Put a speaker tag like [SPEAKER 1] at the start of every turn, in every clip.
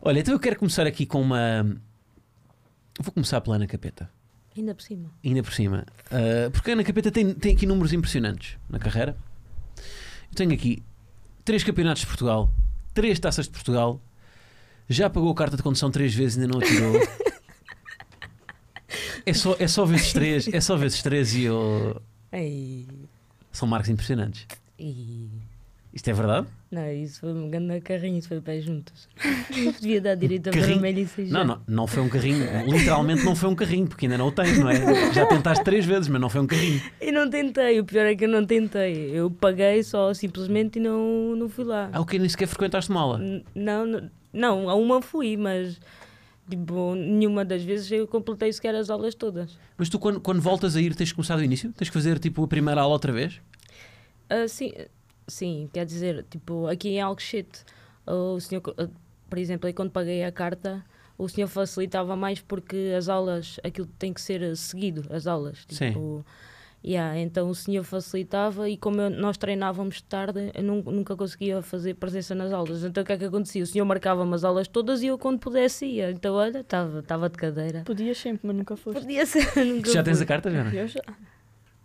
[SPEAKER 1] Olha, então eu quero começar aqui com uma. Vou começar pela Ana Capeta,
[SPEAKER 2] Ainda por cima.
[SPEAKER 1] ainda por cima. Ah, porque a Ana Capeta tem, tem aqui números impressionantes na carreira. Eu tenho aqui três campeonatos de Portugal, três taças de Portugal, já pagou a carta de condução três vezes e ainda não a tirou. É só, é só vezes três, é só vezes três e eu...
[SPEAKER 2] Ei,
[SPEAKER 1] são marcos impressionantes.
[SPEAKER 2] ei.
[SPEAKER 1] Isto é verdade?
[SPEAKER 2] Não, isso foi um grande carrinho, isso foi pé juntos. Devia dar direito a
[SPEAKER 1] Carrinho?
[SPEAKER 3] é
[SPEAKER 2] vermelho e seis
[SPEAKER 1] Não, não, não foi um carrinho. Literalmente não foi um carrinho, porque ainda não o tens, não é? Já tentaste três vezes, mas não foi um carrinho.
[SPEAKER 2] E não tentei, o pior é que eu não tentei. Eu paguei só simplesmente e não, não fui lá.
[SPEAKER 1] Ah, o que nem sequer frequentaste uma aula.
[SPEAKER 2] N- Não, não, não, a uma fui, mas tipo, nenhuma das vezes eu completei sequer as aulas todas.
[SPEAKER 1] Mas tu, quando, quando voltas a ir, tens que começar do início? Tens que fazer tipo a primeira aula outra vez?
[SPEAKER 2] Ah, sim, ah, sim, quer dizer, tipo, aqui em Alcochete, o senhor, co- ah, por exemplo, eu quando paguei a carta, o senhor facilitava mais porque as aulas, aquilo tem que ser ah, seguido, as aulas.
[SPEAKER 1] Sim.
[SPEAKER 2] Tipo, yeah, então o senhor facilitava e como eu- nós treinávamos tarde, eu nun- nunca conseguia fazer presença nas aulas. Então o que é que acontecia? O senhor marcava-me as aulas todas e eu quando pudesse ia. Então olha, estava de cadeira.
[SPEAKER 3] Podias sempre, mas nunca foste.
[SPEAKER 2] Podia ser, nunca
[SPEAKER 1] Tu já tens
[SPEAKER 2] fui.
[SPEAKER 1] a carta, já não?
[SPEAKER 3] Eu já.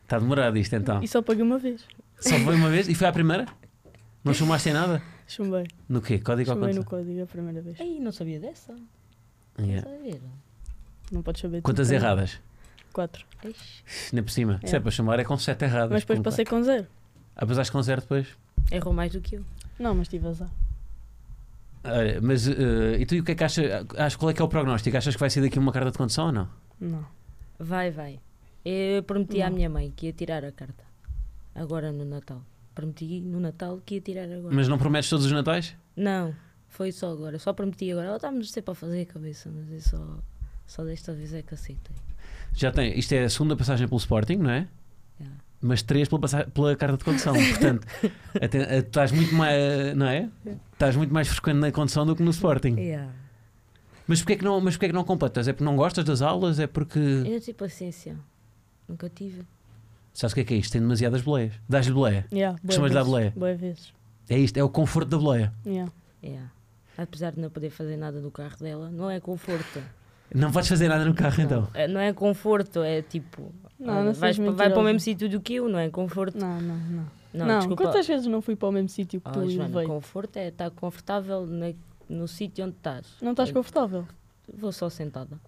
[SPEAKER 1] Está demorado isto então.
[SPEAKER 3] E só paguei uma vez.
[SPEAKER 1] Só foi uma vez e foi a primeira? Não chumaste em nada?
[SPEAKER 3] Chumbei.
[SPEAKER 1] No quê? Código ou
[SPEAKER 3] Chumbei no
[SPEAKER 1] conta?
[SPEAKER 3] código a primeira vez.
[SPEAKER 2] Ei, não sabia dessa.
[SPEAKER 1] Yeah.
[SPEAKER 2] Estás a ver?
[SPEAKER 3] Não podes saber.
[SPEAKER 1] Quantas
[SPEAKER 3] tudo.
[SPEAKER 1] erradas?
[SPEAKER 3] Quatro.
[SPEAKER 2] Ixi.
[SPEAKER 1] Nem por cima.
[SPEAKER 3] É.
[SPEAKER 1] Se é para chumar, é com sete erradas.
[SPEAKER 3] Mas depois
[SPEAKER 1] Com-
[SPEAKER 3] passei com zero.
[SPEAKER 1] Ah, mas acho que com zero depois.
[SPEAKER 2] Errou mais do que eu.
[SPEAKER 3] Não, mas tive azar.
[SPEAKER 1] Olha, mas eh, e tu e o que é que achas? Acho, qual é que é o prognóstico? Achas que vai ser daqui uma carta de condução ou não?
[SPEAKER 3] Não.
[SPEAKER 2] Vai, vai. Eu prometi à
[SPEAKER 3] Não.
[SPEAKER 2] minha mãe que ia tirar a carta. Agora no Natal. Prometi no Natal que ia tirar agora.
[SPEAKER 1] Mas não prometes todos os natais?
[SPEAKER 2] Não, foi só agora. Só prometi agora. Ela está-me sempre a fazer a cabeça, mas eu só, só desta vez é que aceitei.
[SPEAKER 1] Já tem, isto é a segunda passagem pelo Sporting, não é?
[SPEAKER 2] Já.
[SPEAKER 1] Mas três pela, passa- pela carta de condução. Portanto, até- eh, estás muito mais, não é? Estás muito mais frequente na condução do que no Sporting.
[SPEAKER 2] Yeah.
[SPEAKER 1] Mas porquê é que não, mas porquê é que não completas? É porque não gostas das aulas? É
[SPEAKER 2] Eu tipo
[SPEAKER 1] porque.
[SPEAKER 2] não tive paciência. Nunca tive.
[SPEAKER 1] Sabes o que é que é isto? Tem demasiadas boleias. Dás-lhe boleia.
[SPEAKER 3] Yeah, bué
[SPEAKER 1] Costumas dar
[SPEAKER 3] vezes.
[SPEAKER 1] boleia?
[SPEAKER 3] Bué vezes.
[SPEAKER 1] É isto, é o conforto da boleia.
[SPEAKER 3] Yeah.
[SPEAKER 2] Yeah. É. Apesar de não poder fazer nada do carro dela, não é conforto.
[SPEAKER 1] Não vais fazer nada no carro então.
[SPEAKER 2] Não, é, não é conforto, é tipo.
[SPEAKER 3] Não,
[SPEAKER 2] olha,
[SPEAKER 3] não
[SPEAKER 2] vais
[SPEAKER 3] sejas
[SPEAKER 2] pa- vai para o
[SPEAKER 3] mentirosa.
[SPEAKER 2] mesmo sítio do que eu, não é conforto.
[SPEAKER 3] Não, não, não.
[SPEAKER 2] Não,
[SPEAKER 3] não,
[SPEAKER 2] desculpa.
[SPEAKER 3] quantas vezes não fui para o mesmo sítio que
[SPEAKER 2] Ah,
[SPEAKER 3] tu e
[SPEAKER 2] Joana,
[SPEAKER 3] levei?
[SPEAKER 2] conforto é estar confortável na- no sítio onde estás.
[SPEAKER 3] Não estás
[SPEAKER 2] Eu
[SPEAKER 3] confortável?
[SPEAKER 2] Vou só sentada.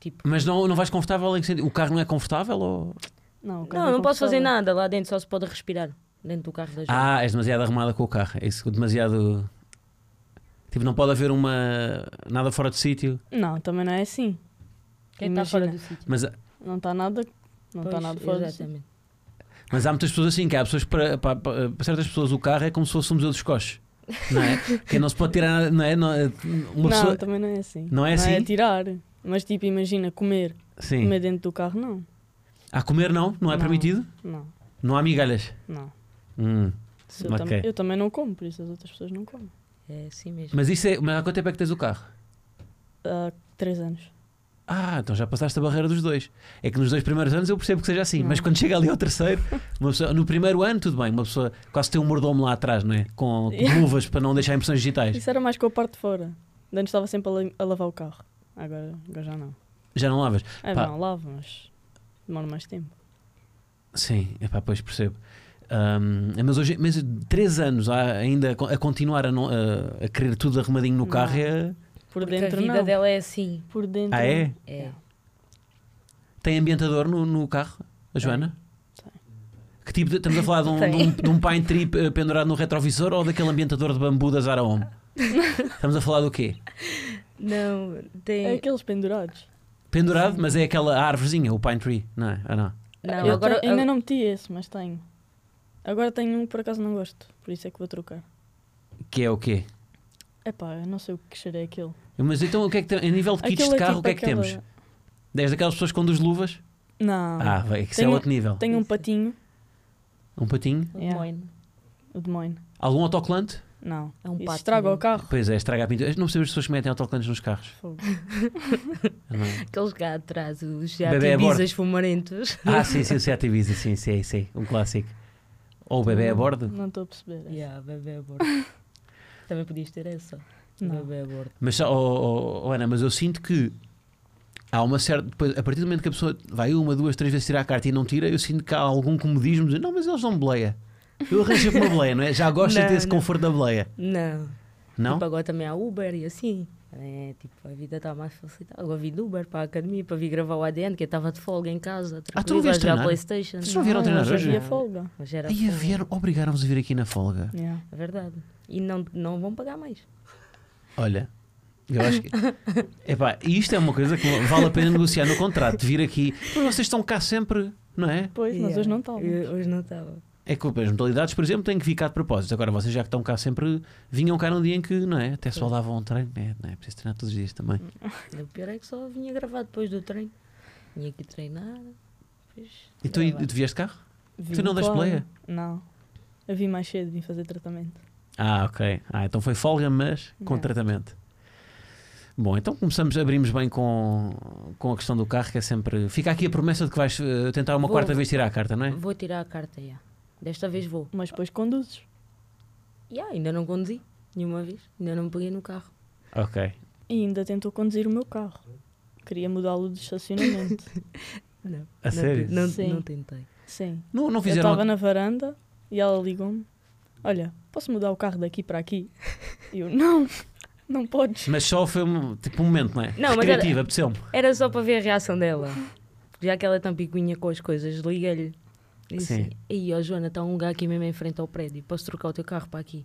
[SPEAKER 2] tipo,
[SPEAKER 1] Mas não, não vais confortável em que sentido? O carro não é confortável ou.
[SPEAKER 3] Não, o carro
[SPEAKER 2] não,
[SPEAKER 3] é
[SPEAKER 2] não posso fazer
[SPEAKER 3] confortável.
[SPEAKER 2] nada lá dentro, só se pode respirar dentro do carro da Joana.
[SPEAKER 1] Ah, és demasiado arrumada com o carro. É isso, demasiado. Tipo, não pode haver uma. nada fora de sítio.
[SPEAKER 3] Não, também não é assim.
[SPEAKER 2] Quem está fora do
[SPEAKER 3] imagina.
[SPEAKER 2] sítio?
[SPEAKER 1] Mas,
[SPEAKER 3] Não está nada. Não está
[SPEAKER 2] Pois,
[SPEAKER 3] nada fora. do sítio.
[SPEAKER 2] Exatamente.
[SPEAKER 1] mas há muitas pessoas assim, que há pessoas que para, para, para- para certas pessoas o carro é como se fosse um museu dos coches. Não é? que não se pode tirar nada, não é? Não, é- uma
[SPEAKER 3] Não,
[SPEAKER 1] pessoa.
[SPEAKER 3] também não é assim.
[SPEAKER 1] Não é
[SPEAKER 3] Não
[SPEAKER 1] assim?
[SPEAKER 3] é tirar. Mas tipo, imagina, comer.
[SPEAKER 1] Sim.
[SPEAKER 3] Comer dentro do carro, não.
[SPEAKER 1] A comer não, não é
[SPEAKER 3] Não.
[SPEAKER 1] permitido?
[SPEAKER 3] Não,
[SPEAKER 1] Não há migalhas.
[SPEAKER 3] não.
[SPEAKER 1] Hum.
[SPEAKER 3] Eu,
[SPEAKER 1] Ok.
[SPEAKER 3] tam- eu também não como, por isso as outras pessoas não comem.
[SPEAKER 2] É assim mesmo.
[SPEAKER 1] Mas isso é. Mas há quanto tempo é que tens o carro?
[SPEAKER 3] Há três anos.
[SPEAKER 1] Ah, então já passaste a barreira dos dois. É que nos dois primeiros anos eu percebo que seja assim,
[SPEAKER 3] Não.
[SPEAKER 1] mas quando chega ali ao terceiro, uma pessoa- no primeiro ano, tudo bem, uma pessoa quase tem um mordomo lá atrás, não é? Com, com luvas para não deixar impressões digitais.
[SPEAKER 3] Isso era mais com a parte de fora. Antes estava sempre a, la- a lavar o carro. Agora, agora já não.
[SPEAKER 1] Já não lavas?
[SPEAKER 3] É,
[SPEAKER 1] Pá.
[SPEAKER 3] não, lavo, mas demora mais tempo.
[SPEAKER 1] Sim, epá, pois percebo. Ahm, mas hoje, mas três anos há ainda a con- a continuar a, não- a- a querer tudo arrumadinho no
[SPEAKER 3] Não.
[SPEAKER 1] carro é.
[SPEAKER 3] Por
[SPEAKER 2] Porque
[SPEAKER 3] dentro
[SPEAKER 2] a vida
[SPEAKER 3] não.
[SPEAKER 2] dela é assim.
[SPEAKER 3] Por dentro.
[SPEAKER 1] Ah, é?
[SPEAKER 2] É.
[SPEAKER 1] Tem ambientador no, no carro, a Joana?
[SPEAKER 3] Tem.
[SPEAKER 1] Que tipo de, estamos a falar de um, de um, de um pine tree eh, pendurado no retrovisor ou daquele ambientador de bambu da Zara Home? Estamos a falar do quê?
[SPEAKER 2] Não, tem.
[SPEAKER 3] É aqueles pendurados.
[SPEAKER 1] Pendurado, mas é aquela árvorezinha, o pine tree, não é? Ah, não.
[SPEAKER 2] Não,
[SPEAKER 3] Eu
[SPEAKER 2] agora.
[SPEAKER 3] te- ainda não meti esse, mas tenho. Agora tenho um que por acaso não gosto, por isso é que vou trocar.
[SPEAKER 1] Que é o quê?
[SPEAKER 3] Epá, eu não sei o que cheiro é aquele.
[SPEAKER 1] Mas então, o que é que tem, a nível de kits
[SPEAKER 3] Aquele
[SPEAKER 1] de carro,
[SPEAKER 3] tipo
[SPEAKER 1] o que é que
[SPEAKER 3] aquela-
[SPEAKER 1] temos? Dez daquelas pessoas que conduz luvas?
[SPEAKER 3] Não.
[SPEAKER 1] Ah, vai, é que isso é
[SPEAKER 3] Tenho-
[SPEAKER 1] outro nível.
[SPEAKER 3] Tenho um patinho,
[SPEAKER 1] Um patinho?
[SPEAKER 2] o
[SPEAKER 3] Yeah.
[SPEAKER 2] Moine.
[SPEAKER 3] o de Moine.
[SPEAKER 1] Algum autocolante?
[SPEAKER 3] Não.
[SPEAKER 2] É um
[SPEAKER 3] Isso
[SPEAKER 2] pato.
[SPEAKER 3] estraga
[SPEAKER 2] mesmo.
[SPEAKER 3] o carro.
[SPEAKER 1] Pois é, estraga a pintura. Eu Não percebo as pessoas que metem autocolantes nos carros.
[SPEAKER 3] Fogo.
[SPEAKER 1] Não. é?
[SPEAKER 2] Aqueles cá atrás, os
[SPEAKER 3] é
[SPEAKER 1] Bebê a bordo.
[SPEAKER 2] jatinizas fumarentos.
[SPEAKER 1] Ah, sim, sim, o Seat Ibiza, sim, sim, sim. Um clássico. Ou o bebê a bordo.
[SPEAKER 3] Não estou a perceber.
[SPEAKER 2] yeah, bebê a bordo. Também podias ter essa.
[SPEAKER 3] Não.
[SPEAKER 2] Bebê é a bordo.
[SPEAKER 1] Mas, só- oh, oh, oh, Ana, mas eu sinto que há uma certa. Depois, a partir do momento que a pessoa vai uma, duas, três vezes tirar a carta e não tira, eu sinto que há algum comodismo de dizer, não, mas eles não bleia. Eu arranjo uma bleia, não é? Já gosto de
[SPEAKER 2] Não,
[SPEAKER 1] ter esse
[SPEAKER 2] não.
[SPEAKER 1] conforto da bleia.
[SPEAKER 2] Não.
[SPEAKER 1] Não?
[SPEAKER 2] Tipo, agora também há Uber e assim. É, tipo, a vida está mais facilitada. Agora vim de Uber para a academia para vir gravar o ADN, que eu estava de folga em casa.
[SPEAKER 1] Ah, tu não
[SPEAKER 2] tranquilo,
[SPEAKER 1] vieste
[SPEAKER 2] a jogar
[SPEAKER 1] treinar?
[SPEAKER 2] Playstation.
[SPEAKER 1] Vocês não vieram treinar
[SPEAKER 3] hoje
[SPEAKER 1] hoje?
[SPEAKER 3] havia folga.
[SPEAKER 2] Mas era
[SPEAKER 1] Aí a
[SPEAKER 2] folga.
[SPEAKER 1] ver, obrigaram-vos a vir aqui na folga.
[SPEAKER 3] Yeah.
[SPEAKER 2] É verdade. E não, não vão pagar mais.
[SPEAKER 1] Olha, eu acho que. Epá, e isto é uma coisa que vale a pena negociar no contrato, de vir aqui. Mas vocês estão cá sempre, não é?
[SPEAKER 3] Pois, mas
[SPEAKER 2] Yeah.
[SPEAKER 3] hoje não estava.
[SPEAKER 2] Eu- Hoje não estava.
[SPEAKER 1] É que as modalidades, por exemplo, têm que vir cá de propósito. Agora, vocês já que estão cá sempre, vinham cá num dia em que, não é? Até só davam um treino, não é? Não é preciso treinar todos os dias também.
[SPEAKER 2] O pior é que só vinha gravar depois do treino. Vinha aqui treinar. Depois
[SPEAKER 1] E tu, e
[SPEAKER 2] gravar.
[SPEAKER 1] tu vieste carro?
[SPEAKER 3] Vim,
[SPEAKER 1] Tu não deste
[SPEAKER 3] claro.
[SPEAKER 1] playa?
[SPEAKER 3] Não. Eu vim mais cedo, vim fazer tratamento.
[SPEAKER 1] Ah, ok. Ah, então foi folga, mas com
[SPEAKER 3] Não.
[SPEAKER 1] tratamento. Bom, então começamos, abrimos bem com, com a questão do carro, que é sempre. Fica aqui a promessa de que vais eh, tentar uma
[SPEAKER 2] Vou-
[SPEAKER 1] quarta vez tirar a carta, não é?
[SPEAKER 2] Vou tirar a carta, já. Desta vez vou.
[SPEAKER 3] Mas depois conduzes.
[SPEAKER 2] Já, ainda não conduzi. Nenhuma vez. Ainda não me peguei no carro.
[SPEAKER 1] Ok.
[SPEAKER 3] E ainda tentou conduzir o meu carro. Queria mudá-lo de estacionamento.
[SPEAKER 2] Não.
[SPEAKER 1] A sério?
[SPEAKER 2] Não,
[SPEAKER 3] Sim.
[SPEAKER 2] não tentei.
[SPEAKER 3] Sim.
[SPEAKER 1] Não, não
[SPEAKER 3] Eu
[SPEAKER 1] fizeram.
[SPEAKER 3] estava na varanda e ela ligou-me: Olha, posso mudar o carro daqui para aqui? E eu: Não, não podes.
[SPEAKER 1] Mas só foi um, tipo um momento, não é?
[SPEAKER 2] Não, mas
[SPEAKER 1] Recreativo,
[SPEAKER 2] era-
[SPEAKER 1] apeteceu-me.
[SPEAKER 2] Era só para ver a reação dela. Já que ela é tão picuinha com as coisas, liguei-lhe.
[SPEAKER 1] Sim.
[SPEAKER 2] Disse, aí ó Joana, está um lugar aqui mesmo em frente ao prédio, posso trocar o teu carro para aqui?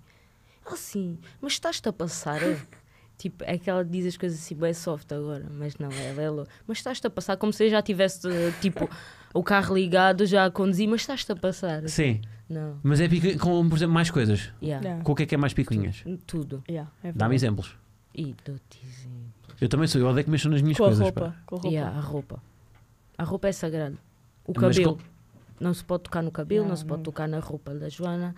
[SPEAKER 2] Ah sim, mas estás-te a passar? é?" tipo, é que ela diz as coisas assim bem soft agora, mas não, ela é louca. Mas estás-te a passar, como se eu já tivesse, eh, tipo, o carro ligado, já a conduzir, mas estás-te a passar?
[SPEAKER 1] Sim.
[SPEAKER 2] Não,
[SPEAKER 1] Mas é piqui- com, por exemplo, mais coisas.
[SPEAKER 2] yeah.
[SPEAKER 3] Yeah.
[SPEAKER 1] Com o que é que é mais picuinhas?
[SPEAKER 2] tudo.
[SPEAKER 3] Yeah, é
[SPEAKER 1] Dá-me
[SPEAKER 3] verdade.
[SPEAKER 1] exemplos.
[SPEAKER 2] E dou-te exemplo.
[SPEAKER 1] Eu também sou, eu odeio que mexam nas minhas
[SPEAKER 3] Com a
[SPEAKER 1] coisas.
[SPEAKER 3] roupa.
[SPEAKER 1] pá.
[SPEAKER 3] Com a roupa.
[SPEAKER 2] Yeah, a roupa. A roupa é sagrada. O
[SPEAKER 1] Mas
[SPEAKER 2] cabelo. Não se pode tocar no cabelo, não,
[SPEAKER 3] Não,
[SPEAKER 2] se pode
[SPEAKER 3] não.
[SPEAKER 2] tocar na roupa da Joana,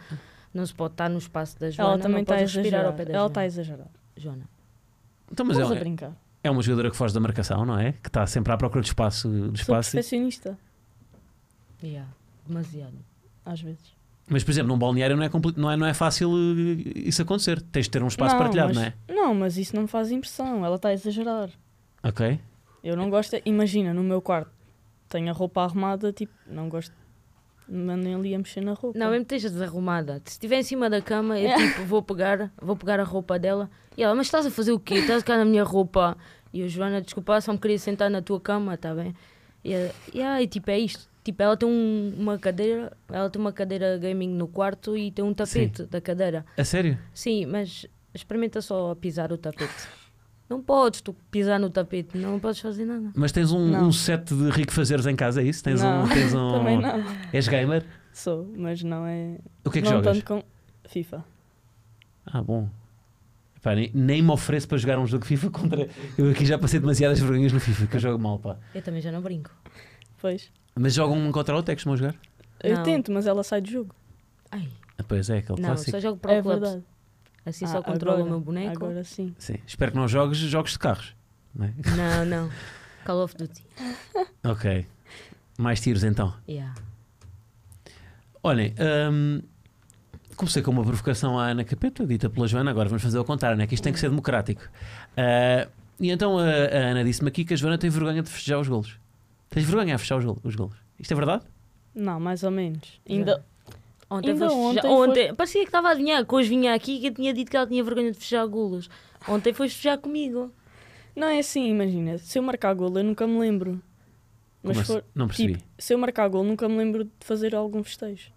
[SPEAKER 2] não se pode estar no espaço da Joana,
[SPEAKER 3] Ela também
[SPEAKER 2] não
[SPEAKER 3] está
[SPEAKER 2] pode
[SPEAKER 3] a
[SPEAKER 2] respirar ao
[SPEAKER 3] exagerar.
[SPEAKER 2] pé da
[SPEAKER 3] Ela tá
[SPEAKER 2] Joana.
[SPEAKER 3] está a exagerar.
[SPEAKER 2] Joana.
[SPEAKER 1] Então, mas
[SPEAKER 3] Mas a
[SPEAKER 1] é,
[SPEAKER 3] é? brincar.
[SPEAKER 1] é uma jogadora que foge da marcação, não é? Que está sempre à procura de espaço. De
[SPEAKER 3] Sou
[SPEAKER 1] espaço.
[SPEAKER 3] perfeccionista,
[SPEAKER 2] Yeah, demasiado.
[SPEAKER 3] às vezes.
[SPEAKER 1] Mas, por exemplo, num balneário não é, compli- não é, não é fácil eh, isso acontecer. Tens de ter um espaço
[SPEAKER 3] Não,
[SPEAKER 1] partilhado,
[SPEAKER 3] mas-
[SPEAKER 1] não é?
[SPEAKER 3] Não, mas isso não me faz impressão. Ela está a exagerar.
[SPEAKER 1] Ok.
[SPEAKER 3] Eu não gosto. Imagina, no meu quarto, tenho a roupa arrumada, tipo, não gosto. Mandem ali a mexer na roupa.
[SPEAKER 2] Não, mesmo que esteja desarrumada. Se estiver em cima da cama, eu tipo, vou pegar, vou pegar a roupa dela. E ela, mas estás a fazer o quê? Estás a ficar na minha roupa? E eu, Joana, desculpa, só me queria sentar na tua cama, está bem? E, ela, "Yeah", e tipo, é isto. Tipo, ela tem um- uma cadeira, ela tem uma cadeira gaming no quarto e tem um tapete da cadeira.
[SPEAKER 1] A sério?
[SPEAKER 2] Sim, mas experimenta só pisar o tapete. Não podes tu pisar no tapete, não podes fazer nada.
[SPEAKER 1] Mas tens um,
[SPEAKER 3] Não.
[SPEAKER 1] um set de rico fazeres em casa, é isso? Tens
[SPEAKER 3] Não,
[SPEAKER 1] um. Tens um...
[SPEAKER 3] Também não.
[SPEAKER 1] És gamer?
[SPEAKER 3] Sou, mas não é.
[SPEAKER 1] O que é que
[SPEAKER 3] não
[SPEAKER 1] jogas?
[SPEAKER 3] tanto com FIFA.
[SPEAKER 1] Ah, bom. Pá, nem, nem me ofereço para jogar um jogo FIFA contra. Eu aqui já passei demasiadas vergonhas no FIFA, que eu jogo mal, pá.
[SPEAKER 2] Eu também já não brinco.
[SPEAKER 3] Pois.
[SPEAKER 1] Mas jogam um contra o outro, é que costumam jogar?
[SPEAKER 3] Eu
[SPEAKER 2] Não.
[SPEAKER 3] tento, mas ela sai do jogo.
[SPEAKER 2] Ai,
[SPEAKER 1] Ah, pois é, aquele
[SPEAKER 2] não,
[SPEAKER 1] clássico.
[SPEAKER 2] só jogo para
[SPEAKER 3] É
[SPEAKER 2] o clube.
[SPEAKER 3] verdade.
[SPEAKER 2] Assim
[SPEAKER 3] Ah,
[SPEAKER 2] só controlo o
[SPEAKER 3] agora-
[SPEAKER 2] meu boneco.
[SPEAKER 3] Agora sim.
[SPEAKER 1] Sim. Espero que não jogues jogos de carros. não é?
[SPEAKER 2] Não, não. Call of Duty.
[SPEAKER 1] Ok. Mais tiros então.
[SPEAKER 2] Yeah.
[SPEAKER 1] Olhem, hum, comecei com uma provocação à Ana Capeta, dita pela Joana, agora vamos fazer ao contrário, não é? Que isto tem que ser democrático. Ah, e então a, a Ana disse-me aqui que a Joana tem vergonha de festejar os golos. Tens vergonha a fechar os, gol- os golos. Isto é verdade?
[SPEAKER 3] Não, mais ou menos. Ainda.
[SPEAKER 2] Ontem,
[SPEAKER 3] Ainda
[SPEAKER 2] foste
[SPEAKER 3] ontem
[SPEAKER 2] festejar- ontem Parecia que estava a adivinhar. Que hoje vinha aqui e que eu tinha dito que ela tinha vergonha de fechar gulos. Ontem foste festejar comigo.
[SPEAKER 3] Não é assim, imagina. Se eu marcar gol, eu nunca me lembro. Mas
[SPEAKER 1] Como
[SPEAKER 3] for-
[SPEAKER 1] assim? Não percebi.
[SPEAKER 3] tipo, se eu marcar gol, nunca me lembro de fazer algum festejo.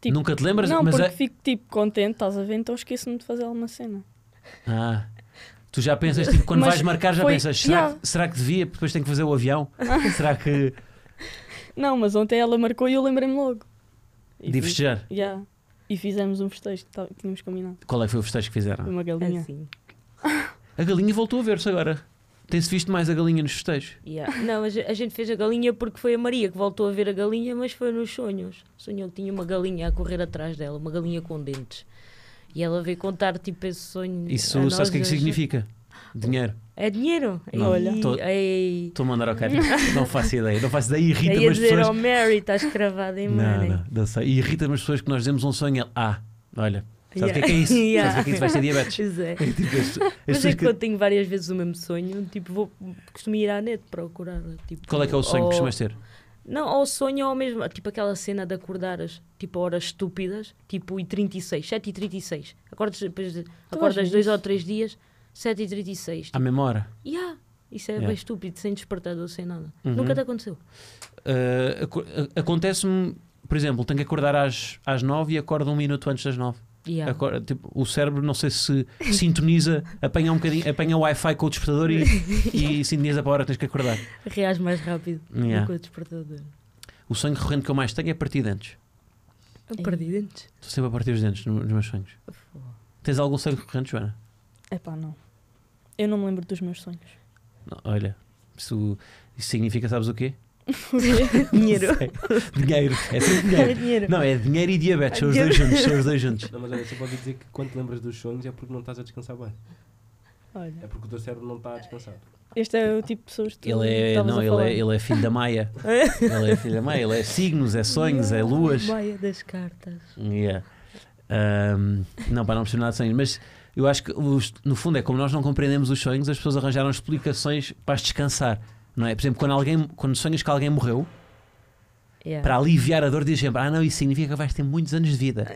[SPEAKER 3] tipo,
[SPEAKER 1] Nunca te lembras?
[SPEAKER 3] não,
[SPEAKER 1] mas
[SPEAKER 3] porque
[SPEAKER 1] é-
[SPEAKER 3] fico tipo contente, estás a ver? Então esqueço-me de fazer alguma cena.
[SPEAKER 1] Ah, tu já pensas, tipo, quando
[SPEAKER 3] Mas
[SPEAKER 1] vais marcar, já
[SPEAKER 3] foi-
[SPEAKER 1] pensas, será,
[SPEAKER 3] Yeah.
[SPEAKER 1] que, será que devia? porque Depois tenho que fazer o avião? será que
[SPEAKER 3] Não, mas ontem ela marcou e eu lembrei-me logo. E
[SPEAKER 1] de
[SPEAKER 3] fiz-
[SPEAKER 1] festejar?
[SPEAKER 3] Yeah. E fizemos um festejo que tá- tínhamos combinado.
[SPEAKER 1] Qual é que foi o festejo que fizeram?
[SPEAKER 3] Uma galinha.
[SPEAKER 2] Assim.
[SPEAKER 1] A galinha voltou a ver-se agora. Tem-se visto mais a galinha nos festejos.
[SPEAKER 2] Yeah. Não, a ge- a gente fez a galinha porque foi a Maria que voltou a ver a galinha, mas foi nos sonhos. Sonhou que tinha uma galinha a correr atrás dela, uma galinha com dentes. E ela veio contar tipo esse sonho.
[SPEAKER 1] Isso,
[SPEAKER 2] a
[SPEAKER 1] sabes o que é que
[SPEAKER 2] nós.
[SPEAKER 1] significa? Dinheiro.
[SPEAKER 2] É dinheiro.
[SPEAKER 1] Não,
[SPEAKER 2] Ei,
[SPEAKER 1] tô-
[SPEAKER 2] ei.
[SPEAKER 1] Estou a mandar ao cara. não faço ideia. Não faço ideia.
[SPEAKER 2] Eu ia
[SPEAKER 1] Irrita-me as
[SPEAKER 2] dizer,
[SPEAKER 1] pessoas.
[SPEAKER 2] oh Mary, estás cravada em
[SPEAKER 1] Não,
[SPEAKER 2] money.
[SPEAKER 1] não, não sei. E irrita-me as pessoas que nós dizemos um sonho. e ele, Ah, olha. Sabes o que é
[SPEAKER 2] Yeah.
[SPEAKER 1] que é isso? Sabes
[SPEAKER 2] Yeah.
[SPEAKER 1] o que é que isso? Vais ter diabetes.
[SPEAKER 2] Pois é.
[SPEAKER 1] É tipo, as, as
[SPEAKER 2] Mas é
[SPEAKER 1] pessoas
[SPEAKER 2] que, eu tenho várias vezes o mesmo sonho, tipo, vou, costumo ir à net procurar. Tipo,
[SPEAKER 1] Qual é que é o sonho que
[SPEAKER 2] ou-
[SPEAKER 1] costumas ter?
[SPEAKER 2] Não, ou sonho ou mesmo, tipo aquela cena de acordares, tipo, a horas estúpidas, tipo, e 36, 7 e 36. Acordas, depois de, acordas
[SPEAKER 3] vezes.
[SPEAKER 2] dois ou três dias, 7 e 36. Tipo,
[SPEAKER 1] À memória.
[SPEAKER 2] yeah, isso é
[SPEAKER 1] Ah. Yeah.
[SPEAKER 2] bem estúpido, sem despertador, sem nada.
[SPEAKER 1] Uhum.
[SPEAKER 2] Nunca te aconteceu.
[SPEAKER 1] Uh, aco- a- Acontece-me, por exemplo, tenho que acordar às, às 9 e acordo um minuto antes das 9.
[SPEAKER 2] Yeah.
[SPEAKER 1] Acorda- tipo, o cérebro, não sei se sintoniza, apanha um bocadinho, apanha o Wi-Fi com o despertador e, e sintoniza para a hora que tens que acordar.
[SPEAKER 2] Reage mais rápido
[SPEAKER 1] Yeah.
[SPEAKER 2] do que o despertador.
[SPEAKER 1] O sonho recorrente que eu mais tenho é partir dentes.
[SPEAKER 2] Eu
[SPEAKER 3] Ei.
[SPEAKER 2] perdi dentes.
[SPEAKER 1] Estou sempre a partir os dentes no- nos meus sonhos. Tens algum sonho recorrente, Joana?
[SPEAKER 3] É pá, não. Eu não me lembro dos meus sonhos.
[SPEAKER 1] Não, olha, isso, isso significa, sabes o quê?
[SPEAKER 3] dinheiro.
[SPEAKER 1] Dinheiro. É sempre dinheiro.
[SPEAKER 3] É dinheiro.
[SPEAKER 1] Não, é dinheiro e diabetes, são os
[SPEAKER 3] Ai,
[SPEAKER 1] dois juntos, são os dois juntos.
[SPEAKER 4] Não, mas olha, só pode dizer que quando te lembras dos sonhos é porque não estás a descansar bem. É
[SPEAKER 3] Olha,
[SPEAKER 4] porque o teu cérebro não está a descansar.
[SPEAKER 3] este é o tipo de pessoas que tu
[SPEAKER 1] Ele é,
[SPEAKER 3] estavas
[SPEAKER 1] não,
[SPEAKER 3] a
[SPEAKER 1] ele
[SPEAKER 3] falar.
[SPEAKER 1] é, ele é filho da Maia. Ele é filho da Maia, ele é signos, é sonhos, é luas.
[SPEAKER 2] Baia das cartas.
[SPEAKER 1] Yeah. Ahm, não, para não perceber nada de sonhos, mas eu acho que os- no fundo é como nós não compreendemos os sonhos, as pessoas arranjaram explicações para as descansar. Não é? Por exemplo, quando, alguém, quando sonhas que alguém morreu,
[SPEAKER 3] É.
[SPEAKER 2] Yeah.
[SPEAKER 1] para aliviar a dor, dizem sempre: Ah, não, isso significa que vais ter muitos anos de vida.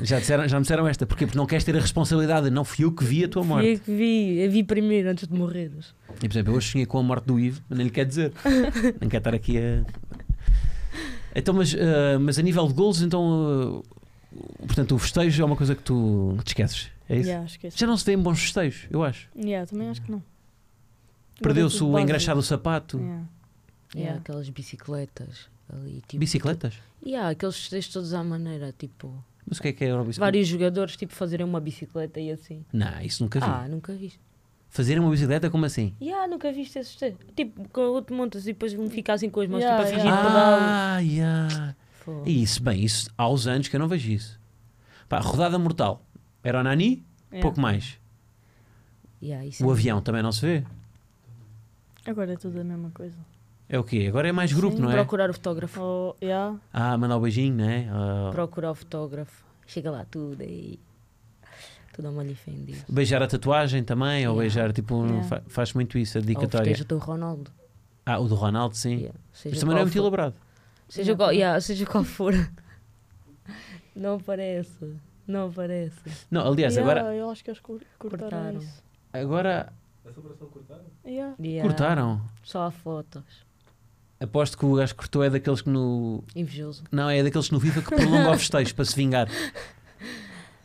[SPEAKER 1] já, disseram, já me disseram esta, porque, porque não queres ter a responsabilidade, não fui eu que vi a tua
[SPEAKER 2] Fui
[SPEAKER 1] morte.
[SPEAKER 2] eu é que vi, eu vi primeiro antes de morreres.
[SPEAKER 1] E por exemplo, eu hoje sonhei com a morte do Ivo, mas nem lhe quer dizer. nem quer estar aqui a. Então, mas, ah, mas a nível de golos, então. ah, portanto, o festejo é uma coisa que tu te esqueces. É isso?
[SPEAKER 3] Yeah, esquece.
[SPEAKER 1] Já não se vêem bons festejos, eu acho.
[SPEAKER 3] Yeah, também acho que não.
[SPEAKER 1] Perdeu-se
[SPEAKER 3] Mudou
[SPEAKER 1] o
[SPEAKER 3] tudo de
[SPEAKER 1] engraxado do
[SPEAKER 3] base.
[SPEAKER 1] sapato,
[SPEAKER 3] Yeah.
[SPEAKER 2] E há
[SPEAKER 3] Yeah.
[SPEAKER 2] aquelas bicicletas ali, tipo.
[SPEAKER 1] bicicletas.
[SPEAKER 2] E há aqueles festejos todos à maneira, tipo.
[SPEAKER 1] Mas o que é que é uma bicicleta?
[SPEAKER 2] Vários jogadores, tipo, fazerem uma bicicleta e assim.
[SPEAKER 1] Não, isso nunca vi.
[SPEAKER 2] Ah, nunca viste.
[SPEAKER 1] Fazer uma bicicleta como assim?
[SPEAKER 2] E há, nunca viste esses festejos. Tipo, com o outro montas e depois um fica assim com as mãos,
[SPEAKER 3] Yeah,
[SPEAKER 2] tipo, a fingir
[SPEAKER 3] yeah.
[SPEAKER 2] pedal.
[SPEAKER 1] ah, yeah.
[SPEAKER 2] Fogo.
[SPEAKER 1] Isso, bem, isso há uns anos que eu não vejo isso. Pá, rodada mortal. Era o Nani,
[SPEAKER 3] Yeah.
[SPEAKER 1] pouco mais.
[SPEAKER 2] Yeah, isso
[SPEAKER 1] O
[SPEAKER 2] é-
[SPEAKER 1] avião também não se vê.
[SPEAKER 3] Agora é tudo a mesma coisa.
[SPEAKER 1] É o quê? Agora é mais grupo,
[SPEAKER 3] Sim,
[SPEAKER 1] não é?
[SPEAKER 2] Procurar o fotógrafo.
[SPEAKER 3] Oh, yeah.
[SPEAKER 1] Ah, mandar o beijinho, não é? Ah,
[SPEAKER 2] Procurar o fotógrafo. Chega lá tudo e. Tudo a molho e fé em Deus.
[SPEAKER 1] beijar a tatuagem também, ou
[SPEAKER 2] Yeah.
[SPEAKER 1] beijar, tipo, um-
[SPEAKER 3] Yeah.
[SPEAKER 1] fa- faz muito isso, a
[SPEAKER 2] Ou
[SPEAKER 1] dedicatória.
[SPEAKER 2] festeja do Ronaldo.
[SPEAKER 1] Ah, o do Ronaldo, sim.
[SPEAKER 2] Yeah. Seja
[SPEAKER 1] Mas também não é
[SPEAKER 2] qual
[SPEAKER 1] muito
[SPEAKER 2] for.
[SPEAKER 1] elaborado.
[SPEAKER 2] Seja qual, yeah, seja qual for. Não aparece. Não aparece.
[SPEAKER 1] Não, aliás,
[SPEAKER 3] Yeah,
[SPEAKER 1] agora,
[SPEAKER 3] Eu acho que eles cur- cortaram,
[SPEAKER 2] Cortaram.
[SPEAKER 3] isso.
[SPEAKER 1] agora
[SPEAKER 4] A celebração cortaram?
[SPEAKER 3] Yeah.
[SPEAKER 2] Yeah.
[SPEAKER 1] cortaram.
[SPEAKER 2] Só há fotos.
[SPEAKER 1] Aposto que o gajo que cortou é daqueles que no.
[SPEAKER 2] Invejoso.
[SPEAKER 1] Não, é daqueles que no FIFA que prolonga o festejo para se vingar.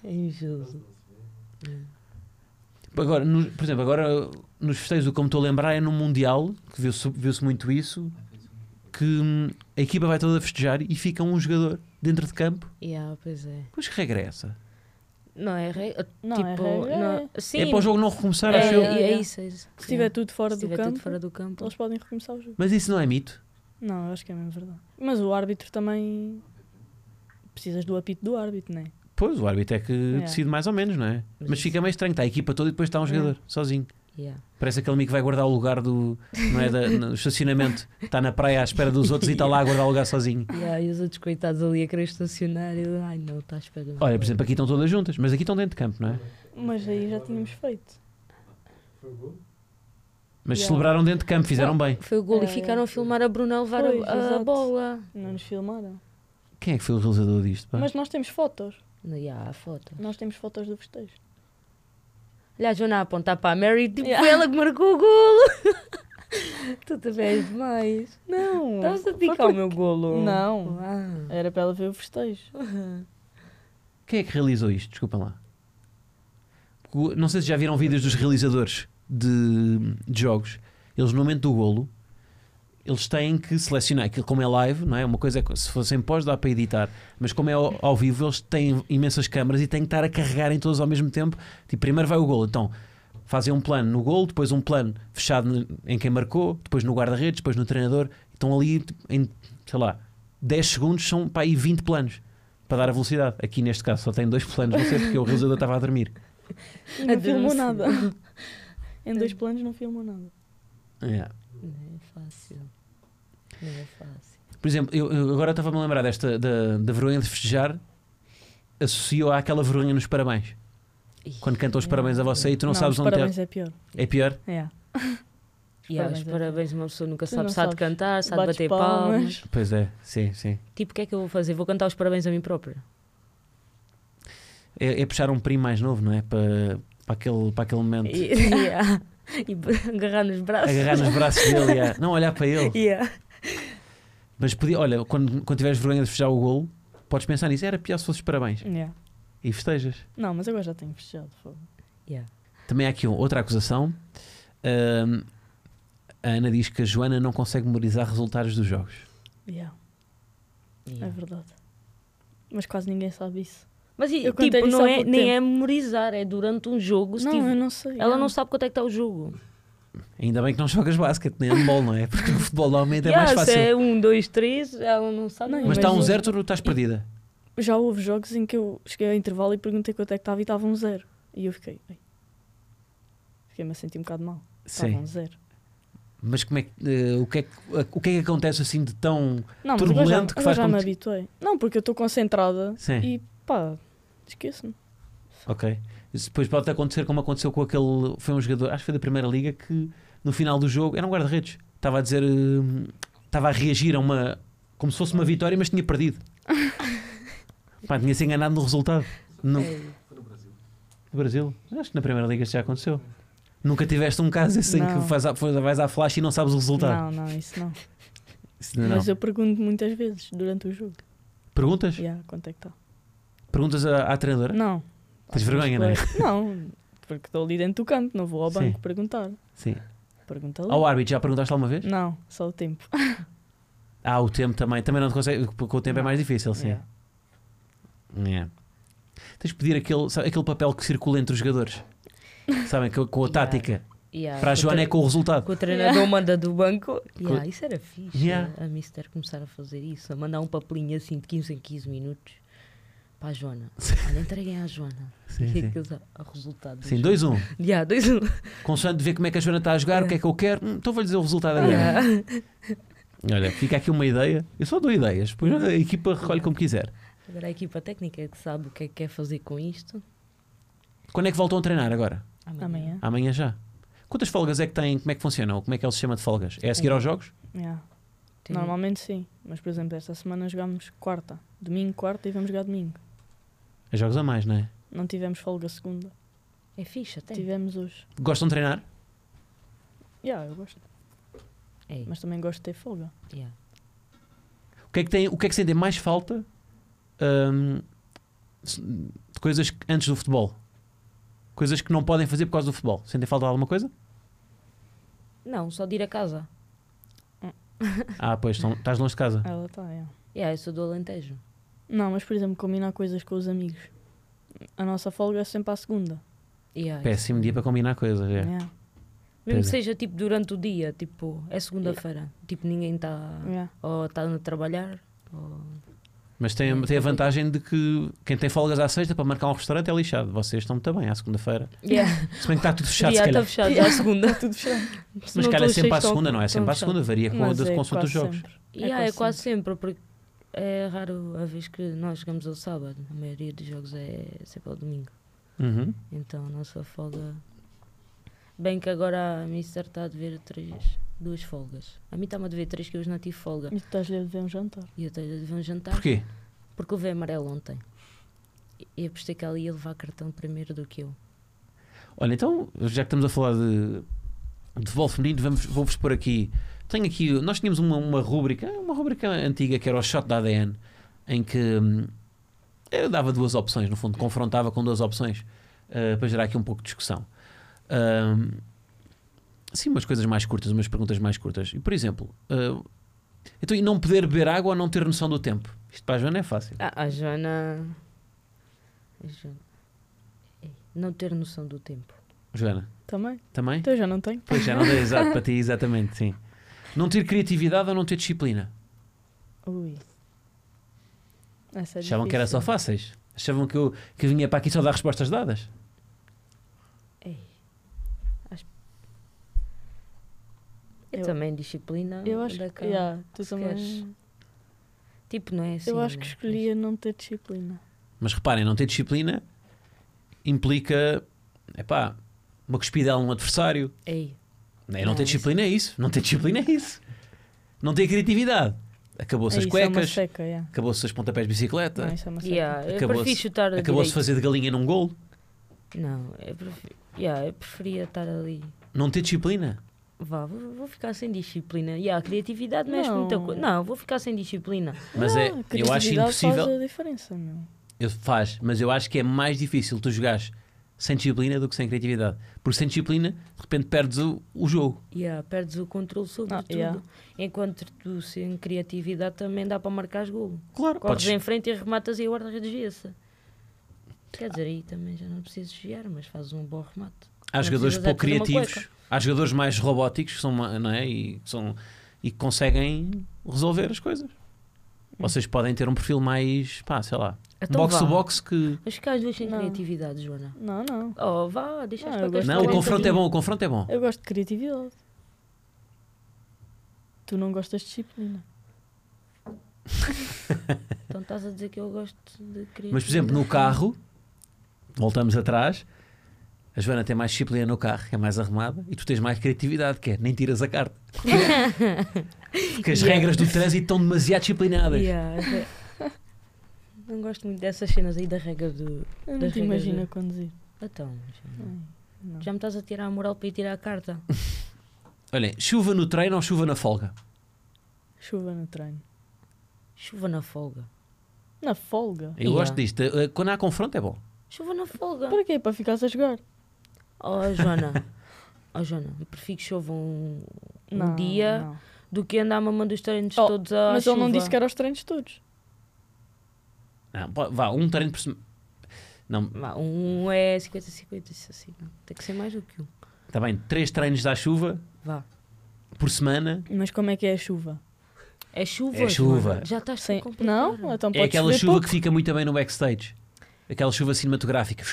[SPEAKER 2] É invejoso.
[SPEAKER 1] Agora, no- por exemplo, agora nos festejos, o que eu me estou a lembrar é no Mundial, que viu-se viu-se muito isso, que hum, a equipa vai toda a festejar e fica um jogador dentro de campo.
[SPEAKER 2] Yeah, pois é.
[SPEAKER 1] Pois que regra é essa?
[SPEAKER 2] Não é rei.
[SPEAKER 3] Não,
[SPEAKER 2] tipo,
[SPEAKER 3] é regra,
[SPEAKER 2] não- Sim,
[SPEAKER 1] É para o jogo não recomeçar,
[SPEAKER 2] é,
[SPEAKER 1] acho eu.
[SPEAKER 2] é, é isso, é isso.
[SPEAKER 3] Se estiver tudo fora
[SPEAKER 2] Se tiver
[SPEAKER 3] do campo,
[SPEAKER 2] tudo fora do campo.
[SPEAKER 3] eles podem recomeçar o jogo.
[SPEAKER 1] Mas isso não é mito.
[SPEAKER 3] Não, eu acho que é mesmo verdade. Mas o árbitro também. Precisas do apito do árbitro, não é?
[SPEAKER 1] Pois, o árbitro é que decide mais ou menos, não é? Mas,
[SPEAKER 2] Mas isso- É.
[SPEAKER 1] fica meio estranho, está a equipa toda e depois está um jogador, sozinho.
[SPEAKER 2] Yeah.
[SPEAKER 1] Parece aquele amigo que vai guardar o lugar do não é, da- no estacionamento, está na praia à espera dos outros e está lá a guardar o lugar sozinho.
[SPEAKER 2] Yeah, e os outros coitados ali a querer estacionar. Eu, ai não, está à espera.
[SPEAKER 1] Olha, por exemplo, aqui estão todas juntas, mas aqui estão dentro de campo, não é?
[SPEAKER 3] Mas aí já tínhamos feito.
[SPEAKER 1] Mas
[SPEAKER 3] Yeah.
[SPEAKER 1] celebraram dentro de campo, fizeram bem.
[SPEAKER 2] Foi o gol e
[SPEAKER 3] É.
[SPEAKER 2] ficaram a filmar a Bruna a levar
[SPEAKER 3] Pois,
[SPEAKER 2] a- a,
[SPEAKER 3] exato.
[SPEAKER 2] bola.
[SPEAKER 3] Não nos filmaram.
[SPEAKER 1] Quem é que foi o realizador disto? pá?
[SPEAKER 3] Mas nós temos fotos.
[SPEAKER 2] No, yeah, a foto.
[SPEAKER 3] Nós temos fotos do festejo.
[SPEAKER 2] Olha, a Joana a apontar para a Mary, tipo,
[SPEAKER 3] Yeah.
[SPEAKER 2] foi ela que marcou o golo. tu também és demais.
[SPEAKER 3] Não!
[SPEAKER 2] Estavas a picar o meu golo.
[SPEAKER 3] Não!
[SPEAKER 2] Ah.
[SPEAKER 3] Era para ela ver o festejo.
[SPEAKER 1] Quem é que realizou isto? Desculpem lá. O- Não sei se já viram vídeos dos realizadores de, de jogos. Eles, no momento do golo, eles têm que selecionar aquilo como é live, não é? Uma coisa é que se fosse em pós dá para editar, mas como é ao, ao vivo, eles têm imensas câmaras e têm que estar a carregar em todas ao mesmo tempo. Tipo, primeiro vai o golo, então fazem um plano no golo, depois um plano fechado n- em quem marcou, depois no Então, guarda-redes, depois no treinador. Estão ali tipo, em, sei lá, 10 segundos são para aí 20 planos. para dar a velocidade. Aqui neste caso só tem dois planos, não sei porque o realizador estava a dormir.
[SPEAKER 3] E não filmou
[SPEAKER 2] Adormeço.
[SPEAKER 3] nada. em dois planos não filmou nada.
[SPEAKER 1] Yeah.
[SPEAKER 2] Não é fácil. Não é fácil.
[SPEAKER 1] Por exemplo, eu, eu agora estava-me a lembrar desta da, da vergonha de festejar, associou àquela vergonha nos parabéns.
[SPEAKER 2] Ih,
[SPEAKER 1] Quando cantam os parabéns a você e tu não, sabes
[SPEAKER 3] os
[SPEAKER 1] onde
[SPEAKER 3] parabéns é pior.
[SPEAKER 1] é. É pior?
[SPEAKER 3] É.
[SPEAKER 2] E aos
[SPEAKER 3] Parabéns,
[SPEAKER 2] parabéns, uma pessoa nunca
[SPEAKER 3] Tu
[SPEAKER 2] sabe
[SPEAKER 3] não
[SPEAKER 2] se há de
[SPEAKER 3] sabes.
[SPEAKER 2] cantar, se há de
[SPEAKER 3] Bates
[SPEAKER 2] bater
[SPEAKER 3] palmas.
[SPEAKER 2] palmas.
[SPEAKER 1] Pois é, sim, sim.
[SPEAKER 2] Tipo, o que é que eu vou fazer? Vou cantar os parabéns a mim própria.
[SPEAKER 1] É, é puxar um primo mais novo, não é? Para, para, aquele, para aquele momento.
[SPEAKER 2] E, e agarrar nos braços.
[SPEAKER 1] Agarrar nos braços dele e a- não olhar para ele.
[SPEAKER 2] Yeah.
[SPEAKER 1] Mas podia, olha, quando, quando tiveres vergonha de festejar o golo, podes pensar nisso. Era pior se fosses parabéns.
[SPEAKER 3] É.
[SPEAKER 1] E festejas.
[SPEAKER 3] Não, mas agora já tenho fechado. fogo.
[SPEAKER 2] Yeah.
[SPEAKER 1] Também há aqui um- outra acusação. Ahm, a Ana diz que a Joana não consegue memorizar resultados dos jogos.
[SPEAKER 3] Yeah, É
[SPEAKER 2] Yeah.
[SPEAKER 3] verdade. Mas quase ninguém sabe isso.
[SPEAKER 2] Mas e,
[SPEAKER 3] Eu contei
[SPEAKER 2] tipo,
[SPEAKER 3] isso
[SPEAKER 2] não
[SPEAKER 3] há
[SPEAKER 2] é,
[SPEAKER 3] pouco
[SPEAKER 2] nem
[SPEAKER 3] tempo.
[SPEAKER 2] é memorizar, é durante um jogo. se
[SPEAKER 3] não,
[SPEAKER 2] tiver-
[SPEAKER 3] eu não sei.
[SPEAKER 2] Ela não
[SPEAKER 3] yeah.
[SPEAKER 2] sabe quanto é que está o jogo.
[SPEAKER 1] Ainda bem que não jogas basquete, nem handball, não é? Porque o futebol normalmente é
[SPEAKER 2] Yeah,
[SPEAKER 1] mais fácil.
[SPEAKER 2] Se é um, dois, três, ela não sabe.
[SPEAKER 3] Não,
[SPEAKER 1] Mas está um
[SPEAKER 3] Mas-
[SPEAKER 1] zero, tu estás perdida.
[SPEAKER 3] Já houve jogos em que eu cheguei ao intervalo e perguntei quanto é que estava e estava um zero. E eu fiquei. "Ei." Fiquei-me a sentir um bocado mal. Estava
[SPEAKER 1] Sim.
[SPEAKER 3] um zero.
[SPEAKER 1] Mas como é que, eh, o, que é que, o que é que acontece assim de tão.
[SPEAKER 3] Não, mas agora já,
[SPEAKER 1] Turbulento que
[SPEAKER 3] agora
[SPEAKER 1] faz
[SPEAKER 3] já
[SPEAKER 1] com
[SPEAKER 3] me
[SPEAKER 1] que-
[SPEAKER 3] habituei. Não, porque eu estou concentrada
[SPEAKER 1] Sim.
[SPEAKER 3] e pá, esqueço-me.
[SPEAKER 1] Ok. Isso Depois pode acontecer como aconteceu com aquele. Foi um jogador, acho que foi da primeira liga, que no final do jogo era um guarda-redes. Estava a dizer. hum, Estava a reagir a uma. Como se fosse uma vitória, mas tinha perdido. Pá, tinha-se enganado no resultado. No, no
[SPEAKER 2] É.
[SPEAKER 1] Brasil. Acho que na primeira liga isso já aconteceu. Nunca tiveste um caso assim
[SPEAKER 3] Não.
[SPEAKER 1] que faz a- foi- vais à flash e não sabes o resultado.
[SPEAKER 3] Não, não, isso não.
[SPEAKER 1] Isso não.
[SPEAKER 3] Mas eu pergunto muitas vezes durante o jogo.
[SPEAKER 1] Perguntas?
[SPEAKER 3] Yeah, quanto é que está?
[SPEAKER 1] Perguntas à, à treinadora?
[SPEAKER 3] Não.
[SPEAKER 1] Tens vergonha, não é?
[SPEAKER 3] Não, porque estou ali dentro do canto, não vou ao
[SPEAKER 1] Sim.
[SPEAKER 3] banco perguntar.
[SPEAKER 1] Sim.
[SPEAKER 3] Pergunta lá.
[SPEAKER 1] Ao árbitro já perguntaste alguma vez?
[SPEAKER 3] Não, só o tempo.
[SPEAKER 1] Ah, o tempo também. Também não te consegue. Com o tempo é
[SPEAKER 3] Não.
[SPEAKER 1] mais difícil, sim.
[SPEAKER 3] Yeah.
[SPEAKER 1] É. Tens de pedir aquele, sabe, aquele papel que circula entre os jogadores. Sabem, com, com a
[SPEAKER 2] Yeah.
[SPEAKER 1] tática.
[SPEAKER 2] Yeah,
[SPEAKER 1] Para a Joana é com o resultado.
[SPEAKER 2] Que o treinador manda do banco. Yeah,
[SPEAKER 1] Co-
[SPEAKER 2] Isso era fixe.
[SPEAKER 1] Yeah.
[SPEAKER 2] A Mister começar a fazer isso, a mandar um papelinho assim de 15 em 15 minutos para a Joana. Olha, entreguem à Joana.
[SPEAKER 1] Sim,
[SPEAKER 2] que é
[SPEAKER 1] sim.
[SPEAKER 2] que eles- o resultado. do
[SPEAKER 1] Sim,
[SPEAKER 2] jogo.
[SPEAKER 1] 2-1.
[SPEAKER 2] Yeah, dois, um.
[SPEAKER 1] Consoante de ver como é que a Joana está a jogar, o que é que eu quero, hum, então vou-lhe dizer o resultado agora.
[SPEAKER 2] Yeah.
[SPEAKER 1] Olha, fica aqui uma ideia. Eu só dou ideias, depois a equipa recolhe como quiser.
[SPEAKER 2] Agora a equipa técnica é que sabe o que é que quer fazer com isto.
[SPEAKER 1] Quando é que voltam a treinar agora?
[SPEAKER 3] Amanhã.
[SPEAKER 1] Amanhã já. Quantas folgas é que têm? Como é que funciona? Ou Como é que é o sistema de folgas? É a seguir aos jogos?
[SPEAKER 3] Yeah.
[SPEAKER 2] Tem-
[SPEAKER 3] Normalmente sim. Mas por exemplo, esta semana jogámos quarta. Domingo, quarta e vamos jogar domingo.
[SPEAKER 1] É jogos a mais, não é?
[SPEAKER 3] Não tivemos folga segunda.
[SPEAKER 2] É fixe até.
[SPEAKER 3] Tivemos hoje.
[SPEAKER 1] Gostam de treinar?
[SPEAKER 3] Yeah, eu gosto.
[SPEAKER 2] É,
[SPEAKER 3] Mas também gosto de ter folga.
[SPEAKER 2] yeah.
[SPEAKER 1] O que é que, tem, o que, é que sentem mais falta hum, se- de coisas que- antes do futebol? Coisas que não podem fazer por causa do futebol. Sentem falta de alguma coisa?
[SPEAKER 2] Não, só de ir a casa.
[SPEAKER 1] Ah, pois, estão- estás longe de casa.
[SPEAKER 3] Ela está, yeah.
[SPEAKER 2] Yeah, eu sou do Alentejo.
[SPEAKER 3] Não, mas por exemplo, combinar coisas com os amigos. A nossa folga é sempre à segunda.
[SPEAKER 2] Yeah,
[SPEAKER 1] Péssimo
[SPEAKER 2] isso.
[SPEAKER 1] dia para combinar coisas. É.
[SPEAKER 3] Yeah.
[SPEAKER 2] Mesmo
[SPEAKER 1] Pois é.
[SPEAKER 2] que seja tipo durante o dia, tipo, é segunda-feira. Tipo, ninguém está.
[SPEAKER 3] Yeah.
[SPEAKER 2] Ou está a trabalhar. Ou...
[SPEAKER 1] Mas tem,
[SPEAKER 3] É.
[SPEAKER 1] tem a vantagem de que quem tem folgas à sexta para marcar um restaurante é lixado. Vocês estão muito bem à segunda-feira.
[SPEAKER 2] Yeah.
[SPEAKER 1] Se bem que está tudo fechado,
[SPEAKER 2] yeah, Tá
[SPEAKER 1] se
[SPEAKER 2] está
[SPEAKER 1] calhar.
[SPEAKER 2] fechado já à segunda.
[SPEAKER 3] Tudo fechado.
[SPEAKER 2] Se
[SPEAKER 1] Mas
[SPEAKER 2] não
[SPEAKER 1] calhar é
[SPEAKER 2] estão
[SPEAKER 1] sempre à
[SPEAKER 2] cheios,
[SPEAKER 1] segunda, não é?
[SPEAKER 2] estão
[SPEAKER 1] sempre à
[SPEAKER 2] fechados.
[SPEAKER 1] segunda. Varia com
[SPEAKER 3] Mas
[SPEAKER 1] o
[SPEAKER 3] é
[SPEAKER 1] consulta
[SPEAKER 3] quase
[SPEAKER 1] dos jogos.
[SPEAKER 3] sempre.
[SPEAKER 2] Yeah, é quase sempre, porque é raro a vez que nós jogamos ao sábado. A maioria dos jogos é sempre ao domingo.
[SPEAKER 1] Uhum.
[SPEAKER 3] Tá.
[SPEAKER 2] Então a nossa folga. Bem que agora a Mister está a dever três, duas folgas. A mim está-me a dever três que eu hoje não tive folga.
[SPEAKER 3] E tu estás-lhe a dever um jantar.
[SPEAKER 2] E eu tenho a dever um jantar.
[SPEAKER 1] Porquê?
[SPEAKER 2] Porque levei amarelo ontem. E- E apostei que ela ia levar cartão primeiro do que eu.
[SPEAKER 1] Olha, então, já que estamos a falar de, de futebol feminino, vamos, vou-vos pôr aqui. Tenho aqui. Nós tínhamos uma, uma rúbrica, uma rúbrica antiga que era o shot da ADN, em que hum, eu dava duas opções, no fundo, confrontava com duas opções ah, para gerar aqui um pouco de discussão. Ahm, sim, umas coisas mais curtas, umas perguntas mais curtas. E, por exemplo, ah, então, e não poder beber água ou não ter noção do tempo? Isto para a Joana é fácil.
[SPEAKER 2] Ah, a Joana. A Joana. Ei, Não ter noção do tempo.
[SPEAKER 1] Joana,
[SPEAKER 3] Também?
[SPEAKER 1] também?
[SPEAKER 3] Então eu já não tenho.
[SPEAKER 1] Pois já não dei exato para ti, exatamente, sim. Não ter criatividade ou não ter disciplina?
[SPEAKER 3] Ui. Essa é
[SPEAKER 1] Achavam que era só
[SPEAKER 3] difícil.
[SPEAKER 1] fáceis. Achavam que eu que vinha para aqui só dar respostas dadas.
[SPEAKER 2] Ei. Acho- Eu,
[SPEAKER 3] Eu-
[SPEAKER 2] também disciplina.
[SPEAKER 3] Eu acho
[SPEAKER 2] da
[SPEAKER 3] que.
[SPEAKER 2] cara.
[SPEAKER 3] yeah, tu
[SPEAKER 2] Se
[SPEAKER 3] também-
[SPEAKER 2] queres- Tipo, não é assim.
[SPEAKER 3] eu acho que
[SPEAKER 2] né?
[SPEAKER 3] escolhia não ter disciplina.
[SPEAKER 1] Mas reparem, não ter disciplina implica epá, uma cuspida a um adversário.
[SPEAKER 2] Mas- Ei.
[SPEAKER 1] Não, é?
[SPEAKER 2] Não,
[SPEAKER 1] não ter
[SPEAKER 2] isso-
[SPEAKER 1] disciplina é isso. Não ter disciplina é isso. Não ter criatividade. Acabou-se
[SPEAKER 3] É,
[SPEAKER 1] as
[SPEAKER 3] isso É uma
[SPEAKER 1] cuecas, Tá.
[SPEAKER 3] seca, yeah.
[SPEAKER 1] acabou-se as pontapés de bicicleta,
[SPEAKER 3] Não, isso é uma seca.
[SPEAKER 2] Yeah, eu
[SPEAKER 1] Acabou-se-
[SPEAKER 2] prefiro chutar a
[SPEAKER 1] acabou-se
[SPEAKER 2] direita.
[SPEAKER 1] fazer de galinha num golo.
[SPEAKER 2] Não, eu, prefiro, yeah, eu preferia estar ali.
[SPEAKER 1] Não ter disciplina.
[SPEAKER 2] Vá, vou, vou ficar sem disciplina. Yeah, a criatividade mexe
[SPEAKER 3] Não.
[SPEAKER 2] muita coisa. Não, vou ficar sem disciplina.
[SPEAKER 1] Mas
[SPEAKER 3] Não,
[SPEAKER 1] é,
[SPEAKER 3] a
[SPEAKER 1] eu acho
[SPEAKER 3] Ah, criatividade
[SPEAKER 1] impossível.
[SPEAKER 3] Faz a diferença, meu.
[SPEAKER 1] Eu, faz, mas eu acho que é mais difícil tu jogares sem disciplina do que sem criatividade. Porque sem disciplina, de repente perdes o, o jogo.
[SPEAKER 2] Yeah, perdes o controle sobre
[SPEAKER 3] Ah,
[SPEAKER 2] tudo.
[SPEAKER 3] yeah.
[SPEAKER 2] Enquanto tu, sem criatividade, também dá para marcar golo.
[SPEAKER 1] Claro,
[SPEAKER 2] Corres
[SPEAKER 1] podes,
[SPEAKER 2] em frente e rematas e a guarda desvia-se. Quer dizer, aí também já não precisas desviar, mas fazes um bom remate.
[SPEAKER 1] há
[SPEAKER 2] não
[SPEAKER 1] jogadores
[SPEAKER 2] precisas é
[SPEAKER 1] pouco
[SPEAKER 2] de fazer uma
[SPEAKER 1] criativos,
[SPEAKER 2] cueca.
[SPEAKER 1] há jogadores mais robóticos que são, ma- não é? e, que são, e que conseguem resolver as coisas. Vocês podem ter um perfil mais, pá, sei lá,
[SPEAKER 2] Hum.
[SPEAKER 1] um
[SPEAKER 2] Então
[SPEAKER 1] box to
[SPEAKER 2] vá.
[SPEAKER 1] box que.
[SPEAKER 2] Mas ficas duas sem
[SPEAKER 3] Não.
[SPEAKER 2] criatividade, Joana.
[SPEAKER 3] Não, não.
[SPEAKER 2] Oh, vá, deixa
[SPEAKER 3] Não,
[SPEAKER 2] para
[SPEAKER 3] eu
[SPEAKER 2] cá
[SPEAKER 3] gosto
[SPEAKER 1] Não, o
[SPEAKER 3] de
[SPEAKER 2] falar.
[SPEAKER 1] confronto é bom, o confronto é bom.
[SPEAKER 3] Eu gosto de criatividade. Tu não gostas de disciplina.
[SPEAKER 2] Então estás a dizer que eu gosto de criatividade.
[SPEAKER 1] Mas, por exemplo, no carro, voltamos atrás, a Joana tem mais disciplina no carro, que é mais arrumada, e tu tens mais criatividade, que é nem tiras a carta. Porque as
[SPEAKER 2] Yeah.
[SPEAKER 1] regras do trânsito estão demasiado disciplinadas.
[SPEAKER 2] Yeah, é- não gosto muito dessas cenas aí da regra do.
[SPEAKER 3] Eu não
[SPEAKER 2] Das
[SPEAKER 3] te
[SPEAKER 2] regras
[SPEAKER 3] imagino
[SPEAKER 2] do-
[SPEAKER 3] a conduzir.
[SPEAKER 2] Então, Joana,
[SPEAKER 3] Ai, não.
[SPEAKER 2] já me estás a tirar a moral para ir tirar a carta.
[SPEAKER 1] Olhem, chuva no treino ou chuva na folga?
[SPEAKER 3] Chuva no treino.
[SPEAKER 2] Chuva na folga.
[SPEAKER 3] Na folga?
[SPEAKER 1] Eu
[SPEAKER 2] Yeah.
[SPEAKER 1] gosto disto. Eh, Quando há confronto é bom.
[SPEAKER 2] Chuva na folga.
[SPEAKER 3] Para quê? Para ficares a jogar?
[SPEAKER 2] Oh, Joana. Oh, Joana, eu prefiro que chova um, um dia
[SPEAKER 3] não.
[SPEAKER 2] do que andar mamando os treinos
[SPEAKER 3] Oh,
[SPEAKER 2] todos a.
[SPEAKER 3] Mas ele não disse que era os treinos todos.
[SPEAKER 1] Não, pá, vá, um treino por semana. Não,
[SPEAKER 2] Um é 50-50, isso assim. Tem que ser mais do que um.
[SPEAKER 1] está tá bem, três treinos da chuva
[SPEAKER 2] Vá.
[SPEAKER 1] por semana.
[SPEAKER 3] Mas como é que é a chuva?
[SPEAKER 2] É chuva.
[SPEAKER 1] É chuva.
[SPEAKER 2] Joana. Já estás sem.
[SPEAKER 3] Sem... Não? Então
[SPEAKER 1] É
[SPEAKER 3] podes
[SPEAKER 1] aquela
[SPEAKER 3] chover
[SPEAKER 1] chuva
[SPEAKER 3] pouco.
[SPEAKER 1] que fica muito bem no backstage. Aquela chuva cinematográfica.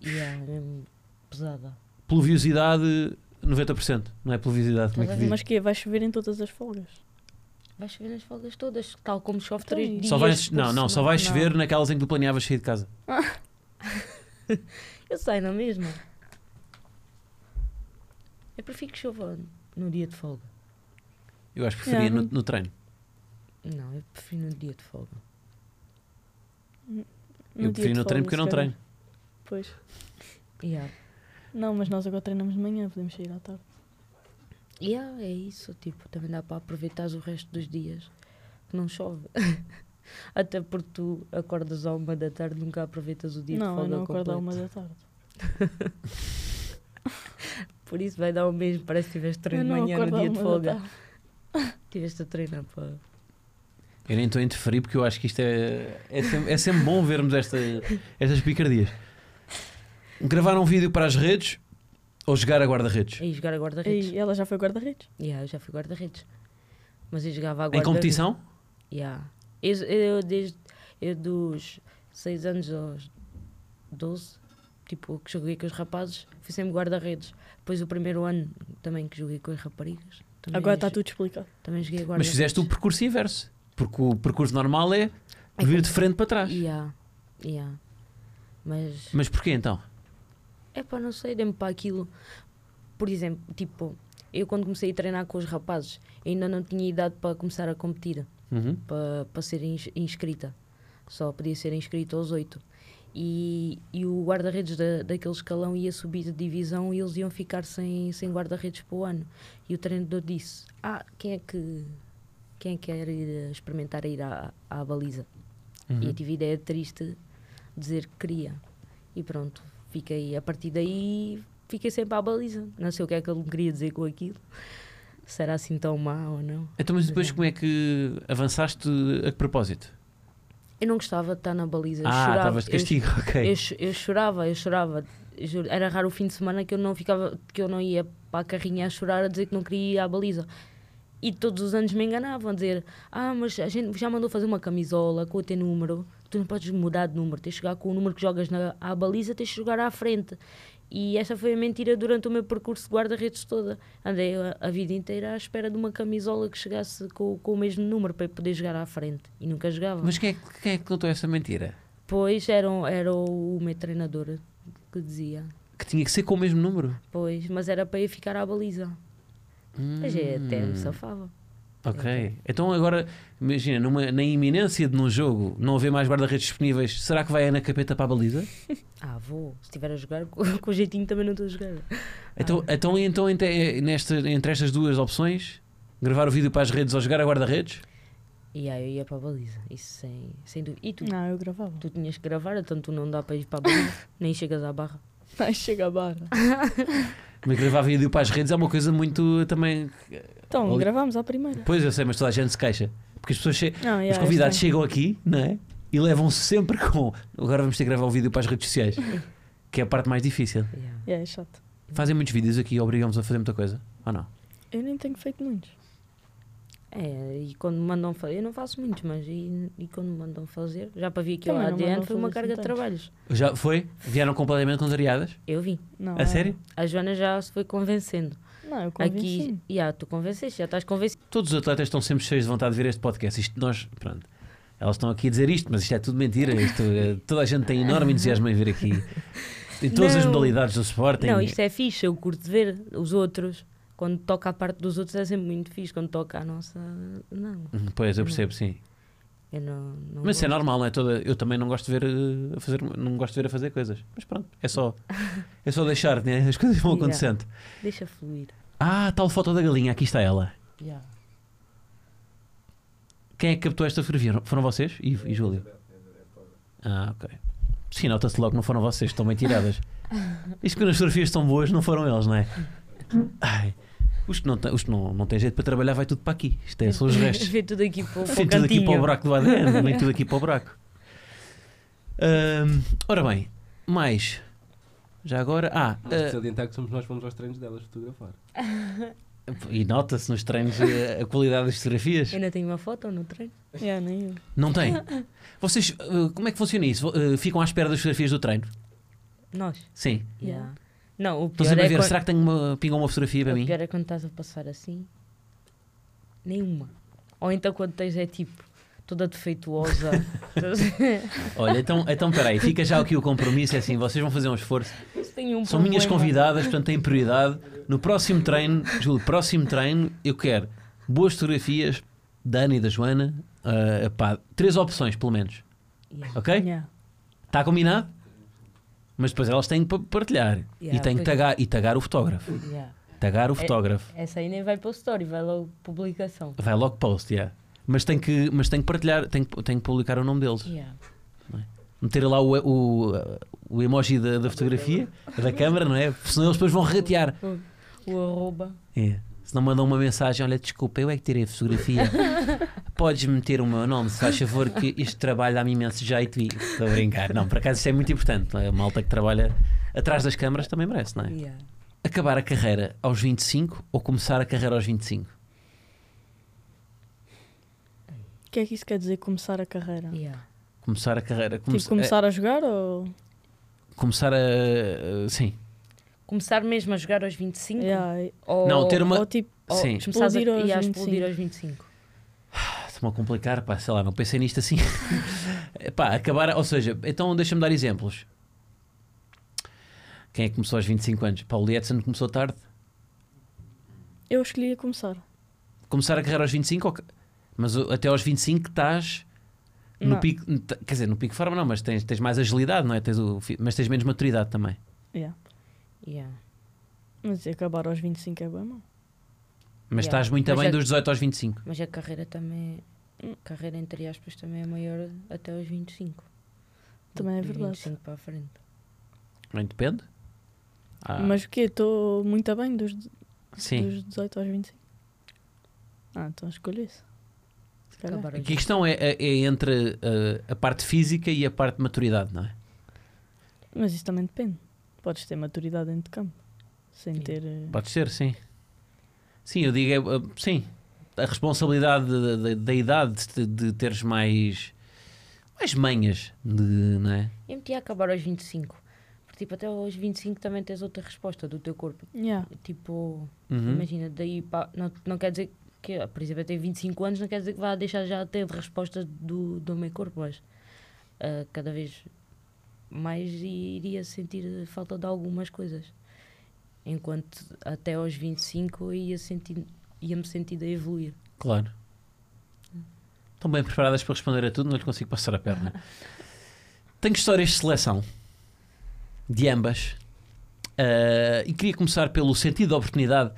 [SPEAKER 2] Yeah, é mesmo pesada.
[SPEAKER 1] Pluviosidade 90%. Não é pluviosidade, como é que
[SPEAKER 2] Estás
[SPEAKER 1] diz?
[SPEAKER 3] Mas que Vai chover em todas as folgas?
[SPEAKER 2] Vai chover nas folgas todas, tal como chove
[SPEAKER 3] Então,
[SPEAKER 2] três
[SPEAKER 3] e-
[SPEAKER 2] dias.
[SPEAKER 1] Só vai,
[SPEAKER 2] por
[SPEAKER 1] não, não, só vai
[SPEAKER 2] semana.
[SPEAKER 1] chover naquelas em que tu planeavas sair de casa.
[SPEAKER 2] Eu sei, não é mesmo? Eu prefiro que chova no dia de folga.
[SPEAKER 1] Eu acho que preferia
[SPEAKER 3] Não,
[SPEAKER 1] no,
[SPEAKER 3] não.
[SPEAKER 1] no treino.
[SPEAKER 2] Não, eu prefiro no dia de folga.
[SPEAKER 1] eu
[SPEAKER 3] dia
[SPEAKER 1] prefiro
[SPEAKER 3] de
[SPEAKER 1] no treino
[SPEAKER 3] folga,
[SPEAKER 1] porque eu não
[SPEAKER 3] se
[SPEAKER 1] treino.
[SPEAKER 3] calhar. Pois.
[SPEAKER 2] Yeah.
[SPEAKER 3] Não, mas nós agora treinamos de manhã, podemos sair à tarde.
[SPEAKER 2] Yeah, é isso, tipo, também dá para aproveitar o resto dos dias que não chove. Até porque tu acordas à uma da tarde, nunca aproveitas o dia de
[SPEAKER 3] não,
[SPEAKER 2] folga
[SPEAKER 3] eu não acordo à
[SPEAKER 2] completo.
[SPEAKER 3] uma da tarde.
[SPEAKER 2] Por isso vai dar o mesmo, parece que tiveste
[SPEAKER 3] Eu
[SPEAKER 2] treino de
[SPEAKER 3] não
[SPEAKER 2] manhã
[SPEAKER 3] acordo
[SPEAKER 2] no
[SPEAKER 3] à
[SPEAKER 2] dia
[SPEAKER 3] uma
[SPEAKER 2] de
[SPEAKER 3] da
[SPEAKER 2] folga.
[SPEAKER 3] tarde.
[SPEAKER 2] Tiveste a treinar para...
[SPEAKER 1] Eu nem estou a interferir porque eu acho que isto é. É sempre, é sempre bom vermos esta, estas picardias. Gravar um vídeo para as redes ou jogar a guarda-redes?
[SPEAKER 2] E jogar a guarda-redes.
[SPEAKER 3] E ela já foi guarda-redes.
[SPEAKER 2] Yeah, eu já fui guarda-redes. Mas eu jogava a
[SPEAKER 1] Em
[SPEAKER 2] guarda-redes.
[SPEAKER 1] competição?
[SPEAKER 2] Yeah. Eu, eu desde eu dos 6 anos aos 12, tipo, que joguei com os rapazes, fui sempre guarda-redes. Depois o primeiro ano também que joguei com as raparigas. Também
[SPEAKER 3] Agora está
[SPEAKER 2] jo-
[SPEAKER 3] tudo explicado.
[SPEAKER 2] Também joguei guarda
[SPEAKER 1] Mas fizeste o percurso inverso. Porque o percurso normal é vir de frente para trás.
[SPEAKER 2] Yeah, yeah. Mas,
[SPEAKER 1] Mas porquê então?
[SPEAKER 2] é pá, não sei, dê-me para aquilo. Por exemplo, tipo, eu quando comecei a treinar com os rapazes, ainda não tinha idade para começar a competir.
[SPEAKER 1] Uhum.
[SPEAKER 2] para, para ser ins- inscrita. Só podia ser inscrita aos oito. E, e o guarda-redes da, daquele escalão ia subir de divisão e eles iam ficar sem, sem guarda-redes para o ano. E o treinador disse: Ah, quem é que. Quem é que quer ir a experimentar a ir à, à baliza? E
[SPEAKER 1] Uhum.
[SPEAKER 2] eu tive a ideia triste de dizer que queria. E pronto, fiquei a partir daí, fiquei sempre à baliza. Não sei o que é que ele me queria dizer com aquilo. Será assim tão má ou não?
[SPEAKER 1] Então, mas depois como é que avançaste a que propósito?
[SPEAKER 2] Eu não gostava de estar na baliza. eu
[SPEAKER 1] ah,
[SPEAKER 2] chorava.
[SPEAKER 1] estavas de
[SPEAKER 2] Eu-
[SPEAKER 1] castigo, ok.
[SPEAKER 2] Eu, cho- eu chorava, eu chorava. Juro, Era raro o fim de semana que eu não ficava, que eu não ia para a carrinha a chorar a dizer que não queria ir à baliza. E todos os anos me enganavam a dizer: Ah, mas a gente já mandou fazer uma camisola com o teu número, tu não podes mudar de número, tens de jogar com o número que jogas na à baliza, tens de jogar à frente. E essa foi a mentira durante o meu percurso de guarda-redes toda. Andei a, a vida inteira à espera de uma camisola que chegasse com, com o mesmo número para eu poder jogar à frente. E nunca jogava.
[SPEAKER 1] Mas quem é, que- quem é que contou essa mentira?
[SPEAKER 2] Pois era, um- era o meu treinador que dizia.
[SPEAKER 1] Que tinha que ser com o mesmo número?
[SPEAKER 2] Pois, mas era para eu ficar à baliza. Mas eu é, até
[SPEAKER 1] Hum.
[SPEAKER 2] me safava.
[SPEAKER 1] Ok. Então agora, imagina, numa- na iminência de num jogo não haver mais guarda-redes disponíveis, será que vai a Ana Capeta para a baliza?
[SPEAKER 2] Ah, vou. Se estiver a jogar, com, com jeitinho também não estou a jogar.
[SPEAKER 1] Então, então, então entre, nesta- entre estas duas opções, gravar o vídeo para as redes ou jogar a guarda-redes?
[SPEAKER 2] E aí eu ia para a baliza. Isso sem, sem dúvida. E tu?
[SPEAKER 3] Não, eu gravava.
[SPEAKER 2] Tu tinhas que gravar, então tu não dá para ir para a barra, nem chegas à barra.
[SPEAKER 3] Ai, chega a barra.
[SPEAKER 1] Mas gravar vídeo para as redes é uma coisa muito também.
[SPEAKER 3] Então,
[SPEAKER 1] Ali-
[SPEAKER 3] gravámos à primeira.
[SPEAKER 1] Pois eu sei, mas toda a gente se queixa. Porque as pessoas che-
[SPEAKER 3] Não,
[SPEAKER 1] os
[SPEAKER 3] yeah, é
[SPEAKER 1] convidados
[SPEAKER 3] isto
[SPEAKER 1] chegam aqui, não é? E levam se sempre com. Agora vamos ter que gravar o vídeo para as redes sociais. Que é a parte mais difícil.
[SPEAKER 2] Yeah.
[SPEAKER 3] é- Yeah, é chato.
[SPEAKER 1] Fazem muitos vídeos aqui e obrigam-vos a fazer muita coisa. Ou não?
[SPEAKER 3] Eu nem tenho feito muitos.
[SPEAKER 2] É, e quando me mandam fazer, eu não faço muitos, mas e, e quando me mandam fazer, já para vir aqui ao
[SPEAKER 3] Também não
[SPEAKER 2] ADN
[SPEAKER 3] mandam
[SPEAKER 2] foi uma
[SPEAKER 3] fazer
[SPEAKER 2] carga de
[SPEAKER 3] tantos.
[SPEAKER 2] trabalhos.
[SPEAKER 1] Já foi? Vieram completamente contrariadas?
[SPEAKER 2] Eu vim.
[SPEAKER 3] Não,
[SPEAKER 1] A
[SPEAKER 3] é-
[SPEAKER 1] sério?
[SPEAKER 2] A Joana já se foi convencendo.
[SPEAKER 3] Não, eu
[SPEAKER 2] Aqui,
[SPEAKER 3] convenci.
[SPEAKER 2] já, tu convenceste, já estás convencido.
[SPEAKER 1] Todos os atletas estão sempre cheios de vontade de ver este podcast. Isto nós, pronto. Elas estão aqui a dizer isto, mas isto é tudo mentira. Isto, eh, toda a gente tem enorme entusiasmo em vir aqui. Em todas as
[SPEAKER 2] Não.
[SPEAKER 1] modalidades do Sporting.
[SPEAKER 2] Não, isto é fixe, eu curto de ver os outros. Quando toca a parte dos outros é sempre muito fixe, quando toca a nossa, não.
[SPEAKER 1] Hum, Pois, eu percebo, sim.
[SPEAKER 2] Eu não, não
[SPEAKER 1] Mas isso é
[SPEAKER 2] gosto.
[SPEAKER 1] normal, não é? Toda... Eu também não gosto de ver eh, a fazer, não gosto de ver a fazer coisas. Mas pronto, é só, é só deixar, né? as coisas vão
[SPEAKER 2] Yeah.
[SPEAKER 1] acontecendo.
[SPEAKER 2] Deixa fluir.
[SPEAKER 1] Ah, tal foto da galinha, aqui está ela. Quem é que captou esta fotografia? Foram vocês? E, e Júlio? Ah, ok. Sim, nota-se logo que não foram vocês, estão bem tiradas. Isto quando as fotografias estão boas, não foram eles, não é? Ai, os que não, têm- os que não, não têm jeito para trabalhar, vai tudo para aqui. Isto é, são os restos.
[SPEAKER 2] Vê tudo aqui para o, para o
[SPEAKER 1] Vem tudo aqui
[SPEAKER 2] Um cantinho.
[SPEAKER 1] para o buraco do ADN, vem tudo aqui para o buraco. Ahm, ora bem, mais. Já agora. Ah,
[SPEAKER 4] Mas de
[SPEAKER 1] ah,
[SPEAKER 4] salientar que somos nós que fomos aos treinos delas fotografar.
[SPEAKER 1] e nota-se nos treinos eh, a qualidade das fotografias.
[SPEAKER 2] Ainda tenho uma foto no treino.
[SPEAKER 3] Yeah, nem eu.
[SPEAKER 1] Não tem? Vocês, eh, como é que funciona isso? Vo- eh, Ficam à espera das fotografias do treino?
[SPEAKER 2] Nós.
[SPEAKER 1] Sim.
[SPEAKER 2] Yeah. Não, o
[SPEAKER 1] Estou
[SPEAKER 2] pior,
[SPEAKER 1] sempre a
[SPEAKER 2] é
[SPEAKER 1] ver,
[SPEAKER 2] quando,
[SPEAKER 1] será que tenho uma, pingam uma fotografia para
[SPEAKER 2] o
[SPEAKER 1] mim?
[SPEAKER 2] pior é quando estás a passar assim. Nenhuma. Ou então quando tens é tipo toda defeituosa.
[SPEAKER 1] Olha, então, então peraí, fica já aqui o compromisso, é assim, vocês vão fazer um esforço.
[SPEAKER 2] Isso tem um
[SPEAKER 1] São minhas
[SPEAKER 2] problema.
[SPEAKER 1] convidadas, portanto têm prioridade. No próximo treino, Júlio, próximo treino, eu quero boas fotografias da Ana e da Joana. ah, pá, três opções, pelo menos.
[SPEAKER 2] Yeah.
[SPEAKER 1] Ok?
[SPEAKER 3] Yeah.
[SPEAKER 1] Está combinado? Mas depois elas têm que pa- partilhar. e
[SPEAKER 2] Yeah,
[SPEAKER 1] têm que
[SPEAKER 2] pois. é.
[SPEAKER 1] tagar, e tagar o fotógrafo.
[SPEAKER 2] Yeah.
[SPEAKER 1] Tagar o
[SPEAKER 2] É-
[SPEAKER 1] fotógrafo.
[SPEAKER 2] Essa aí nem vai para o story, vai logo publicação.
[SPEAKER 1] Vai logo post, yeah. Mas tem que, mas tem que partilhar, tem que, tem que publicar o nome deles.
[SPEAKER 2] Yeah.
[SPEAKER 1] meter lá o, o, o emoji da, da fotografia, da câmera, não é? Porque Senão eles depois vão regatear.
[SPEAKER 2] O arroba.
[SPEAKER 1] É. Se não mandam uma mensagem, olha, desculpa, eu é que tirei a fotografia. Podes meter o meu nome, se faz favor, que este trabalho dá-me imenso jeito e estou a brincar. Não, por acaso isso é muito importante. A malta que trabalha atrás das câmaras também merece, não é?
[SPEAKER 2] Yeah.
[SPEAKER 1] Acabar a carreira aos 25 ou começar a carreira aos 25?
[SPEAKER 3] O que é que isso quer dizer, começar a carreira?
[SPEAKER 2] Yeah.
[SPEAKER 1] Começar a carreira. come-
[SPEAKER 2] é.
[SPEAKER 3] Tipo, começar a jogar ou...
[SPEAKER 1] é, começar a. Sim.
[SPEAKER 2] Começar mesmo a jogar aos 25?
[SPEAKER 3] Yeah,
[SPEAKER 2] Ou,
[SPEAKER 1] Não, ter uma-
[SPEAKER 3] ou tipo,
[SPEAKER 2] ou
[SPEAKER 1] Sim.
[SPEAKER 2] começares a,
[SPEAKER 3] Explodir aos
[SPEAKER 2] yeah, explodir aos 25.
[SPEAKER 1] Estão a complicar, pá, sei lá, não pensei nisto assim. pá, acabar, ou seja, então deixa-me dar exemplos. Quem é que começou aos 25 anos? Paulo Edson começou tarde.
[SPEAKER 3] eu escolhi a começar.
[SPEAKER 1] Começar a carreira aos 25, ok. mas o- até aos 25 estás no
[SPEAKER 3] Não.
[SPEAKER 1] pico, quer dizer, no pico de forma não, mas tens, tens mais agilidade, não é? Tens o, fi- mas tens menos maturidade também.
[SPEAKER 3] Yeah.
[SPEAKER 2] Yeah.
[SPEAKER 3] Mas acabar aos 25 é bem mal.
[SPEAKER 1] Mas
[SPEAKER 2] Yeah.
[SPEAKER 1] estás muito
[SPEAKER 2] Mas
[SPEAKER 1] bem
[SPEAKER 2] é-
[SPEAKER 1] dos 18 aos 25.
[SPEAKER 2] Mas a carreira também. A carreira, entre aspas, também é maior até aos 25.
[SPEAKER 3] Também é
[SPEAKER 2] Do
[SPEAKER 3] verdade.
[SPEAKER 2] 25 para a frente.
[SPEAKER 1] Bem, depende. Ah,
[SPEAKER 3] Mas o quê? Estou muito bem dos,
[SPEAKER 1] sim.
[SPEAKER 3] dos 18 aos 25. Ah, então escolho isso. Se calhar.
[SPEAKER 2] Acabar
[SPEAKER 1] A
[SPEAKER 2] aos
[SPEAKER 1] questão é, é- é entre eh, a parte física e a parte de maturidade, não é?
[SPEAKER 3] Mas isso também depende. Podes ter maturidade dentro de campo. Sem
[SPEAKER 2] Sim.
[SPEAKER 3] ter. eh,
[SPEAKER 1] Pode ser, sim. Sim, eu digo, é, uh, sim. a responsabilidade da- da- da idade de, de teres mais, mais manhas, de, não é?
[SPEAKER 2] Eu me tinha a acabar aos 25. Porque, tipo, até aos 25 também tens outra resposta do teu corpo.
[SPEAKER 3] Yeah.
[SPEAKER 2] Tipo,
[SPEAKER 1] Uhum.
[SPEAKER 2] imagina, daí pá, não, não quer dizer que, por exemplo, eu tenho 25 anos, não quer dizer que vá deixar já de ter respostas do, do meu corpo, mas ah, cada vez mais iria sentir falta de algumas coisas. Enquanto até aos 25 eu ia sentir, ia-me sentir a evoluir.
[SPEAKER 1] Claro. Estão bem preparadas para responder a tudo, não lhe consigo passar a perna. Tenho histórias de seleção de ambas Ah, e queria começar pelo sentido de oportunidade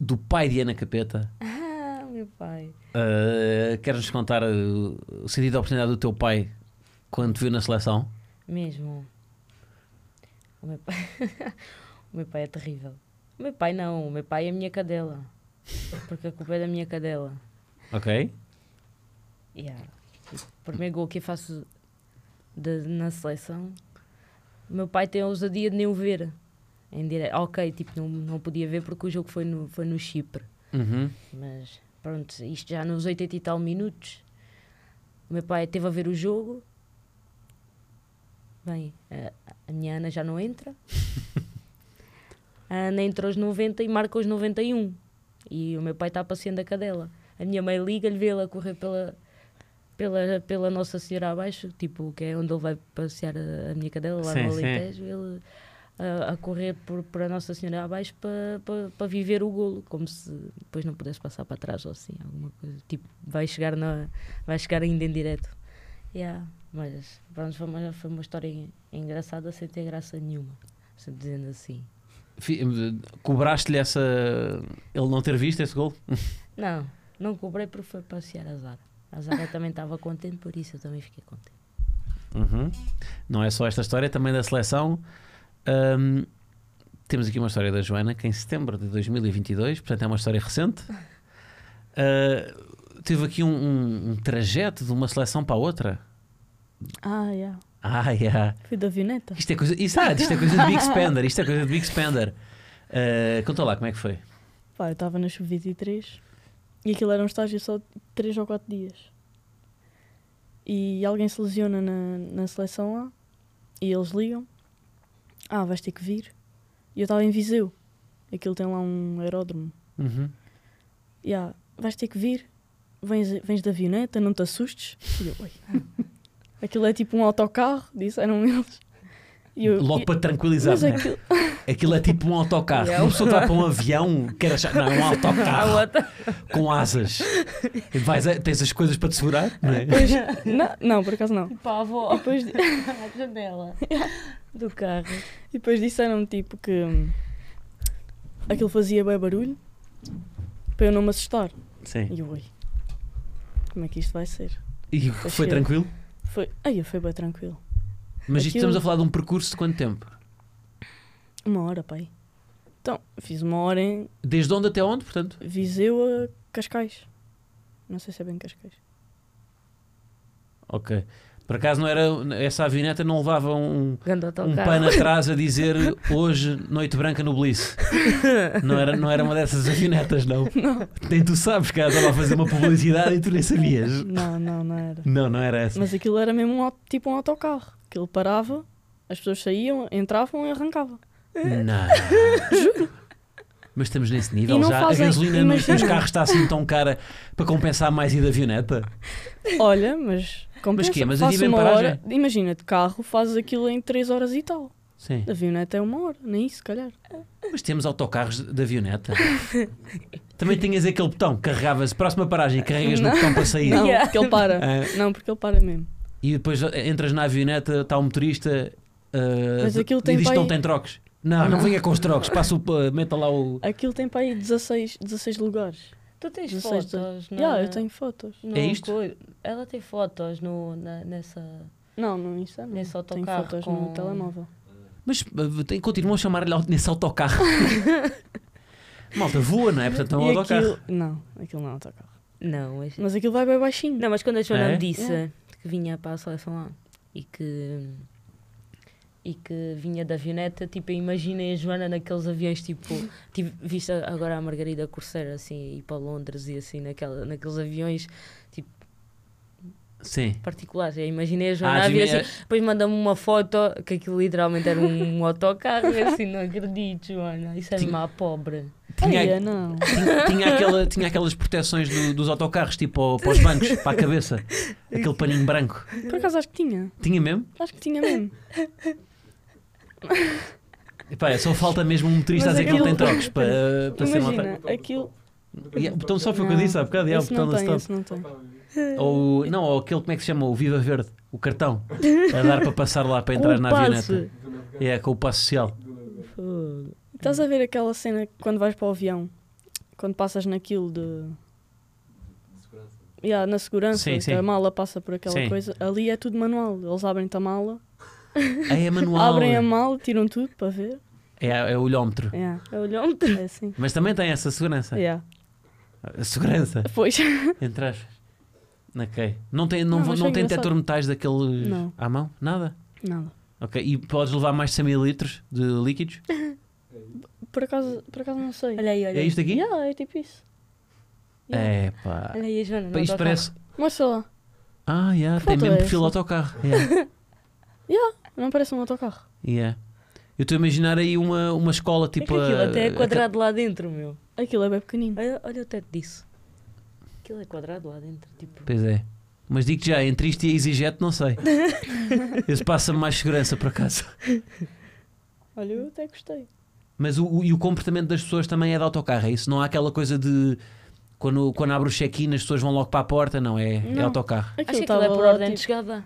[SPEAKER 1] do pai de Ana Capeta.
[SPEAKER 2] Ah, meu pai.
[SPEAKER 1] Ah, Queres-nos contar uh, o sentido de oportunidade do teu pai quando te viu na seleção?
[SPEAKER 2] Mesmo. O meu pai, o meu pai é terrível. O meu pai não, o meu pai é a minha cadela. Porque a culpa é da minha cadela.
[SPEAKER 1] Ok?
[SPEAKER 2] Yeah. O primeiro gol que eu faço de- na seleção, o meu pai tem a ousadia de nem o ver. Em dire... Ok, tipo, não, não podia ver porque o jogo foi no, foi no Chipre.
[SPEAKER 1] Uhum.
[SPEAKER 2] Mas pronto, isto já nos 80 e tal minutos. O meu pai teve a ver o jogo. Bem, a, a minha Ana já não entra. A Ana entra aos 90 e marca aos 91. E o meu pai está passeando a cadela. A minha mãe liga-lhe, vê-la correr pela, pela, pela Nossa Senhora abaixo, tipo, que é onde ele vai passear a, a minha cadela, lá
[SPEAKER 1] Sim,
[SPEAKER 2] no
[SPEAKER 1] sim.
[SPEAKER 2] Alentejo. Ele a, a correr por, por a Nossa Senhora abaixo para pa, pa viver o golo, como se depois não pudesse passar para trás ou assim, alguma coisa. Tipo, vai chegar, na, vai chegar ainda em direto. Yeah, mas pronto, foi uma, foi uma história en- engraçada sem ter graça nenhuma, se dizendo assim.
[SPEAKER 1] Fi- eh, Cobraste-lhe essa. ele não ter visto esse gol?
[SPEAKER 2] Não, não cobrei porque foi passear a Zara. A Zara também estava contente, por isso eu também fiquei contente.
[SPEAKER 1] Uhum. Não é só esta história, também da seleção. Ahm, temos aqui uma história da Joana que em setembro de 2022, portanto é uma história recente, ah, teve aqui um, um- um trajeto de uma seleção para a outra.
[SPEAKER 3] Ah, yeah.
[SPEAKER 1] Ah, yeah.
[SPEAKER 3] Fui da avioneta.
[SPEAKER 1] isto, é coisa, isto, ah, isto é coisa de Big Spender. Isto é coisa de Big Spender. Ah, conta lá como é que foi.
[SPEAKER 3] Pá, eu estava na sub-23 e aquilo era um estágio só de 3 ou 4 dias. E alguém se lesiona na, na seleção lá e eles ligam: Ah, vais ter que vir. E eu estava em Viseu, aquilo tem lá um aeródromo.
[SPEAKER 1] Uhum.
[SPEAKER 3] E ah, vais ter que vir, vens, vens da avioneta, Então não te assustes. E eu, oi. Aquilo é tipo um autocarro, disseram eles. E eu-
[SPEAKER 1] Logo
[SPEAKER 3] e-
[SPEAKER 1] para te tranquilizar,
[SPEAKER 3] mas
[SPEAKER 1] né?
[SPEAKER 3] aquilo,
[SPEAKER 1] aquilo é tipo um autocarro.
[SPEAKER 2] Yeah.
[SPEAKER 1] Uma pessoa que vai para um avião, quer achar. Não, é um autocarro. com asas. Vais a- tens as coisas para te segurar, não é?
[SPEAKER 3] Pois, na- não, por acaso não.
[SPEAKER 2] Para a avó,
[SPEAKER 3] E depois, di-
[SPEAKER 2] à janela do carro.
[SPEAKER 3] e depois disseram tipo que hum, aquilo fazia bem barulho para eu não me assustar.
[SPEAKER 1] Sim.
[SPEAKER 3] E eu, oi, como é que isto vai ser?
[SPEAKER 1] E foi
[SPEAKER 3] Achei.
[SPEAKER 1] tranquilo?
[SPEAKER 3] Foi, aí foi bem tranquilo.
[SPEAKER 1] Mas isto
[SPEAKER 3] Aquilo-
[SPEAKER 1] estamos a falar de um percurso de quanto tempo?
[SPEAKER 3] Uma hora, pai. Então, fiz uma hora em
[SPEAKER 1] Desde onde até onde, portanto?
[SPEAKER 3] Viseu a Cascais. Não sei se é bem Cascais.
[SPEAKER 1] Ok. Por acaso não era. Essa avioneta não levava um,
[SPEAKER 2] Gandota ao
[SPEAKER 1] um
[SPEAKER 2] carro.
[SPEAKER 1] pano atrás a dizer hoje, noite branca no Bliss. Não era, não era uma dessas avionetas, não. Nem tu sabes que ela estava a fazer uma publicidade e tu nem sabias.
[SPEAKER 3] Não, não, não era.
[SPEAKER 1] Não, não era essa.
[SPEAKER 3] Mas aquilo era mesmo um, au- tipo um autocarro. Aquilo parava, as pessoas saíam, entravam e arrancavam.
[SPEAKER 1] Não. Mas estamos nesse nível
[SPEAKER 3] E não
[SPEAKER 1] já.
[SPEAKER 3] fazem-
[SPEAKER 1] a gasolina nos, nos
[SPEAKER 3] imagina.
[SPEAKER 1] carros está assim tão cara para compensar mais ida de avioneta.
[SPEAKER 3] Olha, mas compensa.
[SPEAKER 1] quê? Mas
[SPEAKER 3] Faço
[SPEAKER 1] havia bem
[SPEAKER 3] uma
[SPEAKER 1] paragem?
[SPEAKER 3] hora, imagina, de carro fazes aquilo em 3 horas e tal.
[SPEAKER 1] Sim.
[SPEAKER 3] De avioneta é uma hora, nem isso, se calhar.
[SPEAKER 1] Mas temos autocarros de avioneta. Também tinhas aquele botão, carregavas, próxima paragem, carregas no
[SPEAKER 3] Não.
[SPEAKER 1] botão para sair.
[SPEAKER 3] Não,
[SPEAKER 2] Yeah.
[SPEAKER 3] porque ele para.
[SPEAKER 1] Ah,
[SPEAKER 3] Não, porque ele para mesmo.
[SPEAKER 1] e depois entras na avioneta, está um motorista ah,
[SPEAKER 3] Mas aquilo
[SPEAKER 1] e
[SPEAKER 3] tem
[SPEAKER 1] diz que
[SPEAKER 3] pai-
[SPEAKER 1] não tem trocos. Não, não,
[SPEAKER 3] Não.
[SPEAKER 1] venha com os trocos, passa o, pa- meta lá o.
[SPEAKER 3] Aquilo tem para aí 16, 16 lugares.
[SPEAKER 2] Tu tens
[SPEAKER 3] Não sei se tu-
[SPEAKER 2] fotos, não
[SPEAKER 3] Já, eu tenho fotos.
[SPEAKER 2] no
[SPEAKER 1] É isto?
[SPEAKER 2] coi- Ela tem fotos no, na- nessa.
[SPEAKER 3] Não, não, isso é não.
[SPEAKER 2] Nesse
[SPEAKER 3] Tenho
[SPEAKER 2] autocarro
[SPEAKER 3] fotos
[SPEAKER 2] com-
[SPEAKER 3] no telemóvel.
[SPEAKER 1] Mas ah, tem- continuam a chamar-lhe au- nesse autocarro. Malta, voa, não é? Portanto, é um
[SPEAKER 3] e
[SPEAKER 1] autocarro.
[SPEAKER 3] aquilo... Não, aquilo não é autocarro.
[SPEAKER 2] Não, este-
[SPEAKER 3] Mas aquilo vai bem baixinho.
[SPEAKER 2] Não, mas quando a Joana
[SPEAKER 1] É?
[SPEAKER 2] me disse
[SPEAKER 3] É.
[SPEAKER 2] que vinha para a seleção lá e que. e que vinha da avioneta, tipo, eu imaginei a Joana naqueles aviões, tipo, tive, viste agora a Margarida Corseira, assim, ir para Londres e assim, naquela, naqueles aviões
[SPEAKER 1] Sim.
[SPEAKER 2] particulares. Eu imaginei a Joana
[SPEAKER 1] Ah,
[SPEAKER 2] a vir
[SPEAKER 1] sim,
[SPEAKER 2] assim, depois manda-me uma foto, que aquilo literalmente era um autocarro, e assim, não acredito, Joana, isso é
[SPEAKER 1] Tinha-
[SPEAKER 2] má pobre.
[SPEAKER 1] Tinha,
[SPEAKER 3] Ai, é, não.
[SPEAKER 1] tinha- tinha aquela- tinha aquelas proteções do- dos autocarros, tipo ao- para os bancos, para a cabeça. Aquele paninho branco.
[SPEAKER 3] Por acaso acho que tinha.
[SPEAKER 1] Tinha mesmo?
[SPEAKER 3] Acho que tinha mesmo.
[SPEAKER 1] Epá, é só falta mesmo um motorista
[SPEAKER 3] Mas
[SPEAKER 1] a dizer que não tem
[SPEAKER 3] aquilo-
[SPEAKER 1] trocos para, eh, para ser montado.
[SPEAKER 3] Imagina, é aquilo.
[SPEAKER 1] E é, O botão só foi o que eu
[SPEAKER 3] Não,
[SPEAKER 1] disse há bocado, é o
[SPEAKER 3] esse
[SPEAKER 1] botão
[SPEAKER 3] não
[SPEAKER 1] da stop.
[SPEAKER 3] tem, esse não tem.
[SPEAKER 1] Ou, não, ou aquele, como é que se chama? O Viva Verde, o cartão, a dar para passar lá para entrar
[SPEAKER 2] Com o
[SPEAKER 1] na
[SPEAKER 2] passe.
[SPEAKER 1] avioneta. É, com o passo social.
[SPEAKER 2] Fogo.
[SPEAKER 3] Estás a ver aquela cena que quando vais para o avião, quando passas naquilo de. Yeah, na segurança,
[SPEAKER 1] Sim,
[SPEAKER 3] que
[SPEAKER 1] sim.
[SPEAKER 3] a mala passa por aquela
[SPEAKER 1] Sim.
[SPEAKER 3] coisa, ali é tudo manual. Eles abrem-te a mala,
[SPEAKER 1] Ah, é manual.
[SPEAKER 3] abrem a mala, tiram tudo para ver.
[SPEAKER 1] É, é o olhómetro.
[SPEAKER 3] Yeah,
[SPEAKER 2] É olhão.
[SPEAKER 3] é assim.
[SPEAKER 1] Mas também tem essa segurança.
[SPEAKER 3] Yeah.
[SPEAKER 1] A segurança,
[SPEAKER 3] Pois,
[SPEAKER 1] entre aspas. Ok. Não tem, não,
[SPEAKER 3] Não,
[SPEAKER 1] não,
[SPEAKER 3] mas foi
[SPEAKER 1] tem
[SPEAKER 3] engraçado.
[SPEAKER 1] detector de metais daqueles
[SPEAKER 3] Não.
[SPEAKER 1] à mão? Nada?
[SPEAKER 3] nada.
[SPEAKER 1] Ok. E podes levar mais de 100 mil litros de líquidos?
[SPEAKER 3] Por acaso, por acaso não sei.
[SPEAKER 2] Olha aí, olha
[SPEAKER 1] É
[SPEAKER 2] aí.
[SPEAKER 1] isto aqui?
[SPEAKER 3] Yeah, é tipo isso. Yeah.
[SPEAKER 1] É pá.
[SPEAKER 2] Olha aí, a Joana.
[SPEAKER 1] Pá,
[SPEAKER 2] no
[SPEAKER 1] Isto
[SPEAKER 2] autocarro.
[SPEAKER 1] parece.
[SPEAKER 3] Mostra lá,
[SPEAKER 1] Ah, yeah,
[SPEAKER 3] Que
[SPEAKER 1] tem
[SPEAKER 3] foto
[SPEAKER 1] mesmo
[SPEAKER 3] é
[SPEAKER 1] perfil
[SPEAKER 3] essa?
[SPEAKER 1] autocarro. Yeah.
[SPEAKER 3] não parece um autocarro.
[SPEAKER 1] yeah. Eu estou a imaginar aí uma, uma escola
[SPEAKER 2] É que
[SPEAKER 1] tipo.
[SPEAKER 2] aquilo
[SPEAKER 1] a-
[SPEAKER 2] até é
[SPEAKER 1] aquela-
[SPEAKER 2] quadrado lá dentro, meu.
[SPEAKER 3] Aquilo é bem pequenino.
[SPEAKER 2] Olha, olha o teto disso. Aquilo é quadrado lá dentro, tipo.
[SPEAKER 1] Pois é. Mas digo já, entre isto e a EasyJet, não sei. Esse passa-me mais segurança, por acaso.
[SPEAKER 3] Olha, eu até gostei.
[SPEAKER 1] Mas o, o- e o comportamento das pessoas também é de autocarro, é isso? Não há aquela coisa de quando, quando abre o check-in as pessoas vão logo para a porta, não, é, é
[SPEAKER 3] Não.
[SPEAKER 1] autocarro.
[SPEAKER 2] Acho que aquilo
[SPEAKER 3] tava
[SPEAKER 2] é por
[SPEAKER 3] lá,
[SPEAKER 2] ordem de
[SPEAKER 3] tipo-
[SPEAKER 2] chegada.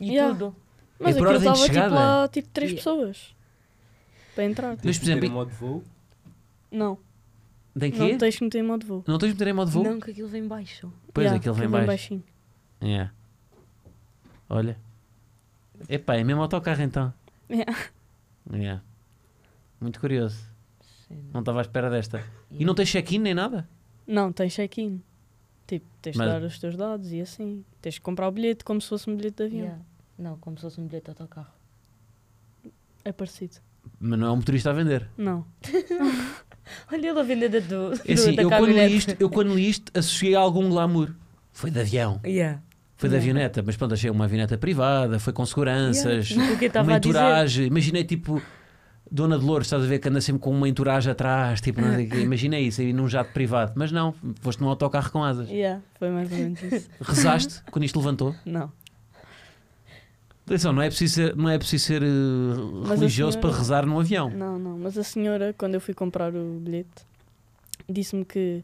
[SPEAKER 2] E
[SPEAKER 3] Yeah.
[SPEAKER 2] tudo.
[SPEAKER 3] Mas
[SPEAKER 1] É por
[SPEAKER 3] aquilo
[SPEAKER 1] ordem de
[SPEAKER 3] estava tipo
[SPEAKER 1] chegada?
[SPEAKER 3] lá, tipo, três
[SPEAKER 2] Yeah.
[SPEAKER 3] pessoas para entrar.
[SPEAKER 1] Mas, por exemplo,
[SPEAKER 4] Ter um modo de voo,
[SPEAKER 3] Não,
[SPEAKER 1] Tem que
[SPEAKER 3] não
[SPEAKER 1] ir?
[SPEAKER 3] tens que meter em modo de voo.
[SPEAKER 1] Não tens de meter em modo de voo?
[SPEAKER 2] Não, que aquilo vem baixo.
[SPEAKER 1] Pois
[SPEAKER 3] Yeah,
[SPEAKER 1] é, aquele vem
[SPEAKER 3] aquilo
[SPEAKER 1] baixo.
[SPEAKER 3] baixinho.
[SPEAKER 1] Yeah. Olha. Epá, é mesmo autocarro então.
[SPEAKER 3] Yeah.
[SPEAKER 1] Yeah. Muito curioso.
[SPEAKER 2] Sim.
[SPEAKER 1] Não estava à espera desta. E não tens check-in nem nada?
[SPEAKER 3] Não, tens check-in. Tipo, tens
[SPEAKER 1] Mas-
[SPEAKER 3] de dar os teus dados e assim. Tens de comprar o bilhete como se fosse um bilhete de avião.
[SPEAKER 2] Yeah. Não, como se fosse um bilhete de autocarro.
[SPEAKER 3] É parecido.
[SPEAKER 1] Mas não é um motorista a vender.
[SPEAKER 3] Não.
[SPEAKER 2] Olha ele a vender da, do,
[SPEAKER 1] É
[SPEAKER 2] do-
[SPEAKER 1] assim,
[SPEAKER 2] da
[SPEAKER 1] eu quando, li
[SPEAKER 2] caminhonete.
[SPEAKER 1] isto, eu quando li isto associei a algum glamour. Foi de avião.
[SPEAKER 2] Yeah.
[SPEAKER 1] Foi de
[SPEAKER 2] Yeah.
[SPEAKER 1] avioneta, mas pronto, achei uma avioneta privada, foi com seguranças,
[SPEAKER 2] O que eu estava
[SPEAKER 1] uma
[SPEAKER 2] a dizer.
[SPEAKER 1] entourage. Imaginei tipo Dona Dolores, estás a ver que anda sempre com uma entourage atrás, tipo, não sei o quê. imaginei isso, aí num jato privado. Mas não, foste num autocarro com asas.
[SPEAKER 3] Yeah, foi mais ou menos isso.
[SPEAKER 1] Rezaste quando isto levantou.
[SPEAKER 3] Não.
[SPEAKER 1] Atenção, não é preciso ser, não é preciso ser eh,
[SPEAKER 3] Mas a
[SPEAKER 1] religioso
[SPEAKER 3] senhora-
[SPEAKER 1] para rezar num avião.
[SPEAKER 3] Não, não. Mas a senhora, quando eu fui comprar o bilhete, disse-me que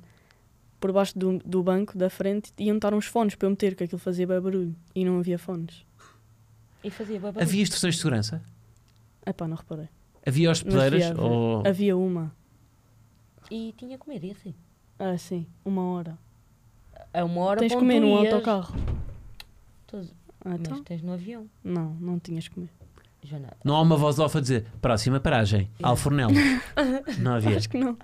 [SPEAKER 3] por baixo do, do banco, da frente, iam estar uns fones para eu meter, que aquilo fazia bem barulho. E não havia fones.
[SPEAKER 2] E fazia babá.
[SPEAKER 1] Havia instruções de segurança?
[SPEAKER 3] Epá, não reparei.
[SPEAKER 1] Havia hospedeiras?
[SPEAKER 3] Mas vi,
[SPEAKER 1] ou...
[SPEAKER 3] Havia uma.
[SPEAKER 2] E tinha comida, e assim.
[SPEAKER 3] Ah, sim. Uma hora.
[SPEAKER 2] É uma hora
[SPEAKER 3] tens
[SPEAKER 2] para
[SPEAKER 3] de
[SPEAKER 2] onde
[SPEAKER 3] comer
[SPEAKER 2] tu
[SPEAKER 3] num
[SPEAKER 2] ias.
[SPEAKER 3] autocarro.
[SPEAKER 2] Todos-
[SPEAKER 3] Ah,
[SPEAKER 2] Mas
[SPEAKER 3] então?
[SPEAKER 2] tens no avião.
[SPEAKER 3] Não, não tinhas que comer.
[SPEAKER 2] Joana,
[SPEAKER 1] Não há uma voz off a dizer próxima paragem, Alfornel. não havia.
[SPEAKER 3] Acho que não.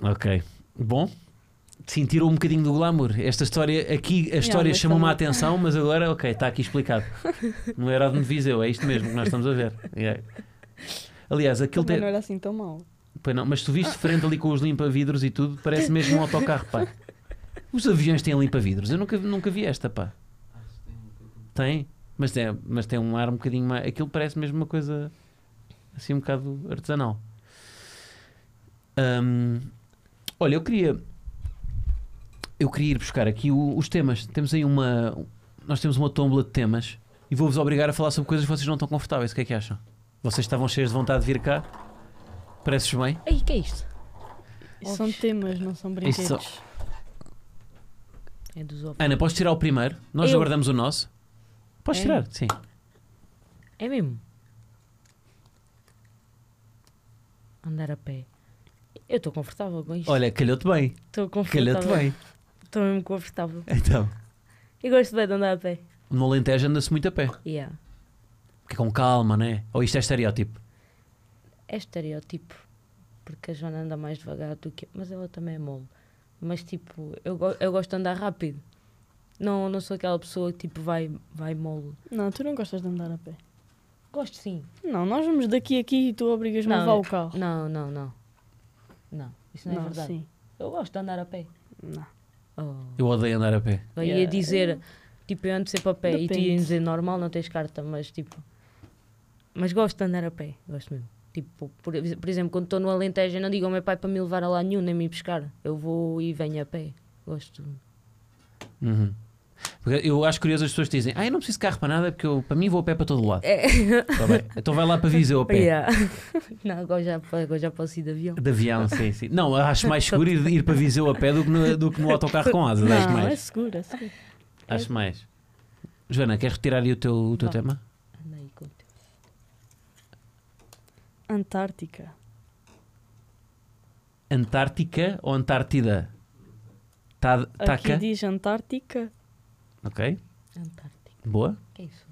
[SPEAKER 1] Ok. Bom, sim, tirou um bocadinho do glamour. Esta história aqui, a história
[SPEAKER 3] mas
[SPEAKER 1] chamou-me a
[SPEAKER 3] também-
[SPEAKER 1] atenção, mas agora, ok, está aqui explicado. Não era de Viseu, é isto mesmo que nós estamos a ver. Yeah. Aliás, aquilo
[SPEAKER 3] Também
[SPEAKER 1] tem.
[SPEAKER 3] não era assim tão mal.
[SPEAKER 1] Pois não, mas tu viste de frente ali com os limpa-vidros e tudo, parece mesmo um autocarro, pá. Os aviões têm limpa-vidros, eu nunca, nunca vi esta, pá. Tem, mas tem, mas tem um ar um bocadinho mais. Aquilo parece mesmo uma coisa assim um bocado artesanal. Ahm, olha, eu queria. Eu queria ir buscar aqui o- os temas. Temos aí uma. Nós temos uma tómbola de temas e vou-vos obrigar a falar sobre coisas que vocês não estão confortáveis. O que é que acham? Vocês estavam cheios de vontade de vir cá? Pareces bem?
[SPEAKER 2] Ei, que é isto?
[SPEAKER 3] Isso são temas, não são
[SPEAKER 1] Isso
[SPEAKER 3] brinquedos.
[SPEAKER 1] só-
[SPEAKER 2] É dos ovos.
[SPEAKER 1] Ana, podes tirar o primeiro? Nós
[SPEAKER 2] Eu?
[SPEAKER 1] guardamos o nosso. Podes
[SPEAKER 2] É?
[SPEAKER 1] tirar, sim.
[SPEAKER 2] É mesmo? Andar a pé. Eu estou confortável com isto.
[SPEAKER 1] Olha, calhou-te bem.
[SPEAKER 2] estou confortável.
[SPEAKER 1] Calhou-te bem.
[SPEAKER 2] Estou mesmo confortável.
[SPEAKER 1] Então,
[SPEAKER 2] Eu gosto bem de andar a pé.
[SPEAKER 1] no Alentejo anda-se muito a pé.
[SPEAKER 2] Yeah.
[SPEAKER 1] Porque é com calma, né? Ou isto é estereótipo?
[SPEAKER 2] É estereótipo. Porque a Joana anda mais devagar do que eu. Mas ela também é mole. Mas tipo, eu, go- eu gosto de andar rápido. Não, não sou aquela pessoa que tipo vai, vai mole.
[SPEAKER 3] Não, tu não gostas de andar a pé.
[SPEAKER 2] Gosto sim.
[SPEAKER 3] Não, nós vamos daqui a aqui e tu obrigas-me a
[SPEAKER 2] Não,
[SPEAKER 3] levar o carro.
[SPEAKER 2] Não, não, não. Não, isso não, é verdade.
[SPEAKER 3] Oh. sim.
[SPEAKER 2] Eu gosto de andar a pé.
[SPEAKER 3] Não.
[SPEAKER 2] Oh.
[SPEAKER 1] Eu odeio andar a pé.
[SPEAKER 2] Eu ia
[SPEAKER 3] Yeah.
[SPEAKER 2] dizer, tipo, eu ando sempre a pé e tu
[SPEAKER 3] Depende.
[SPEAKER 2] ias dizer normal, não tens carta, mas tipo. Mas gosto de andar a pé, gosto mesmo. Tipo, por, por exemplo, quando estou no Alentejo, eu não digo ao meu pai para me levar a lá nenhum, nem me ir buscar. Eu vou e venho a pé. Gosto.
[SPEAKER 1] Uhum. Porque eu acho curioso as pessoas que dizem, ah, eu não preciso de carro para nada, porque eu, para mim vou a pé para todo lado.
[SPEAKER 2] É.
[SPEAKER 1] Tá bem. Então vai lá para Viseu a pé.
[SPEAKER 2] Yeah. não, agora já, agora já posso ir de avião.
[SPEAKER 1] De avião, sim, sim. Não, eu acho mais seguro ir, ir para Viseu a pé do que no, do que no autocarro com asas. acho
[SPEAKER 3] Não, é
[SPEAKER 1] mais.
[SPEAKER 3] seguro, é seguro.
[SPEAKER 2] é.
[SPEAKER 1] Acho mais. Joana, queres retirar aí o teu, o teu
[SPEAKER 2] Vá.
[SPEAKER 1] tema?
[SPEAKER 2] Anda aí, conta.
[SPEAKER 3] Antártica.
[SPEAKER 1] Antártica ou Antártida? Ta-
[SPEAKER 3] Aqui
[SPEAKER 1] Taca?
[SPEAKER 3] diz Antártica.
[SPEAKER 1] Ok,
[SPEAKER 2] Antártico.
[SPEAKER 1] boa.
[SPEAKER 2] Que é isso?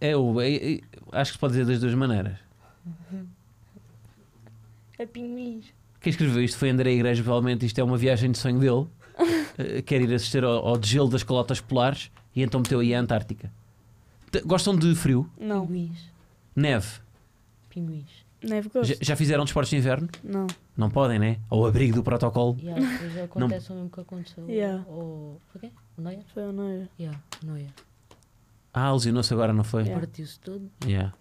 [SPEAKER 1] É, o- é- é- acho que se pode dizer das duas maneiras.
[SPEAKER 2] É pinguins.
[SPEAKER 1] Quem escreveu isto foi André Igreja, provavelmente isto é uma viagem de sonho dele. Eh, Quer ir assistir ao, ao degelo das calotas polares e então meteu aí a Antártica. T- Gostam de frio?
[SPEAKER 3] Não.
[SPEAKER 2] Pinguins.
[SPEAKER 1] Neve?
[SPEAKER 2] Pinguins.
[SPEAKER 3] Neve
[SPEAKER 1] Uhum. Já,
[SPEAKER 3] gosto.
[SPEAKER 1] já fizeram desportos de inverno?
[SPEAKER 3] Não.
[SPEAKER 1] Não podem, né? Ao abrigo do protocolo.
[SPEAKER 2] Yeah, depois acontece o mesmo que aconteceu.
[SPEAKER 3] Yeah.
[SPEAKER 2] O. Foi quem? O Neuer?
[SPEAKER 3] Foi ou não era?
[SPEAKER 2] Yeah, Neuer.
[SPEAKER 1] Ah, lesionou-se agora, não foi?
[SPEAKER 3] Yeah.
[SPEAKER 2] Partiu-se todo.
[SPEAKER 1] Yeah.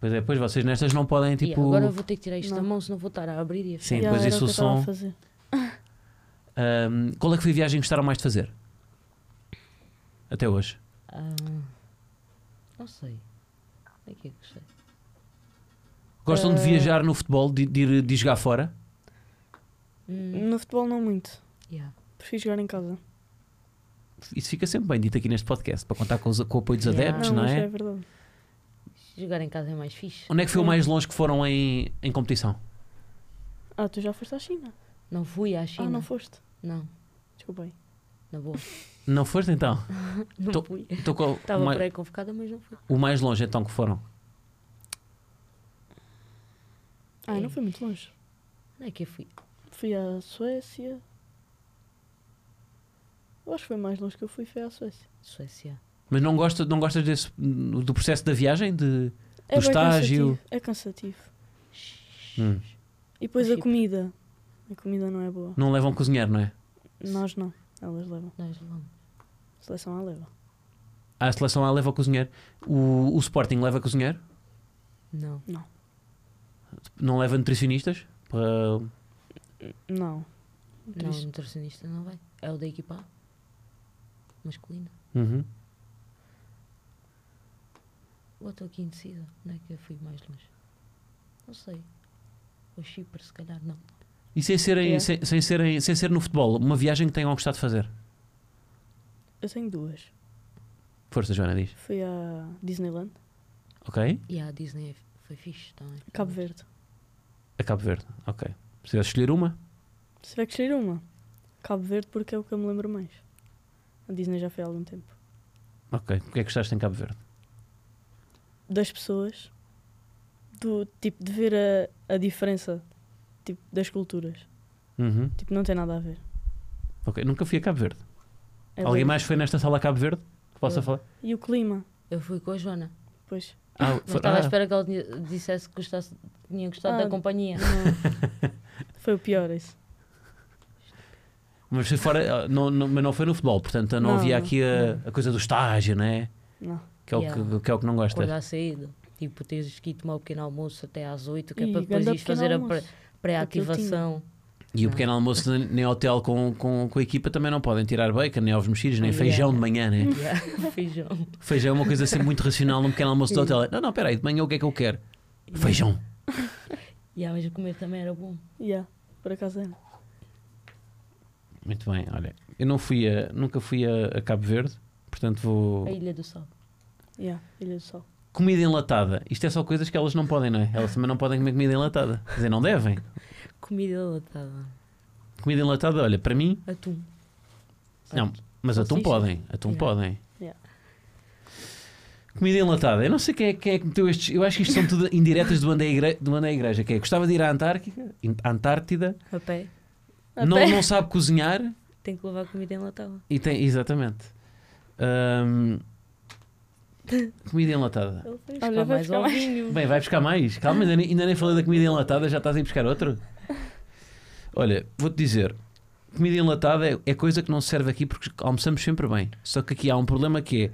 [SPEAKER 1] Pois é, pois vocês nestas não podem,
[SPEAKER 2] E
[SPEAKER 1] tipo.
[SPEAKER 2] agora eu vou ter que tirar isto da
[SPEAKER 3] Não.
[SPEAKER 2] mão, senão vou estar a abrir e a
[SPEAKER 1] Sim,
[SPEAKER 2] fechar.
[SPEAKER 1] depois
[SPEAKER 3] era
[SPEAKER 1] isso
[SPEAKER 3] o
[SPEAKER 1] o
[SPEAKER 3] que eu tava
[SPEAKER 1] som.
[SPEAKER 3] a fazer.
[SPEAKER 1] Ahm, qual é que foi a viagem que gostaram mais de fazer? Até hoje.
[SPEAKER 2] Ah, não sei. É que eu gostei.
[SPEAKER 1] Gostam de
[SPEAKER 3] Ah.
[SPEAKER 1] viajar no futebol, de, de ir de jogar fora?
[SPEAKER 2] Hum,
[SPEAKER 3] No futebol não muito.
[SPEAKER 2] yeah.
[SPEAKER 3] Prefiro jogar em casa.
[SPEAKER 1] Isso fica sempre bem dito aqui neste podcast, para contar com, os- com o apoio dos
[SPEAKER 2] Yeah.
[SPEAKER 1] adeptos,
[SPEAKER 3] não,
[SPEAKER 1] não
[SPEAKER 3] mas
[SPEAKER 1] é?
[SPEAKER 3] é verdade.
[SPEAKER 2] Jogar em casa é mais fixe.
[SPEAKER 1] Onde é que foi o mais longe que foram em, em competição?
[SPEAKER 3] Ah, tu já foste à China?
[SPEAKER 2] Não fui à
[SPEAKER 3] Ah,
[SPEAKER 2] China.
[SPEAKER 3] não foste.
[SPEAKER 2] não,
[SPEAKER 3] Desculpa aí.
[SPEAKER 2] na boa.
[SPEAKER 1] Não foste então?
[SPEAKER 2] Não
[SPEAKER 1] Tô-
[SPEAKER 2] fui.
[SPEAKER 1] Então, qual- o,
[SPEAKER 2] Estava
[SPEAKER 1] mai-
[SPEAKER 2] pré-convocada, mas não fui.
[SPEAKER 1] o mais longe então que foram?
[SPEAKER 3] Ah,
[SPEAKER 2] Ei.
[SPEAKER 3] não foi muito longe.
[SPEAKER 2] Onde é que eu fui?
[SPEAKER 3] Fui à Suécia. Eu acho que foi mais longe que eu fui, foi à Suécia.
[SPEAKER 2] Suécia.
[SPEAKER 1] Mas não gostas, não gostas desse, do processo da viagem? De...
[SPEAKER 3] É
[SPEAKER 1] Do
[SPEAKER 3] bem
[SPEAKER 1] estágio.
[SPEAKER 3] cansativo, É cansativo.
[SPEAKER 1] Hum.
[SPEAKER 3] E depois a
[SPEAKER 2] Chipre.
[SPEAKER 3] comida. A comida não é boa.
[SPEAKER 1] Não levam cozinheiro, não é?
[SPEAKER 3] Nós não. Elas levam.
[SPEAKER 2] Nós levamos.
[SPEAKER 3] A seleção a leva.
[SPEAKER 1] A seleção A leva cozinheiro. O, o Sporting leva cozinheiro?
[SPEAKER 2] Não.
[SPEAKER 1] Não leva nutricionistas? Para-
[SPEAKER 3] Não.
[SPEAKER 2] Não,
[SPEAKER 3] Triste.
[SPEAKER 2] o nutricionista não vai. É o da equipa A, masculina.
[SPEAKER 1] Uhum.
[SPEAKER 2] Ou estou aqui indecisa. Onde é que eu fui mais longe? Não sei. O Chipre, se calhar, não.
[SPEAKER 1] E sem ser, em-
[SPEAKER 3] É.
[SPEAKER 1] sem, sem ser em- sem ser no futebol, uma viagem que tenham gostado de fazer?
[SPEAKER 3] Eu tenho duas.
[SPEAKER 1] Força, Joana, diz.
[SPEAKER 3] Fui à Disneyland,
[SPEAKER 1] Ok?
[SPEAKER 2] E a Disney é- foi fixe também.
[SPEAKER 3] Cabo Verde.
[SPEAKER 1] A Cabo Verde. Ok. Se tivesse escolher uma,
[SPEAKER 3] Se tiver que escolher uma, Cabo Verde porque é o que eu me lembro mais. A Disney já foi há algum tempo.
[SPEAKER 1] ok. O que é que gostaste em Cabo Verde?
[SPEAKER 3] Das pessoas, do tipo de ver a, a diferença tipo, das culturas.
[SPEAKER 1] Uhum.
[SPEAKER 3] Tipo, não tem nada a ver.
[SPEAKER 1] Ok. Nunca fui a Cabo Verde.
[SPEAKER 3] É
[SPEAKER 1] Alguém
[SPEAKER 3] bem-
[SPEAKER 1] mais foi nesta sala a Cabo Verde? Que possa
[SPEAKER 2] Eu.
[SPEAKER 1] falar?
[SPEAKER 3] E o clima,
[SPEAKER 2] Eu fui com a Joana.
[SPEAKER 3] pois.
[SPEAKER 1] Ah,
[SPEAKER 2] Mas
[SPEAKER 1] foi-
[SPEAKER 2] estava à
[SPEAKER 1] ah,
[SPEAKER 2] espera que ela tinha- dissesse que gostasse, tinha gostado
[SPEAKER 3] Ah.
[SPEAKER 2] da companhia.
[SPEAKER 3] não. é. foi o pior isso.
[SPEAKER 1] mas, foi fora, ah, não, não, mas não foi no futebol, portanto não,
[SPEAKER 3] Não,
[SPEAKER 1] havia
[SPEAKER 3] não.
[SPEAKER 1] aqui a, a coisa do estágio, não é?
[SPEAKER 3] Não.
[SPEAKER 1] Que é, o
[SPEAKER 2] Yeah.
[SPEAKER 1] que, que é o que não gostas.
[SPEAKER 2] Acordar cedo. Tipo, teres que ir tomar o pequeno almoço até às 8, que é
[SPEAKER 3] E
[SPEAKER 2] para depois
[SPEAKER 3] ganda
[SPEAKER 2] ires fazer
[SPEAKER 3] pequeno
[SPEAKER 2] a
[SPEAKER 3] almoço.
[SPEAKER 2] pré- pré-ativação.
[SPEAKER 1] E o
[SPEAKER 2] Não.
[SPEAKER 1] pequeno almoço nem- nem hotel com, com, com a equipa também não podem tirar bacon, nem ovos mexidos, nem
[SPEAKER 2] Yeah.
[SPEAKER 1] feijão de manhã, né?
[SPEAKER 2] Yeah, Feijão.
[SPEAKER 1] Feijão é uma coisa sempre muito racional num pequeno almoço do hotel. É, Não, não, peraí, de manhã o que é que eu quero? Feijão.
[SPEAKER 2] Yeah, mas o comer também era bom.
[SPEAKER 3] Yeah, por acaso é. era.
[SPEAKER 1] Muito bem, olha. Eu não fui a, nunca fui a, a Cabo Verde, portanto vou.
[SPEAKER 2] A Ilha do Sol.
[SPEAKER 3] Yeah, Ilha do Sol.
[SPEAKER 1] Comida enlatada. Isto é só coisas que elas não podem, não é? Elas também não podem comer comida enlatada. Quer dizer, não devem.
[SPEAKER 2] Comida latada.
[SPEAKER 1] Comida enlatada, olha, para mim,
[SPEAKER 2] Atum.
[SPEAKER 1] Não, mas atum
[SPEAKER 2] Salsicha.
[SPEAKER 1] podem. Atum
[SPEAKER 2] Yeah.
[SPEAKER 1] podem.
[SPEAKER 3] Yeah.
[SPEAKER 1] Comida enlatada. Eu não sei quem é, quem é que meteu estes. Eu acho que isto são tudo indiretas do André Igreja, do André Igreja que é gostava de ir à Antártica, in- Antártida,
[SPEAKER 2] A pé.
[SPEAKER 3] A
[SPEAKER 1] não,
[SPEAKER 3] pé.
[SPEAKER 1] não sabe cozinhar
[SPEAKER 2] Tem que levar comida enlatada.
[SPEAKER 1] e tem. Exatamente. Ahm, Comida enlatada.
[SPEAKER 2] Ele foi buscar
[SPEAKER 3] Olha, vai
[SPEAKER 2] mais
[SPEAKER 3] ficar
[SPEAKER 2] um.
[SPEAKER 3] vinho.
[SPEAKER 1] Bem, vai buscar mais. Calma, ainda nem, ainda nem falei da comida enlatada, já estás a ir buscar outro? Olha, vou-te dizer: comida enlatada é, é coisa que não serve aqui porque almoçamos sempre bem. Só que aqui há um problema que é: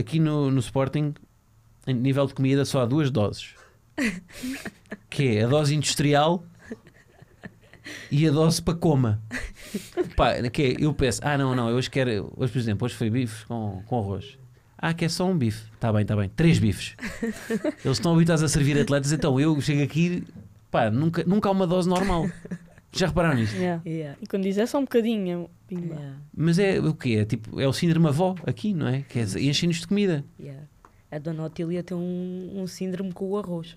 [SPEAKER 1] aqui no, no Sporting, em nível de comida, só há duas doses: que é a dose industrial e a dose para coma. Pá, que é, eu peço: ah, não, não, eu hoje quero. Hoje, por exemplo, hoje foi bife com, com arroz. Ah, que é só um bife. Está bem, está bem. Três bifes. Eles estão habituados a servir atletas, então eu chego aqui, pá, nunca, nunca há uma dose normal. Já repararam nisto?
[SPEAKER 3] Yeah.
[SPEAKER 2] Yeah,
[SPEAKER 3] E quando diz é só um bocadinho, é pimba.
[SPEAKER 2] yeah,
[SPEAKER 1] Mas é o quê? É, tipo, é o síndrome avó aqui, não é? Quer dizer, enchem-nos de comida.
[SPEAKER 2] yeah. A dona Otília tem um, um síndrome com o arroz.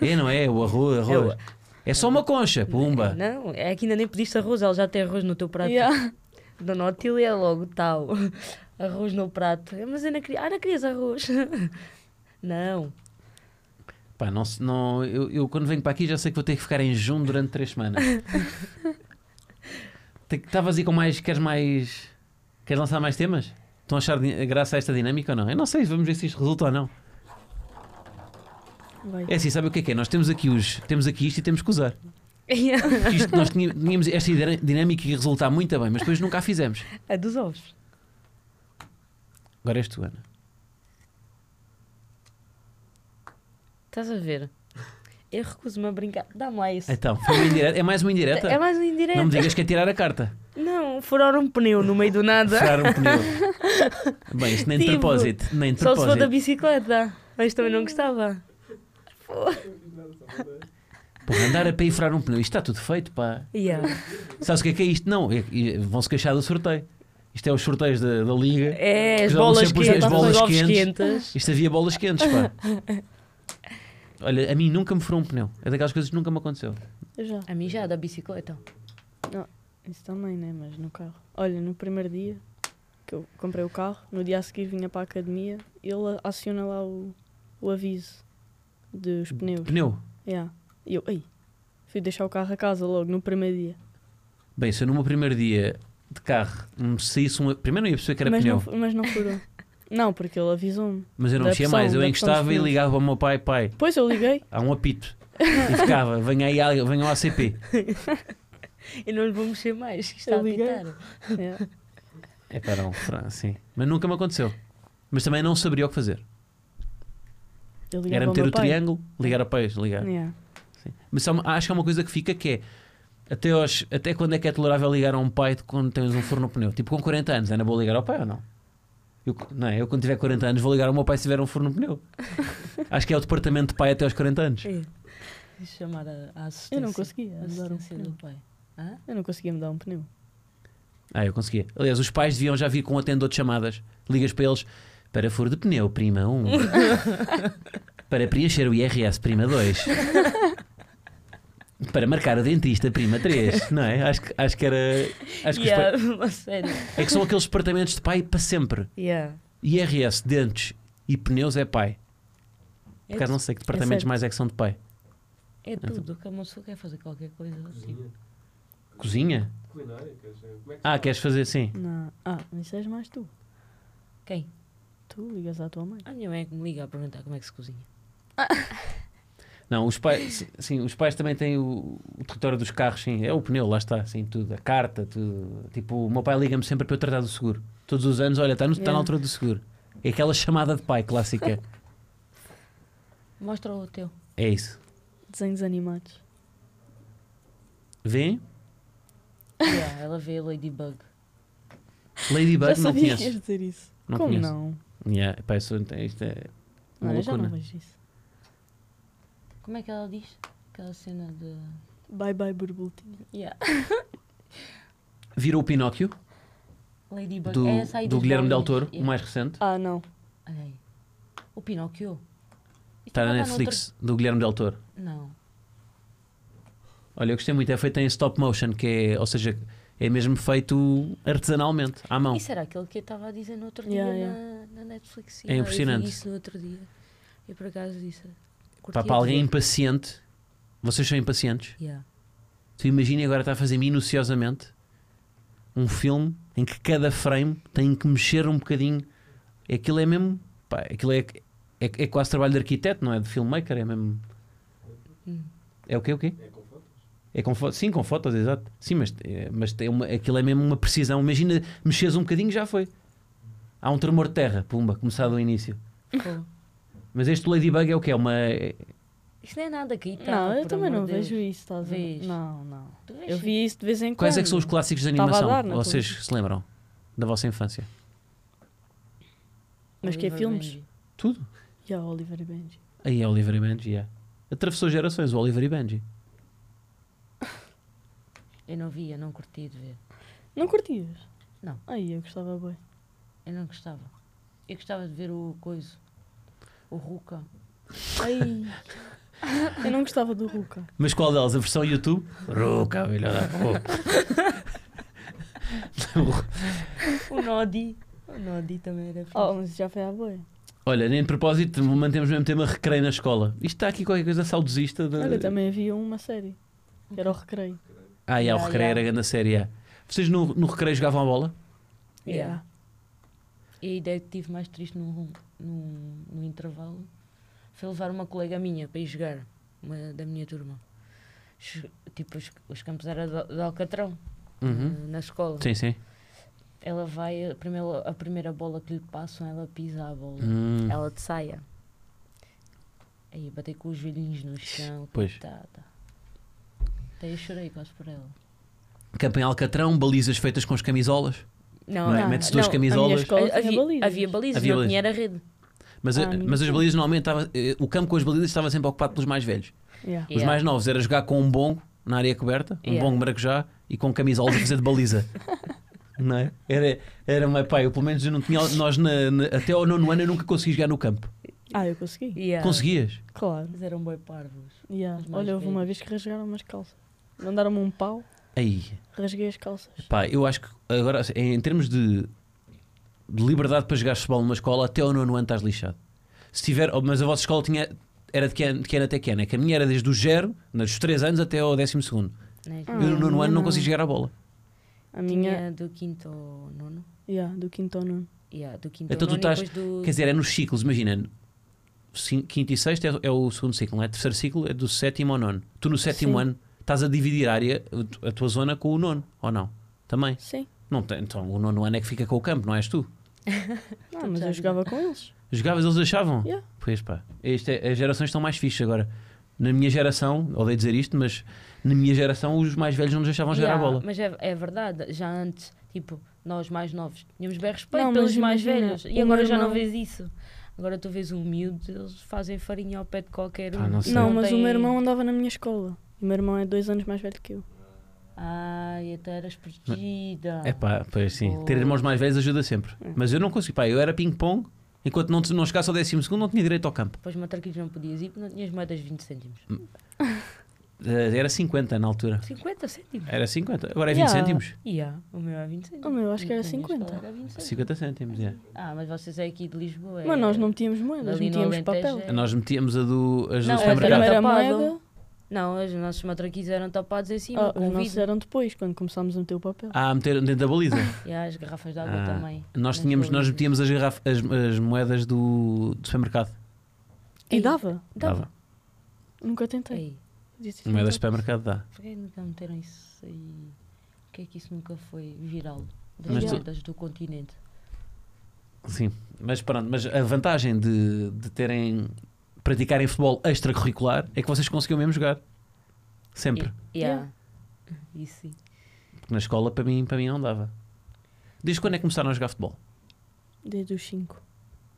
[SPEAKER 1] É, não é? O arroz, arroz. É só uma concha, pumba.
[SPEAKER 2] Não, é que ainda nem pediste arroz, ela já tem arroz no teu prato.
[SPEAKER 3] Yeah.
[SPEAKER 2] Dona Otília é logo tal. Arroz no prato. "Ah, Mas eu não queria. Ah, não querias arroz. Não.
[SPEAKER 1] Pá, não, se- não, eu, eu quando venho para aqui já sei que vou ter que ficar em junho durante três semanas. Te- Estavas aí com mais. Queres mais. Queres lançar mais temas? Estão a achar di- graça a esta dinâmica ou não? Eu não sei, vamos ver se isto resulta ou não.
[SPEAKER 3] Vai.
[SPEAKER 1] É assim, sabe o que é que é? Nós temos aqui, os, temos aqui isto e temos que usar. Porque isto, nós tinha- tínhamos esta idera- dinâmica que ia resultar muito bem, mas depois nunca a fizemos.
[SPEAKER 2] A É dos ovos.
[SPEAKER 1] Agora és tu, Ana.
[SPEAKER 2] Estás a ver? Eu recuso-me a brincar. Dá-me lá isso.
[SPEAKER 1] Então, foi uma indireta. É mais uma indireta?
[SPEAKER 2] É mais um
[SPEAKER 1] Não me
[SPEAKER 2] indireto.
[SPEAKER 1] digas que é tirar a carta.
[SPEAKER 2] Não, furaram um pneu no meio do nada.
[SPEAKER 1] Furar um pneu. Bem, isto nem de
[SPEAKER 2] Tipo,
[SPEAKER 1] propósito. Nem de
[SPEAKER 2] Só se for da
[SPEAKER 1] propósito.
[SPEAKER 2] bicicleta. Mas também não gostava.
[SPEAKER 1] Porra, andar a pé e furar um pneu. Isto está tudo feito, pá.
[SPEAKER 2] Yeah.
[SPEAKER 1] Sabes o que é que é isto? Não, é- é- vão-se queixar do sorteio. Isto é os sorteios da, da Liga.
[SPEAKER 2] É, as
[SPEAKER 1] Já
[SPEAKER 2] bolas
[SPEAKER 1] vamos sempre
[SPEAKER 2] quentes.
[SPEAKER 1] as bolas
[SPEAKER 2] os ovos
[SPEAKER 1] quentes.
[SPEAKER 2] quentes.
[SPEAKER 1] Isto havia bolas quentes, pá. Olha, a mim nunca me furou um pneu. É daquelas coisas que nunca me aconteceu.
[SPEAKER 3] Eu já.
[SPEAKER 2] A mim já, da bicicleta.
[SPEAKER 3] Isso também, né? Mas no carro. Olha, no primeiro dia que eu comprei o carro, no dia a seguir vinha para a academia, ele aciona lá o, o aviso dos pneus.
[SPEAKER 1] Pneu.
[SPEAKER 3] Yeah. E eu, ei, fui deixar o carro a casa logo no primeiro dia.
[SPEAKER 1] Bem, se eu no meu primeiro dia de carro me saísse um. Primeiro não ia perceber que era
[SPEAKER 3] mas,
[SPEAKER 1] pneu,
[SPEAKER 3] não, fu- mas não furou. não, porque ele avisou-me.
[SPEAKER 1] mas eu não
[SPEAKER 3] da
[SPEAKER 1] mexia
[SPEAKER 3] pressão,
[SPEAKER 1] mais. Eu
[SPEAKER 3] da
[SPEAKER 1] encostava
[SPEAKER 3] pressão
[SPEAKER 1] e
[SPEAKER 3] dos
[SPEAKER 1] ligava ao meu pai, pai,
[SPEAKER 3] Depois eu liguei.
[SPEAKER 1] há um apito. E ficava, venha aí, al- venha ao ACP.
[SPEAKER 2] Eu não lhe vou mexer mais, que está
[SPEAKER 3] Eu
[SPEAKER 2] a
[SPEAKER 3] liguei.
[SPEAKER 2] pitar.
[SPEAKER 3] Yeah.
[SPEAKER 1] É para um fra- sim. Mas nunca me aconteceu. Mas também não saberia o que fazer.
[SPEAKER 3] Eu liguei
[SPEAKER 1] Era
[SPEAKER 3] para
[SPEAKER 1] meter
[SPEAKER 3] meu
[SPEAKER 1] o
[SPEAKER 3] pai.
[SPEAKER 1] triângulo, ligar a peixe, ligar.
[SPEAKER 3] Yeah.
[SPEAKER 1] Mas só- acho que há uma coisa que fica que é até, aos, até quando é que é tolerável ligar a um pai de quando tens um forno no pneu? Tipo com 40 anos, ainda vou ligar ao pai ou não? Eu, não é? Eu quando tiver 40 anos vou ligar ao meu pai se tiver um forno no pneu. acho que é o departamento de pai até aos 40 anos.
[SPEAKER 2] É. Chamar a, a assistência.
[SPEAKER 3] Eu não conseguia
[SPEAKER 2] a
[SPEAKER 3] mudar um
[SPEAKER 2] assistência do
[SPEAKER 3] pneu.
[SPEAKER 2] pai.
[SPEAKER 3] Eu não conseguia mudar um pneu.
[SPEAKER 1] Ah, eu conseguia. Aliás, os pais deviam já vir com um atendedor de chamadas. Ligas para eles para furo de pneu, prima 1. para preencher o IRS, prima 2. para marcar o dentista, prima 3. Não é? Acho que, acho que era. Acho que os
[SPEAKER 2] yeah, a sério.
[SPEAKER 1] pa- É que são aqueles departamentos de pai para sempre.
[SPEAKER 2] Yeah.
[SPEAKER 1] IRS, dentes e pneus é pai. Por
[SPEAKER 2] É,
[SPEAKER 1] acaso não sei que departamentos
[SPEAKER 3] certo.
[SPEAKER 1] mais é que são de pai.
[SPEAKER 2] é tudo, que a moça quer fazer qualquer coisa assim.
[SPEAKER 1] Cozinha?
[SPEAKER 4] Culinária, queres ver? Como é que
[SPEAKER 1] Ah, queres fazer sim.
[SPEAKER 3] Não. Ah, isso és mais tu.
[SPEAKER 2] Quem?
[SPEAKER 3] Tu ligas à tua mãe.
[SPEAKER 2] A minha mãe é que me liga a perguntar como é que se cozinha.
[SPEAKER 1] Não, os pais, sim, os pais também têm o, o território dos carros, sim, é o pneu, lá está, sim, tudo, a carta, tudo. Tipo, o meu pai liga-me sempre para eu tratar do seguro. Todos os anos, olha, está, no- está na
[SPEAKER 3] Yeah.
[SPEAKER 1] altura do seguro. É aquela chamada de pai clássica.
[SPEAKER 2] Mostra o teu.
[SPEAKER 1] é isso.
[SPEAKER 3] Desenhos animados.
[SPEAKER 1] Vem,
[SPEAKER 2] Yeah, ela vê a Ladybug.
[SPEAKER 3] Já
[SPEAKER 1] Ladybug, não
[SPEAKER 3] sabia que
[SPEAKER 1] conheces.
[SPEAKER 3] ias dizer isso.
[SPEAKER 1] Não
[SPEAKER 3] Como
[SPEAKER 1] conheço.
[SPEAKER 3] não?
[SPEAKER 1] Yeah, pá, isso- isto é uma
[SPEAKER 3] Não, eu já não
[SPEAKER 1] lacuna.
[SPEAKER 3] vejo isso.
[SPEAKER 2] Como é que ela diz? Aquela cena de.
[SPEAKER 3] Bye bye, borboletinha.
[SPEAKER 2] Yeah.
[SPEAKER 1] Virou o Pinóquio,
[SPEAKER 2] Ladybug.
[SPEAKER 1] do,
[SPEAKER 2] é essa aí
[SPEAKER 1] do
[SPEAKER 2] das
[SPEAKER 1] Guilherme Del
[SPEAKER 2] bolinhas.
[SPEAKER 1] Toro, o
[SPEAKER 2] Yeah.
[SPEAKER 1] mais recente.
[SPEAKER 3] Ah, não.
[SPEAKER 2] Olha aí. O Pinóquio. Isto
[SPEAKER 1] Está Tá na
[SPEAKER 2] não
[SPEAKER 1] Netflix, do Guilherme Del Toro.
[SPEAKER 2] noutra- Não.
[SPEAKER 1] Olha, eu gostei muito, é feito em stop motion, que é, ou seja, é mesmo feito artesanalmente, à mão.
[SPEAKER 2] Isso era aquele que eu estava a dizer no outro dia
[SPEAKER 3] Yeah,
[SPEAKER 2] Na, na Netflix.
[SPEAKER 1] É
[SPEAKER 2] Yeah, Eu
[SPEAKER 1] impressionante.
[SPEAKER 2] vi isso no outro dia. Eu por acaso disse.
[SPEAKER 1] Pá,
[SPEAKER 2] curtia
[SPEAKER 1] para alguém
[SPEAKER 2] de ver.
[SPEAKER 1] impaciente, vocês são impacientes.
[SPEAKER 2] Yeah.
[SPEAKER 1] Tu imagina agora estar a fazer minuciosamente um filme em que cada frame tem que mexer um bocadinho é aquilo é mesmo. Pá, aquilo é, é, é quase trabalho de arquiteto, não é? De filmmaker, é mesmo.
[SPEAKER 2] Hum.
[SPEAKER 1] É o quê? O quê? É com fotos? Sim, com fotos, exato. Sim, mas, é, mas tem uma, aquilo é mesmo uma precisão. Imagina, mexes um bocadinho já foi. Há um tremor de terra, pumba, começado do início.
[SPEAKER 2] Pô,
[SPEAKER 1] Mas este Ladybug é o quê? É uma. é-
[SPEAKER 2] Isto não é nada aqui, tá?
[SPEAKER 3] não, eu
[SPEAKER 2] por
[SPEAKER 3] também
[SPEAKER 2] amor
[SPEAKER 3] não
[SPEAKER 2] de Deus.
[SPEAKER 3] vejo isso, estás a ver?
[SPEAKER 2] Vês?
[SPEAKER 3] Não, não.
[SPEAKER 2] Tu vês
[SPEAKER 3] Eu
[SPEAKER 2] sim.
[SPEAKER 3] vi isso de vez em quando.
[SPEAKER 1] Quais é que são os clássicos de
[SPEAKER 3] Estava a
[SPEAKER 1] animação?
[SPEAKER 3] dar é? na
[SPEAKER 1] Vocês
[SPEAKER 3] televisão.
[SPEAKER 1] se lembram? Da vossa infância?
[SPEAKER 3] Mas que é
[SPEAKER 2] Oliver
[SPEAKER 3] filmes?
[SPEAKER 2] Benji.
[SPEAKER 1] Tudo.
[SPEAKER 3] E a Oliver e Benji.
[SPEAKER 1] Aí é Oliver e Benji, yeah. Atravessou gerações, o Oliver e Benji.
[SPEAKER 2] Eu não via, não curti de ver.
[SPEAKER 3] Não curtias?
[SPEAKER 2] Não.
[SPEAKER 3] Aí eu gostava bem.
[SPEAKER 2] Eu não gostava. Eu gostava de ver o coisa. O Ruka.
[SPEAKER 3] Ai. eu não gostava do Ruka.
[SPEAKER 1] Mas qual delas? A versão YouTube? Ruca, filha da puta.
[SPEAKER 2] O Nodi. O Nodi também era
[SPEAKER 3] Oh, mas já foi à boia.
[SPEAKER 1] Olha, nem de propósito, mantemos o mesmo tema recreio na escola. Isto está aqui qualquer coisa saudosista. De...
[SPEAKER 3] Olha, também havia uma série. Que era o Recreio.
[SPEAKER 1] Ah, yeah, o
[SPEAKER 2] Yeah,
[SPEAKER 1] recreio
[SPEAKER 2] yeah.
[SPEAKER 1] era grande a série. yeah. Vocês no, no recreio jogavam a bola?
[SPEAKER 2] Yeah. E a ideia que tive mais triste num, num, num intervalo foi levar uma colega minha para ir jogar, uma da minha turma. Che- Tipo, os, os campos eram de, Al- de Alcatrão,
[SPEAKER 1] Uhum.
[SPEAKER 2] eh, na escola.
[SPEAKER 1] Sim, sim.
[SPEAKER 2] Ela vai, a primeira, a primeira bola que lhe passam, ela pisa a bola.
[SPEAKER 1] Hum.
[SPEAKER 2] Ela de saia. Aí batei com os joelhinhos no chão,
[SPEAKER 1] Pois.
[SPEAKER 2] coitada. Até eu chorei quase por ela.
[SPEAKER 1] Campo em Alcatrão, balizas feitas com as camisolas. Não é?
[SPEAKER 3] não,
[SPEAKER 1] Mete-se duas
[SPEAKER 2] não,
[SPEAKER 3] A minha
[SPEAKER 1] camisolas.
[SPEAKER 3] escola tinha
[SPEAKER 2] havia,
[SPEAKER 3] balizas.
[SPEAKER 2] havia balizas,
[SPEAKER 1] Havia
[SPEAKER 2] não
[SPEAKER 1] balizas.
[SPEAKER 2] tinha era rede.
[SPEAKER 1] Mas,
[SPEAKER 3] Ah,
[SPEAKER 1] a-
[SPEAKER 3] muito
[SPEAKER 1] mas as
[SPEAKER 3] bom.
[SPEAKER 1] balizas normalmente estava, eh, o campo com as balizas estava sempre ocupado pelos mais velhos.
[SPEAKER 3] Yeah.
[SPEAKER 1] Os
[SPEAKER 2] Yeah.
[SPEAKER 1] mais novos era jogar com um bongo na área coberta, um
[SPEAKER 2] Yeah.
[SPEAKER 1] bongo maracujá e com camisolas a fazer de baliza. Não é? Era, era uma pá, eu pelo menos eu não tinha. Nós na- na- até ao nono ano eu nunca consegui jogar no campo.
[SPEAKER 3] Ah, eu consegui.
[SPEAKER 2] Yeah.
[SPEAKER 1] Conseguias?
[SPEAKER 3] Claro.
[SPEAKER 2] Mas eram boi parvos.
[SPEAKER 3] Yeah.
[SPEAKER 2] Os mais
[SPEAKER 3] Olha, houve uma vez que rasgaram umas calças. Mandaram-me um pau,
[SPEAKER 1] Aí,
[SPEAKER 3] rasguei as calças.
[SPEAKER 1] pá, eu acho que agora, em termos de, de liberdade para jogar futebol numa escola, até ao nono ano estás lixado. Se tiver, oh, mas a vossa escola tinha, era de que ano, de que ano até que ano? É que a minha era desde o zero, dos 3 anos até ao 12 segundo.
[SPEAKER 2] Né?
[SPEAKER 3] Ah,
[SPEAKER 1] Eu no nono
[SPEAKER 3] minha
[SPEAKER 1] ano não é?
[SPEAKER 3] não.
[SPEAKER 1] consegui jogar a bola.
[SPEAKER 3] A minha.
[SPEAKER 2] Tinha do quinto ao nono.
[SPEAKER 3] Yeah, do quinto ao nono.
[SPEAKER 2] Yeah, do quinto
[SPEAKER 1] Então
[SPEAKER 2] ao
[SPEAKER 1] tu
[SPEAKER 2] nono
[SPEAKER 1] estás-
[SPEAKER 2] e depois do...
[SPEAKER 1] Quer dizer, é nos ciclos, imagina. cin- Quinto e sexto é, é o segundo ciclo, não é? Terceiro ciclo é do sétimo ao nono. Tu no sétimo
[SPEAKER 3] Sim.
[SPEAKER 1] ano estás a dividir a área, a tua zona com o nono, ou não? Também.
[SPEAKER 3] Sim.
[SPEAKER 1] Não tem- então o nono ano é que fica com o campo, não és tu?
[SPEAKER 3] Não, Ah, mas eu jogava com eles.
[SPEAKER 1] Jogavas, eles achavam?
[SPEAKER 3] Yeah.
[SPEAKER 1] Pois pá. Isto é- as gerações estão mais fixas agora. Na minha geração, odeio dizer isto, mas na minha geração os mais velhos não nos deixavam jogar
[SPEAKER 2] Yeah,
[SPEAKER 1] a bola.
[SPEAKER 2] Mas é, é verdade, já antes, tipo, nós mais novos tínhamos bem respeito
[SPEAKER 3] Não, mas
[SPEAKER 2] pelos mais
[SPEAKER 3] imagina,
[SPEAKER 2] velhos. E
[SPEAKER 3] o
[SPEAKER 2] agora
[SPEAKER 3] meu
[SPEAKER 2] já não
[SPEAKER 3] irmão-
[SPEAKER 2] vês isso. Agora tu vês um miúdo, eles fazem farinha ao pé de qualquer um.
[SPEAKER 1] Ah, não sei.
[SPEAKER 3] Não, mas o
[SPEAKER 2] tem-
[SPEAKER 3] meu irmão andava na minha escola. E o meu irmão é dois anos mais velho que eu.
[SPEAKER 2] Ai, até eras protegida.
[SPEAKER 1] É pá, pois sim.
[SPEAKER 2] Oh.
[SPEAKER 1] Ter irmãos mais velhos ajuda sempre.
[SPEAKER 3] É.
[SPEAKER 1] Mas eu não consegui, pá, eu era ping-pong, enquanto não, não chegasse ao décimo segundo não tinha direito ao campo.
[SPEAKER 2] Depois matraquilhos não podias ir porque não tinhas moedas de 20 cêntimos.
[SPEAKER 1] Eh, Era 50 na altura.
[SPEAKER 2] 50 cêntimos?
[SPEAKER 1] Era 50, agora é 20
[SPEAKER 3] Yeah.
[SPEAKER 1] cêntimos.
[SPEAKER 2] Yeah, o meu é 20 cêntimos.
[SPEAKER 3] O meu acho que era
[SPEAKER 2] Na minha
[SPEAKER 3] 50.
[SPEAKER 2] escola era 20 cêntimos.
[SPEAKER 1] 50 cêntimos, é.
[SPEAKER 2] Ah, mas vocês é aqui de Lisboa. é-
[SPEAKER 3] Mas nós não metíamos moedas,
[SPEAKER 2] Ali no
[SPEAKER 3] metíamos
[SPEAKER 2] Alentejo
[SPEAKER 3] papel.
[SPEAKER 2] é-
[SPEAKER 1] Nós metíamos a do, as
[SPEAKER 2] Não,
[SPEAKER 1] do
[SPEAKER 2] a
[SPEAKER 3] A
[SPEAKER 1] supermercado.
[SPEAKER 3] primeira
[SPEAKER 2] Tapado.
[SPEAKER 3] moeda,
[SPEAKER 2] Não, os nossos matraquilhos eram tapados em cima,
[SPEAKER 3] ah,
[SPEAKER 2] com
[SPEAKER 3] os nossos
[SPEAKER 2] vidro.
[SPEAKER 3] eram depois, quando começámos a meter o papel.
[SPEAKER 1] Ah, a meter dentro da baliza.
[SPEAKER 3] é-
[SPEAKER 2] E há as garrafas de água
[SPEAKER 1] Ah,
[SPEAKER 2] também.
[SPEAKER 1] Nós,
[SPEAKER 2] Nas
[SPEAKER 1] tínhamos, nós
[SPEAKER 2] balizas.
[SPEAKER 1] metíamos as, garraf- as, as moedas do, do supermercado.
[SPEAKER 3] E
[SPEAKER 2] Ei.
[SPEAKER 3] dava.
[SPEAKER 2] Dava.
[SPEAKER 3] Nunca tentei.
[SPEAKER 2] Ei,
[SPEAKER 3] Disse isso
[SPEAKER 1] Moedas de
[SPEAKER 3] nunca.
[SPEAKER 2] então.
[SPEAKER 1] supermercado dá.
[SPEAKER 2] porquê é nunca meteram isso aí? Porquê é que isso nunca foi viral?
[SPEAKER 1] Mas
[SPEAKER 2] Das
[SPEAKER 1] tu-
[SPEAKER 2] moedas do continente.
[SPEAKER 1] Sim, mas pronto, mas a vantagem de, de terem praticarem futebol extracurricular é que vocês conseguiam mesmo jogar. Sempre.
[SPEAKER 2] E, yeah. Isso sim.
[SPEAKER 1] Porque na escola para mim, para mim não dava. Desde quando é que começaram a jogar futebol?
[SPEAKER 3] Desde os 5.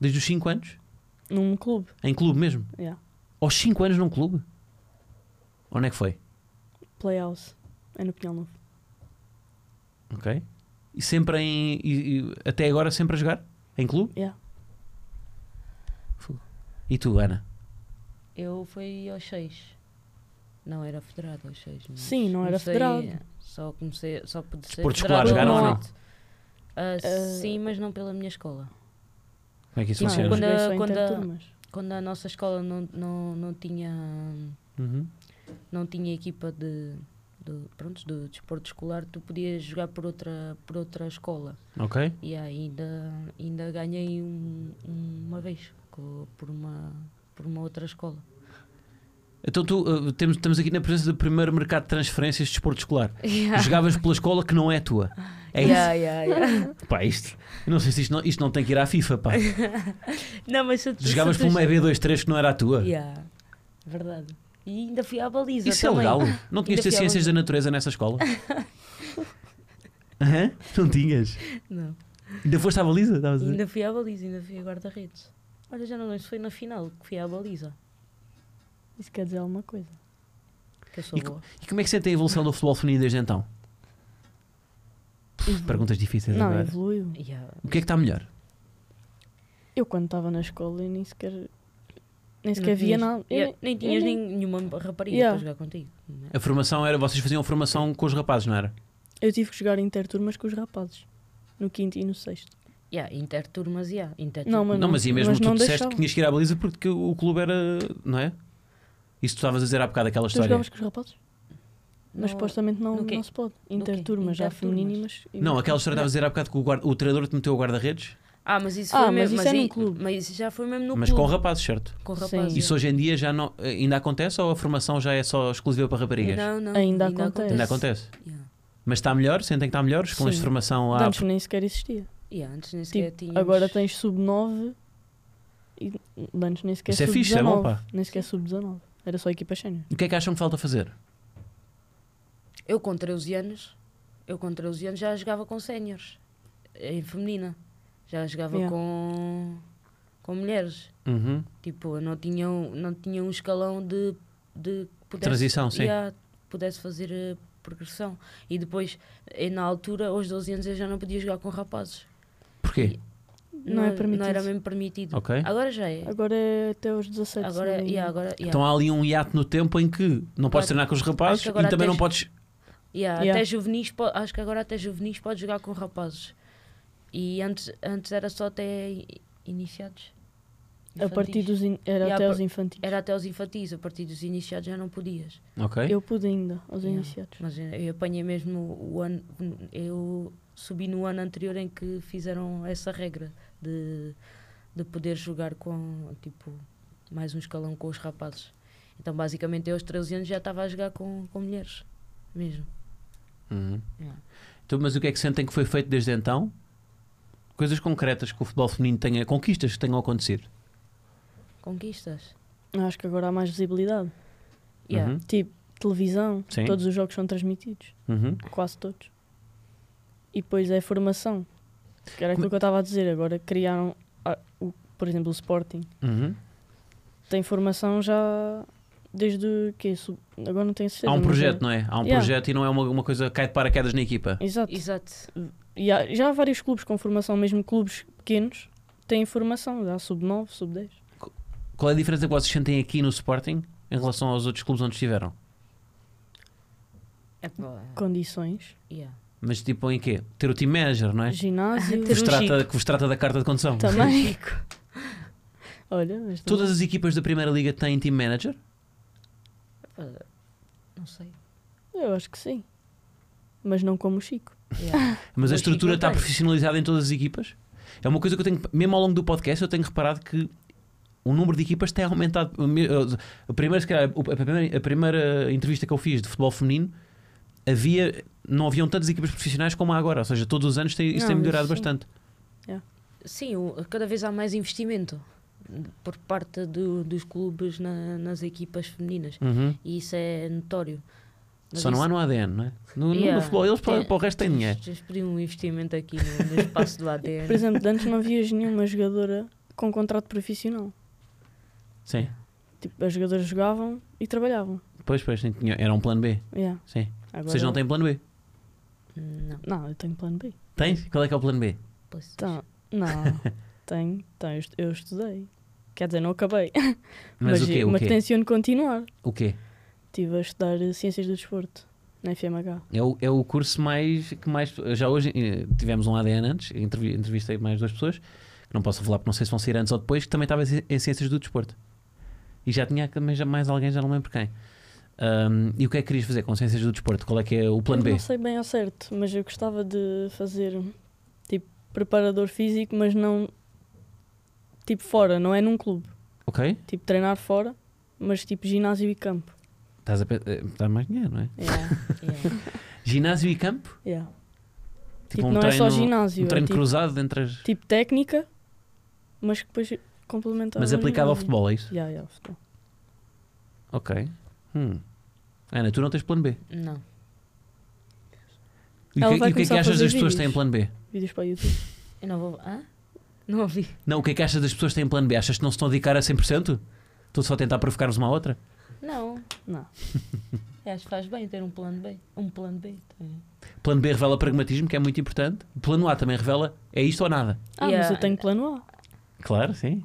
[SPEAKER 1] Desde os 5 anos?
[SPEAKER 3] Num clube.
[SPEAKER 1] Em clube mesmo?
[SPEAKER 3] Yeah.
[SPEAKER 1] Aos 5 anos num clube? Onde é que foi?
[SPEAKER 3] Playhouse. É no Pinhal Novo.
[SPEAKER 1] Ok. E sempre em. e- e até agora sempre a jogar? Em clube?
[SPEAKER 3] Yeah.
[SPEAKER 1] Fogo. E tu, Ana?
[SPEAKER 2] Eu fui aos seis. Não era federado aos seis. mas
[SPEAKER 3] Sim, não era
[SPEAKER 2] comecei-
[SPEAKER 3] federado.
[SPEAKER 2] Só comecei, só pude ser
[SPEAKER 1] Desportos
[SPEAKER 2] federado
[SPEAKER 1] escolares
[SPEAKER 2] pela
[SPEAKER 3] jogaram ou
[SPEAKER 2] noite. Ah,
[SPEAKER 3] Ah.
[SPEAKER 2] Sim, mas não pela minha escola.
[SPEAKER 1] Como é que isso
[SPEAKER 2] Não,
[SPEAKER 3] Não, eu
[SPEAKER 1] funciona?
[SPEAKER 2] quando-
[SPEAKER 3] joguei só
[SPEAKER 2] quando-
[SPEAKER 3] interturmas.
[SPEAKER 2] Quando a nossa escola não, não, não tinha
[SPEAKER 1] Uhum.
[SPEAKER 2] não tinha equipa de do, pronto, do desporto escolar, tu podias jogar por outra, por outra escola.
[SPEAKER 1] Ok?
[SPEAKER 2] E ainda, ainda ganhei um- um- uma vez co- por, uma, por uma outra escola.
[SPEAKER 1] Então tu, uh, temos, estamos aqui na presença do primeiro mercado de transferências de desporto escolar.
[SPEAKER 2] Yeah.
[SPEAKER 1] Jogavas pela escola que não é tua. É
[SPEAKER 2] Yeah, yeah, yeah.
[SPEAKER 1] isso? Pá, isto. eu não sei se isto não, isto não tem que ir à FIFA, pá.
[SPEAKER 2] não, mas se, tu- se
[SPEAKER 1] Jogavas
[SPEAKER 2] tu
[SPEAKER 1] por uma EB23 que não era a tua.
[SPEAKER 2] Yeah, Verdade. E ainda fui à baliza.
[SPEAKER 1] Isso é
[SPEAKER 2] também.
[SPEAKER 1] legal. Não tinhas de ter
[SPEAKER 2] Ainda fui à
[SPEAKER 1] ciências da
[SPEAKER 2] baliza.
[SPEAKER 1] natureza nessa escola? Hã? Não tinhas?
[SPEAKER 2] Não.
[SPEAKER 1] Ainda foste à baliza? Estavas a dizer?
[SPEAKER 2] Ainda fui à baliza, ainda fui a guarda-redes. Olha, já não lembro se foi na final que fui à baliza.
[SPEAKER 3] Isso quer dizer alguma coisa.
[SPEAKER 2] Que eu sou
[SPEAKER 1] E co-
[SPEAKER 2] boa.
[SPEAKER 1] E como é que sentem a evolução do futebol feminino desde então? Pff, Perguntas difíceis
[SPEAKER 3] Não,
[SPEAKER 1] agora.
[SPEAKER 3] evoluiu.
[SPEAKER 2] Yeah.
[SPEAKER 1] O que é que está melhor?
[SPEAKER 3] Eu quando estava na escola eu nem sequer. Nem
[SPEAKER 2] Não
[SPEAKER 3] sequer via
[SPEAKER 2] tinhas-
[SPEAKER 3] nada. Eu
[SPEAKER 2] Yeah,
[SPEAKER 3] nem-
[SPEAKER 2] Nem
[SPEAKER 3] eu
[SPEAKER 2] tinhas
[SPEAKER 3] nem-
[SPEAKER 2] nenhuma rapariga
[SPEAKER 3] Yeah.
[SPEAKER 2] para jogar contigo. não é?
[SPEAKER 1] A formação era. Vocês faziam formação com os rapazes, não era?
[SPEAKER 3] Eu tive que jogar interturmas com os rapazes. No quinto e no sexto.
[SPEAKER 2] Yeah, interturmas, yeah. Interturmas.
[SPEAKER 3] Não, mas
[SPEAKER 1] não, mas e mesmo
[SPEAKER 3] mas
[SPEAKER 1] tu
[SPEAKER 3] não
[SPEAKER 1] disseste
[SPEAKER 3] deixavam.
[SPEAKER 1] que tinhas que ir à baliza porque o clube era. Não é? Isso tu estavas a dizer há bocado aquela
[SPEAKER 3] Tu
[SPEAKER 1] história.
[SPEAKER 3] jogavas com os rapazes? Mas supostamente não,
[SPEAKER 2] no quê?
[SPEAKER 3] não se pode.
[SPEAKER 2] No quê?
[SPEAKER 3] Interturmas, já
[SPEAKER 2] Interturmas.
[SPEAKER 3] feminino, mas.
[SPEAKER 1] Não, aquela história que estavas a dizer há bocado que o, guarda- o treinador te meteu o guarda-redes,
[SPEAKER 2] Ah, mas isso
[SPEAKER 3] Ah,
[SPEAKER 2] foi
[SPEAKER 3] mas
[SPEAKER 2] mesmo.
[SPEAKER 3] isso é
[SPEAKER 2] aí-
[SPEAKER 3] num clube.
[SPEAKER 2] mas isso já foi mesmo no
[SPEAKER 1] mas com
[SPEAKER 2] clube.
[SPEAKER 1] rapazes, certo?
[SPEAKER 2] com
[SPEAKER 3] Sim.
[SPEAKER 2] rapazes.
[SPEAKER 1] Isso hoje em dia já não, ainda acontece ou a formação já é só exclusiva para raparigas?
[SPEAKER 2] Não, não.
[SPEAKER 3] Ainda acontece.
[SPEAKER 1] Ainda acontece.
[SPEAKER 2] Yeah.
[SPEAKER 1] Mas está melhor? Sentem que está melhor? Com
[SPEAKER 3] é. Sim.
[SPEAKER 1] de formação há.
[SPEAKER 3] Antes nem sequer existia.
[SPEAKER 2] Yeah, antes nem
[SPEAKER 3] Tipo,
[SPEAKER 2] sequer tínhamos...
[SPEAKER 3] Agora tens sub-9 e antes nem sequer
[SPEAKER 1] Isso é
[SPEAKER 3] sub-19.
[SPEAKER 1] fixe, é bom, pá.
[SPEAKER 3] Nem sequer sub-19. Era só equipa sénior.
[SPEAKER 1] O que é que acham que falta fazer?
[SPEAKER 2] Eu com 13 anos, eu com 13 anos já jogava com séniores, em feminina. Já jogava
[SPEAKER 3] Yeah.
[SPEAKER 2] com, com mulheres.
[SPEAKER 1] Uhum.
[SPEAKER 2] Tipo, eu não tinha, um- não tinha um escalão de, de que pudesse,
[SPEAKER 1] Transição, sim.
[SPEAKER 2] yeah, pudesse fazer eh, progressão. E depois, eh, na altura, aos 12 anos eu já não podia jogar com rapazes.
[SPEAKER 1] Porquê?
[SPEAKER 3] Não é permitido.
[SPEAKER 2] Não era mesmo permitido.
[SPEAKER 1] Ok.
[SPEAKER 2] Agora já é.
[SPEAKER 3] Agora é né? até aos 17 se
[SPEAKER 2] Agora,
[SPEAKER 3] não me
[SPEAKER 2] yeah,
[SPEAKER 3] engano.
[SPEAKER 2] agora, yeah.
[SPEAKER 1] Então há ali um hiato no tempo em que não podes
[SPEAKER 2] Pode.
[SPEAKER 1] treinar com os rapazes
[SPEAKER 2] Acho que
[SPEAKER 1] e
[SPEAKER 2] agora
[SPEAKER 1] também não
[SPEAKER 2] tens-
[SPEAKER 1] podes.
[SPEAKER 2] Yeah,
[SPEAKER 3] Yeah.
[SPEAKER 2] Até juvenis, po- acho que agora até juvenis pode jogar com rapazes. E antes, antes era só até i- iniciados.
[SPEAKER 3] A partir
[SPEAKER 2] Infantis.
[SPEAKER 3] dos in- era
[SPEAKER 2] Yeah,
[SPEAKER 3] até
[SPEAKER 2] a
[SPEAKER 3] aos
[SPEAKER 2] par-
[SPEAKER 3] infantis.
[SPEAKER 2] Era até os infantis, a partir dos iniciados já não podias.
[SPEAKER 1] Ok.
[SPEAKER 3] Eu pude ainda, aos
[SPEAKER 2] Yeah.
[SPEAKER 3] iniciados.
[SPEAKER 2] Mas eu- eu apanhei mesmo o ano. Eu subi no ano anterior em que fizeram essa regra de, de poder jogar com, tipo, mais um escalão com os rapazes. Então, basicamente, eu aos 13 anos já estava a jogar com, com mulheres. Mesmo.
[SPEAKER 1] Uhum.
[SPEAKER 2] Yeah.
[SPEAKER 1] Então, mas o que é que sentem que foi feito desde então? Coisas concretas que o futebol feminino tenha, conquistas que tenham acontecido.
[SPEAKER 2] Conquistas.
[SPEAKER 3] Acho que agora há mais visibilidade.
[SPEAKER 2] Yeah.
[SPEAKER 1] Uhum.
[SPEAKER 3] Tipo, televisão,
[SPEAKER 1] Sim.
[SPEAKER 3] todos os jogos são transmitidos.
[SPEAKER 1] Uhum.
[SPEAKER 3] Quase todos. E depois é formação. Que era aquilo que eu estava a dizer. Agora criaram, ah, o, por exemplo, o Sporting.
[SPEAKER 1] Uhum.
[SPEAKER 3] Tem formação já desde o quê? Sub- Agora não tenho certeza.
[SPEAKER 1] Há um
[SPEAKER 3] mas
[SPEAKER 1] projeto,
[SPEAKER 3] é-
[SPEAKER 1] não é? Há um
[SPEAKER 3] Yeah.
[SPEAKER 1] projeto e não é uma, uma coisa que cai de paraquedas na equipa.
[SPEAKER 3] Exato.
[SPEAKER 2] Exato.
[SPEAKER 3] E há- já há vários clubes com formação, mesmo clubes pequenos, têm formação. Há sub-9, sub-10.
[SPEAKER 1] Qual é a diferença que vocês sentem aqui no Sporting em relação aos outros clubes onde estiveram?
[SPEAKER 2] É pá,
[SPEAKER 3] Condições.
[SPEAKER 2] yeah.
[SPEAKER 1] Mas tipo em quê? Ter o team manager, não é? Que
[SPEAKER 3] Ginásio.
[SPEAKER 2] Ter
[SPEAKER 1] vos,
[SPEAKER 2] um
[SPEAKER 1] trata,
[SPEAKER 2] Chico.
[SPEAKER 1] que vos trata da carta de condução.
[SPEAKER 3] Também. Olha, mas
[SPEAKER 1] Todas as equipas da Primeira Liga têm team manager?
[SPEAKER 2] Epá, Não sei.
[SPEAKER 3] Eu acho que sim. Mas não como o Chico.
[SPEAKER 2] Yeah.
[SPEAKER 1] Mas a
[SPEAKER 2] Hoje
[SPEAKER 1] estrutura
[SPEAKER 2] não
[SPEAKER 1] está
[SPEAKER 2] tem.
[SPEAKER 1] profissionalizada em todas as equipas? É uma coisa que eu tenho, mesmo ao longo do podcast, eu tenho reparado que o número de equipas tem aumentado. A primeira, se calhar, a primeira, a primeira entrevista que eu fiz de futebol feminino havia, não haviam tantas equipas profissionais como há agora, ou seja, todos os anos tem, isso
[SPEAKER 3] Não,
[SPEAKER 1] tem
[SPEAKER 3] isso
[SPEAKER 1] melhorado
[SPEAKER 3] sim.
[SPEAKER 1] bastante.
[SPEAKER 2] Sim, o- cada vez há mais investimento por parte do- dos clubes na- nas equipas femininas.
[SPEAKER 1] Uhum.
[SPEAKER 2] E isso é notório. Mas
[SPEAKER 1] Só não
[SPEAKER 2] isso-
[SPEAKER 1] há no ADN, não é? No, no- no
[SPEAKER 2] Yeah.
[SPEAKER 1] futebol, eles para,
[SPEAKER 2] Tem-
[SPEAKER 1] para o resto têm dinheiro.
[SPEAKER 2] Tens- Tens de pedir um investimento aqui no, no espaço do ADN.
[SPEAKER 3] Por exemplo, de antes não havias nenhuma jogadora com contrato profissional.
[SPEAKER 1] Sim,
[SPEAKER 3] Tipo, as jogadoras jogavam e trabalhavam.
[SPEAKER 1] pois, pois, nem tinha- era um plano B.
[SPEAKER 3] Yeah.
[SPEAKER 1] Sim.
[SPEAKER 3] Agora,
[SPEAKER 1] Vocês não têm plano B?
[SPEAKER 2] Não,
[SPEAKER 3] Não, eu tenho plano B.
[SPEAKER 1] Tens? Qual é que é o plano B?
[SPEAKER 2] pois-
[SPEAKER 3] Então, não, tenho. Então, eu estu- eu estudei. Quer dizer, não acabei.
[SPEAKER 1] Mas, o quê? O
[SPEAKER 3] mas
[SPEAKER 1] quê?
[SPEAKER 3] tenciono continuar.
[SPEAKER 1] O quê?
[SPEAKER 3] Estive a estudar eh, Ciências do Desporto na FMH.
[SPEAKER 1] É o, é o curso mais que mais. Já hoje eh, tivemos um ADN antes, entrevi- entrevistei mais duas pessoas, que não posso falar porque não sei se vão sair antes ou depois, que também estava em ci- em Ciências do Desporto. E já tinha também já mais alguém, já não lembro quem. Ahm, e o que é que querias fazer com Ciências do Desporto? Qual é que é o plano
[SPEAKER 3] eu
[SPEAKER 1] B?
[SPEAKER 3] Não sei bem ao certo, mas eu gostava de fazer tipo preparador físico, mas não tipo fora, não é num clube.
[SPEAKER 1] Ok?
[SPEAKER 3] Tipo treinar fora, mas tipo ginásio e campo.
[SPEAKER 1] Estás a pe- eh, dá mais dinheiro, não é?
[SPEAKER 3] Yeah,
[SPEAKER 2] Yeah.
[SPEAKER 1] Ginásio e campo?
[SPEAKER 3] yeah.
[SPEAKER 1] Tipo,
[SPEAKER 3] Tipo,
[SPEAKER 1] um
[SPEAKER 3] não
[SPEAKER 1] treino,
[SPEAKER 3] é só ginásio,
[SPEAKER 1] um treino
[SPEAKER 3] é tipo,
[SPEAKER 1] cruzado entre as.
[SPEAKER 3] tipo técnica, mas que depois complementar.
[SPEAKER 1] Mas
[SPEAKER 3] ao
[SPEAKER 1] aplicado ao
[SPEAKER 3] ginásio.
[SPEAKER 1] futebol, é isso?
[SPEAKER 3] Yeah, yeah, futebol.
[SPEAKER 1] Ok. Hum. Ana, tu não tens plano B.
[SPEAKER 2] Não.
[SPEAKER 1] E o
[SPEAKER 3] Ela
[SPEAKER 1] que,
[SPEAKER 3] vai
[SPEAKER 1] e o que é que
[SPEAKER 3] começar a
[SPEAKER 1] achas
[SPEAKER 3] fazer
[SPEAKER 1] das pessoas que têm
[SPEAKER 3] vídeos.
[SPEAKER 1] plano B?
[SPEAKER 3] Vídeos para o YouTube.
[SPEAKER 2] Eu não vou. Hã? Não ouvi.
[SPEAKER 1] Não, o que é que achas das pessoas que têm plano B? Achas que não se estão a dedicar a 100%? Estou só a tentar provocar-vos uma à outra?
[SPEAKER 2] Não.
[SPEAKER 3] Não.
[SPEAKER 2] Eu acho que faz bem ter um plano B. Um plano B. também.
[SPEAKER 1] Plano B revela pragmatismo, que é muito importante. O plano A também revela é isto ou nada.
[SPEAKER 3] Ah, mas
[SPEAKER 2] Yeah.
[SPEAKER 3] eu tenho plano A.
[SPEAKER 1] Claro, sim.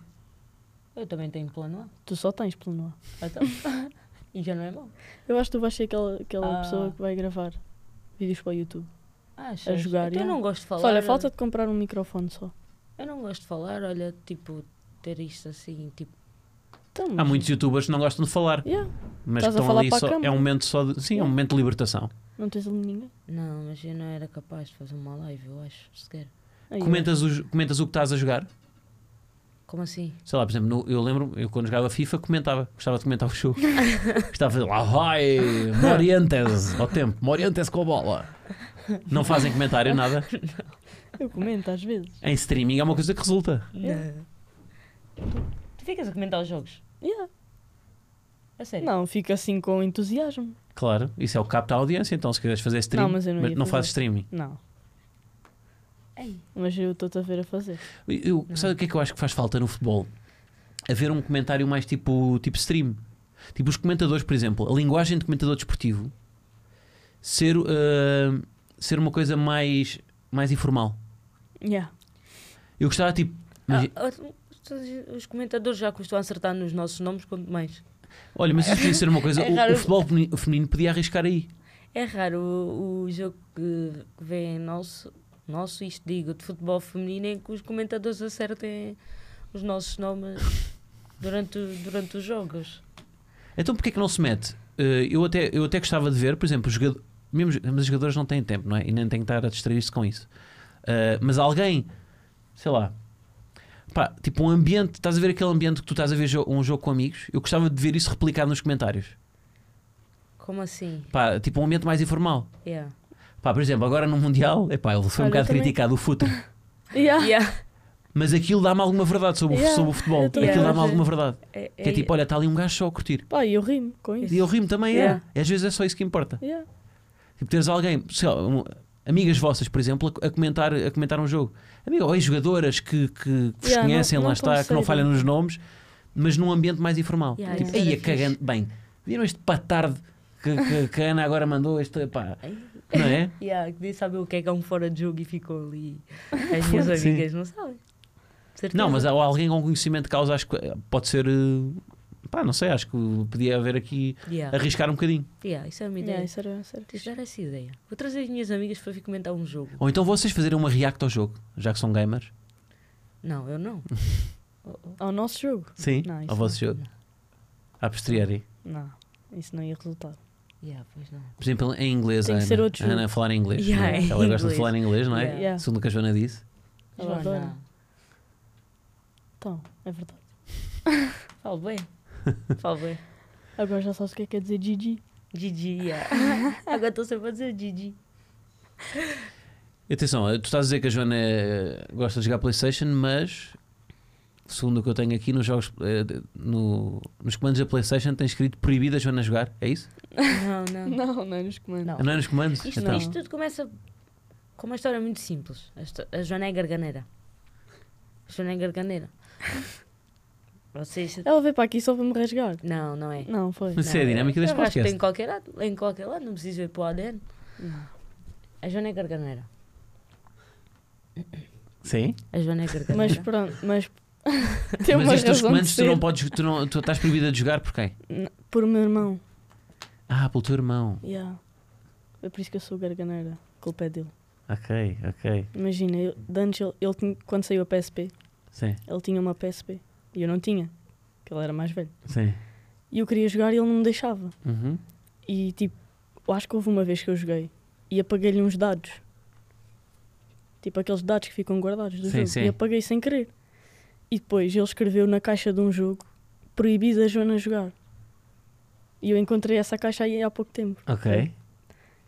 [SPEAKER 2] Eu também tenho plano A.
[SPEAKER 3] Tu só tens plano A.
[SPEAKER 2] Então. e já não é mau.
[SPEAKER 3] Eu acho que tu vais ser aquela, aquela
[SPEAKER 2] Ah.
[SPEAKER 3] pessoa que vai gravar vídeos para o YouTube.
[SPEAKER 2] Achas?
[SPEAKER 3] A jogar,
[SPEAKER 2] Então Eu
[SPEAKER 3] yeah.
[SPEAKER 2] não gosto de falar.
[SPEAKER 3] Só, olha, falta de comprar um microfone só.
[SPEAKER 2] Eu não gosto de falar, olha, tipo, ter isto assim, tipo.
[SPEAKER 3] Então,
[SPEAKER 1] Há
[SPEAKER 3] mas-
[SPEAKER 1] muitos youtubers que não gostam de falar,
[SPEAKER 3] Yeah,
[SPEAKER 1] mas
[SPEAKER 3] Estás a
[SPEAKER 1] estão
[SPEAKER 3] falar
[SPEAKER 1] ali
[SPEAKER 3] para a
[SPEAKER 1] só. É
[SPEAKER 3] câmara.
[SPEAKER 1] um momento só de. Sim, é um momento de libertação.
[SPEAKER 3] não tens ali ninguém.
[SPEAKER 2] Não, mas eu não era capaz de fazer uma live, eu acho, sequer.
[SPEAKER 3] Aí,
[SPEAKER 1] Comentas, os- comentas o que estás a jogar?
[SPEAKER 2] Como assim?
[SPEAKER 1] Sei lá, por exemplo, no- eu lembro, eu quando jogava FIFA comentava, gostava de comentar o jogo. Gostava de fazer lá vai, Morientes ao tempo, Morientes com a bola. Não fazem comentário, nada.
[SPEAKER 3] Eu comento às vezes.
[SPEAKER 1] Em streaming é uma coisa que resulta.
[SPEAKER 2] Não. É. Tu, tu ficas a comentar os jogos?
[SPEAKER 3] Yeah.
[SPEAKER 2] A sério?
[SPEAKER 3] Não, fica assim com entusiasmo.
[SPEAKER 1] Claro, isso é o que capta a audiência, então se quiseres fazer streaming,
[SPEAKER 3] Não, mas eu não ia
[SPEAKER 1] fazes
[SPEAKER 3] fazer.
[SPEAKER 1] streaming.
[SPEAKER 3] Não,
[SPEAKER 2] Ei,
[SPEAKER 3] mas eu estou-te a ver a fazer.
[SPEAKER 1] Eu,
[SPEAKER 2] Não.
[SPEAKER 1] sabe o que é que eu acho que faz falta no futebol? Haver um comentário mais tipo, tipo stream. Tipo, os comentadores, por exemplo, a linguagem de comentador desportivo ser, ah, ser uma coisa mais, mais informal.
[SPEAKER 3] Yeah.
[SPEAKER 1] Eu gostava, tipo, imagi-
[SPEAKER 2] Ah, ah, os comentadores já costumam acertar nos nossos nomes, quanto mais.
[SPEAKER 1] olha, mas isso podia ser uma coisa.
[SPEAKER 2] É
[SPEAKER 1] o- o,
[SPEAKER 2] raro.
[SPEAKER 1] futebol femi- feminino podia arriscar aí.
[SPEAKER 2] É raro o, o jogo que, que vem nosso, nosso, isto digo, de futebol feminino, em que os comentadores acertem os nossos nomes durante, o- durante os jogos.
[SPEAKER 1] Então, porquê é que não se mete? Ah, eu, até, eu até gostava de ver, por exemplo, jogador, mesmo, jo- mas os jogadores não têm tempo, não é? E nem têm que estar a distrair-se com isso. Ah, mas alguém, sei lá, pá, tipo um ambiente, estás a ver aquele ambiente que tu estás a ver jo- um jogo com amigos? Eu gostava de ver isso replicado nos comentários.
[SPEAKER 2] Como assim?
[SPEAKER 1] Pá, tipo um ambiente mais informal.
[SPEAKER 2] Yeah.
[SPEAKER 1] Pá, por exemplo, agora no Mundial, epá, ele foi um
[SPEAKER 3] Olha,
[SPEAKER 1] bocado
[SPEAKER 3] eu também-
[SPEAKER 1] criticado o futebol.
[SPEAKER 3] Yeah.
[SPEAKER 2] Yeah.
[SPEAKER 1] Mas aquilo dá-me alguma verdade sobre, o-
[SPEAKER 3] Yeah,
[SPEAKER 1] sobre o futebol.
[SPEAKER 3] eu também
[SPEAKER 1] Aquilo dá-me
[SPEAKER 2] acho.
[SPEAKER 1] alguma verdade.
[SPEAKER 2] É,
[SPEAKER 1] Que é tipo, olha, está ali um gajo só a curtir.
[SPEAKER 3] Pá, e eu rimo com isso.
[SPEAKER 1] E eu rimo também,
[SPEAKER 3] Yeah.
[SPEAKER 1] é. E às vezes é só isso que importa.
[SPEAKER 3] Yeah.
[SPEAKER 1] Tipo, teres alguém, sei lá, um- amigas vossas, por exemplo, a, a comentar, a comentar um jogo. Amiga, ou ex-jogadoras que, que vos
[SPEAKER 3] Yeah, não-
[SPEAKER 1] conhecem, lá
[SPEAKER 3] não
[SPEAKER 1] está, que não
[SPEAKER 3] conseguem.
[SPEAKER 1] falham nos nomes, mas num ambiente mais informal.
[SPEAKER 2] Yeah,
[SPEAKER 1] tipo,
[SPEAKER 2] isso era
[SPEAKER 1] aí a
[SPEAKER 2] fixe."
[SPEAKER 1] cagando. Bem, viram este patardo que, que, que a Ana agora mandou, este pá, não é?
[SPEAKER 2] Yeah, queria saber o que é que é um fora de jogo e ficou ali. As minhas
[SPEAKER 1] Sim.
[SPEAKER 2] amigas não sabem. De certeza.
[SPEAKER 1] Não, mas há alguém com conhecimento de causa, acho que eh, pode ser. eh, Pá, não sei, acho que podia haver aqui
[SPEAKER 2] Yeah.
[SPEAKER 1] arriscar um bocadinho.
[SPEAKER 2] Yeah, isso é uma ideia.
[SPEAKER 3] Yeah, isso era, isso era
[SPEAKER 2] Tens
[SPEAKER 3] fixe.
[SPEAKER 2] de dar essa ideia. Vou trazer as minhas amigas para vir comentar um jogo.
[SPEAKER 1] Ou então vocês fazerem uma react ao jogo, já que são gamers.
[SPEAKER 2] Não, eu não. Oh, oh.
[SPEAKER 3] Ao nosso jogo?
[SPEAKER 1] Sim,
[SPEAKER 3] Não, isso
[SPEAKER 1] ao vosso jogo. A posteriori.
[SPEAKER 3] Não, isso não ia resultar.
[SPEAKER 2] Yeah, pois não.
[SPEAKER 1] Por exemplo, em inglês,
[SPEAKER 3] Tem
[SPEAKER 1] a
[SPEAKER 3] que
[SPEAKER 1] Ana,
[SPEAKER 3] ser outro
[SPEAKER 1] a Ana
[SPEAKER 3] jogo.
[SPEAKER 1] a falar em inglês.
[SPEAKER 2] Yeah,
[SPEAKER 1] não é?
[SPEAKER 2] em
[SPEAKER 1] Ela gosta de
[SPEAKER 2] inglês.
[SPEAKER 1] falar em inglês, não é?
[SPEAKER 2] Yeah.
[SPEAKER 3] Yeah.
[SPEAKER 1] Segundo o que a Joana disse.
[SPEAKER 3] Eu adoro.
[SPEAKER 2] Joana,
[SPEAKER 3] Então, é verdade.
[SPEAKER 2] fala bem. Fala bem.
[SPEAKER 3] Agora já sabes o que é que quer dizer Gigi.
[SPEAKER 2] Gigi, yeah. Agora estou sempre a dizer Gigi.
[SPEAKER 1] Atenção, eh, tu estás a dizer que a Joana eh, gosta de jogar PlayStation, mas segundo o que eu tenho aqui nos jogos, eh, de- no- nos comandos da PlayStation, tem escrito proibida a Joana jogar. É isso?
[SPEAKER 2] Não, não.
[SPEAKER 3] Não, não é nos comandos.
[SPEAKER 2] Não.
[SPEAKER 1] Não, é nos comandos?
[SPEAKER 2] Isto,
[SPEAKER 1] Então,
[SPEAKER 2] isto tudo começa com uma história muito simples. A, histó- a Joana é garganeira. A Joana é garganeira. Vocês.
[SPEAKER 3] Ela veio para aqui só para me rasgar.
[SPEAKER 2] Não, não é.
[SPEAKER 3] Não, foi.
[SPEAKER 1] Mas isso é a
[SPEAKER 2] Não,
[SPEAKER 1] dinâmica
[SPEAKER 2] eu
[SPEAKER 1] deste
[SPEAKER 2] acho que
[SPEAKER 1] podcast.
[SPEAKER 2] Em qualquer, lado, em qualquer lado, não preciso ver para o ADN.
[SPEAKER 3] Não.
[SPEAKER 2] A Joana é garganeira.
[SPEAKER 1] Sim?
[SPEAKER 2] A Joana é garganeira.
[SPEAKER 3] Mas pronto, mas tem
[SPEAKER 1] mas
[SPEAKER 3] uma
[SPEAKER 1] estes
[SPEAKER 3] razão de
[SPEAKER 1] comandos tu
[SPEAKER 3] ser.
[SPEAKER 1] não podes, tu, não, tu estás proibida de jogar por quem?
[SPEAKER 3] N- Por meu irmão.
[SPEAKER 1] Ah, pelo teu irmão.
[SPEAKER 3] Yeah. É por isso que eu sou garganeira. A Culpa é dele.
[SPEAKER 1] Ok, ok.
[SPEAKER 3] Imagina, eu, de antes ele, ele tinha- quando saiu a PSP,
[SPEAKER 1] Sim,
[SPEAKER 3] ele tinha uma PSP e eu não tinha, que ele era mais velho.
[SPEAKER 1] sim.
[SPEAKER 3] E eu queria jogar e ele não me deixava.
[SPEAKER 1] Uhum.
[SPEAKER 3] E tipo, eu acho que houve uma vez que eu joguei e apaguei-lhe uns dados. Tipo aqueles dados que ficam guardados do
[SPEAKER 1] Sim,
[SPEAKER 3] jogo.
[SPEAKER 1] sim.
[SPEAKER 3] E apaguei sem querer. E depois ele escreveu na caixa de um jogo proibido a Joana jogar. E eu encontrei essa caixa aí há pouco tempo.
[SPEAKER 1] Ok.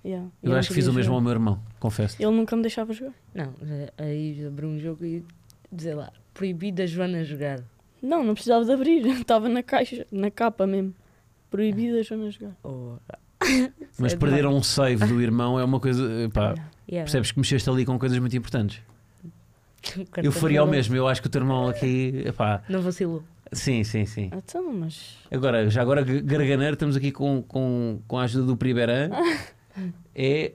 [SPEAKER 3] Yeah. E
[SPEAKER 1] Eu
[SPEAKER 3] não
[SPEAKER 1] acho que fiz o
[SPEAKER 3] podia
[SPEAKER 1] mesmo ao
[SPEAKER 3] jogar.
[SPEAKER 1] meu irmão, confesso.
[SPEAKER 3] Ele nunca me deixava jogar.
[SPEAKER 2] Não, aí abri um jogo e dizer lá, proibido a Joana jogar.
[SPEAKER 3] Não, não precisava de abrir. Estava na caixa, na capa mesmo. Proibida a Joana jogar.
[SPEAKER 2] Ou-
[SPEAKER 1] Mas
[SPEAKER 2] É
[SPEAKER 1] perder um save do irmão é uma coisa. Pá,
[SPEAKER 2] Yeah.
[SPEAKER 1] percebes que mexeste ali com coisas muito importantes.
[SPEAKER 2] Cartão
[SPEAKER 1] Eu um- faria o
[SPEAKER 2] vermelho.
[SPEAKER 1] mesmo, eu acho que o teu irmão aqui. Epá,
[SPEAKER 2] Não vacilou.
[SPEAKER 1] sim, sim, sim.
[SPEAKER 2] Ah,
[SPEAKER 3] Então, mas.
[SPEAKER 1] Agora, já agora, g- garganeiro, estamos aqui com, com, com a ajuda do Pribeirã. É,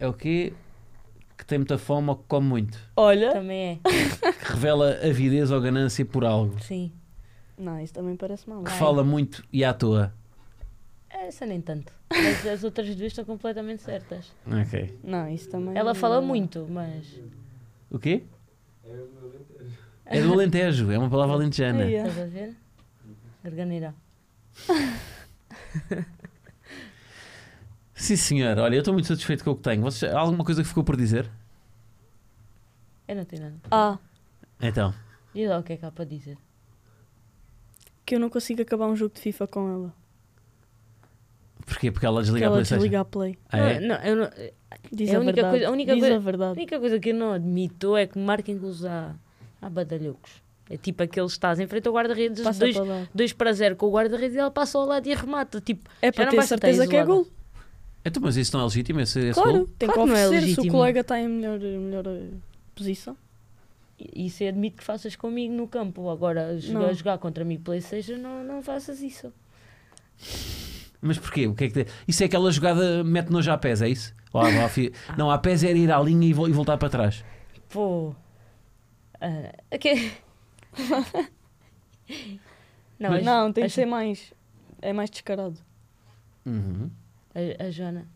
[SPEAKER 1] é o quê? Que tem muita fome ou que come muito.
[SPEAKER 3] Olha.
[SPEAKER 2] Também
[SPEAKER 1] Que revela avidez ou ganância por algo.
[SPEAKER 2] é. Sim.
[SPEAKER 3] Não, isso também parece mal.
[SPEAKER 1] Que fala muito e à toa.
[SPEAKER 2] Essa nem tanto. Mas as outras duas estão completamente certas.
[SPEAKER 1] Ok.
[SPEAKER 3] Não, isso também.
[SPEAKER 2] Ela fala muito, mas.
[SPEAKER 1] O quê? É do Alentejo, é uma palavra alentejana.
[SPEAKER 3] Ai,
[SPEAKER 2] Estás a ver? Garganeira.
[SPEAKER 1] Sim, senhor. Olha, eu estou muito satisfeito com o que tenho. Vocês, há alguma coisa que ficou por dizer?
[SPEAKER 2] Eu não tenho nada.
[SPEAKER 3] Ah,
[SPEAKER 1] Então,
[SPEAKER 2] E lá o que é que há para dizer?
[SPEAKER 3] que eu não consigo acabar um jogo de FIFA com ela.
[SPEAKER 1] porquê? Porque ela
[SPEAKER 3] Que
[SPEAKER 1] desliga a
[SPEAKER 3] ela
[SPEAKER 1] PlayStation.
[SPEAKER 3] desliga a play.
[SPEAKER 1] Ah, é?
[SPEAKER 2] Não, não, eu não-
[SPEAKER 3] Diz
[SPEAKER 2] É a
[SPEAKER 3] a,
[SPEAKER 2] única
[SPEAKER 3] verdade.
[SPEAKER 2] coisa- a única
[SPEAKER 3] Diz
[SPEAKER 2] coisa-
[SPEAKER 3] a
[SPEAKER 2] a
[SPEAKER 3] verdade.
[SPEAKER 2] única coisa que eu não admito é que marquem gols a, a badalhocos. É tipo aqueles que estás em frente ao guarda-redes,
[SPEAKER 3] Passa
[SPEAKER 2] dois,
[SPEAKER 3] para lá.
[SPEAKER 2] dois para 0 com o guarda-redes e ela passa ao lado e arremata. Tipo,
[SPEAKER 3] É
[SPEAKER 2] não
[SPEAKER 3] para ter
[SPEAKER 2] basta estar
[SPEAKER 3] certeza que é
[SPEAKER 2] isolada.
[SPEAKER 3] gol.
[SPEAKER 1] Então, mas isso não é legítimo? Esse, esse
[SPEAKER 3] Claro,
[SPEAKER 1] gol?
[SPEAKER 3] tem
[SPEAKER 2] Claro
[SPEAKER 3] que
[SPEAKER 2] que não é
[SPEAKER 3] oferecer se o
[SPEAKER 2] legítimo.
[SPEAKER 3] colega está em melhor, melhor eh, posição.
[SPEAKER 2] isso eu admito que faças comigo no campo. Agora, jogar,
[SPEAKER 3] Não.
[SPEAKER 2] jogar contra mim PlayStation, não, não faças isso.
[SPEAKER 1] Mas porquê? O que é que tem- Isso é aquela jogada mete-nos a pés, é isso? Ou à- à fi- Não, a pés era ir à linha e, vol- e voltar para trás.
[SPEAKER 2] Pô. Ah, ok. não, a, Jo-
[SPEAKER 3] Não, tem
[SPEAKER 2] a,
[SPEAKER 3] que ser mais. É mais descarado.
[SPEAKER 1] Uhum.
[SPEAKER 2] a, a Joana.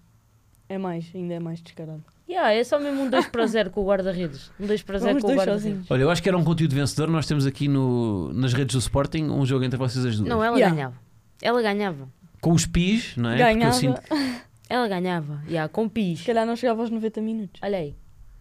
[SPEAKER 3] É mais, ainda é mais descarado.
[SPEAKER 2] Yeah, é só mesmo um 2 para 0 com o guarda-redes. Um 2 para 0
[SPEAKER 3] Vamos
[SPEAKER 2] com o
[SPEAKER 3] dois
[SPEAKER 2] guarda-redes.
[SPEAKER 3] sozinhos.
[SPEAKER 1] Olha, eu acho que era um conteúdo vencedor. Nós temos aqui no, nas redes do Sporting um jogo entre vocês as duas.
[SPEAKER 2] Não, ela
[SPEAKER 3] Yeah.
[SPEAKER 2] ganhava. Ela ganhava.
[SPEAKER 1] Com os pis, não é? Porque eu
[SPEAKER 3] Ganhava.
[SPEAKER 1] sinto-
[SPEAKER 2] Ela ganhava. Yeah, com
[SPEAKER 3] Se
[SPEAKER 2] pis.
[SPEAKER 3] calhar não chegava aos 90 minutos.
[SPEAKER 2] Olha aí.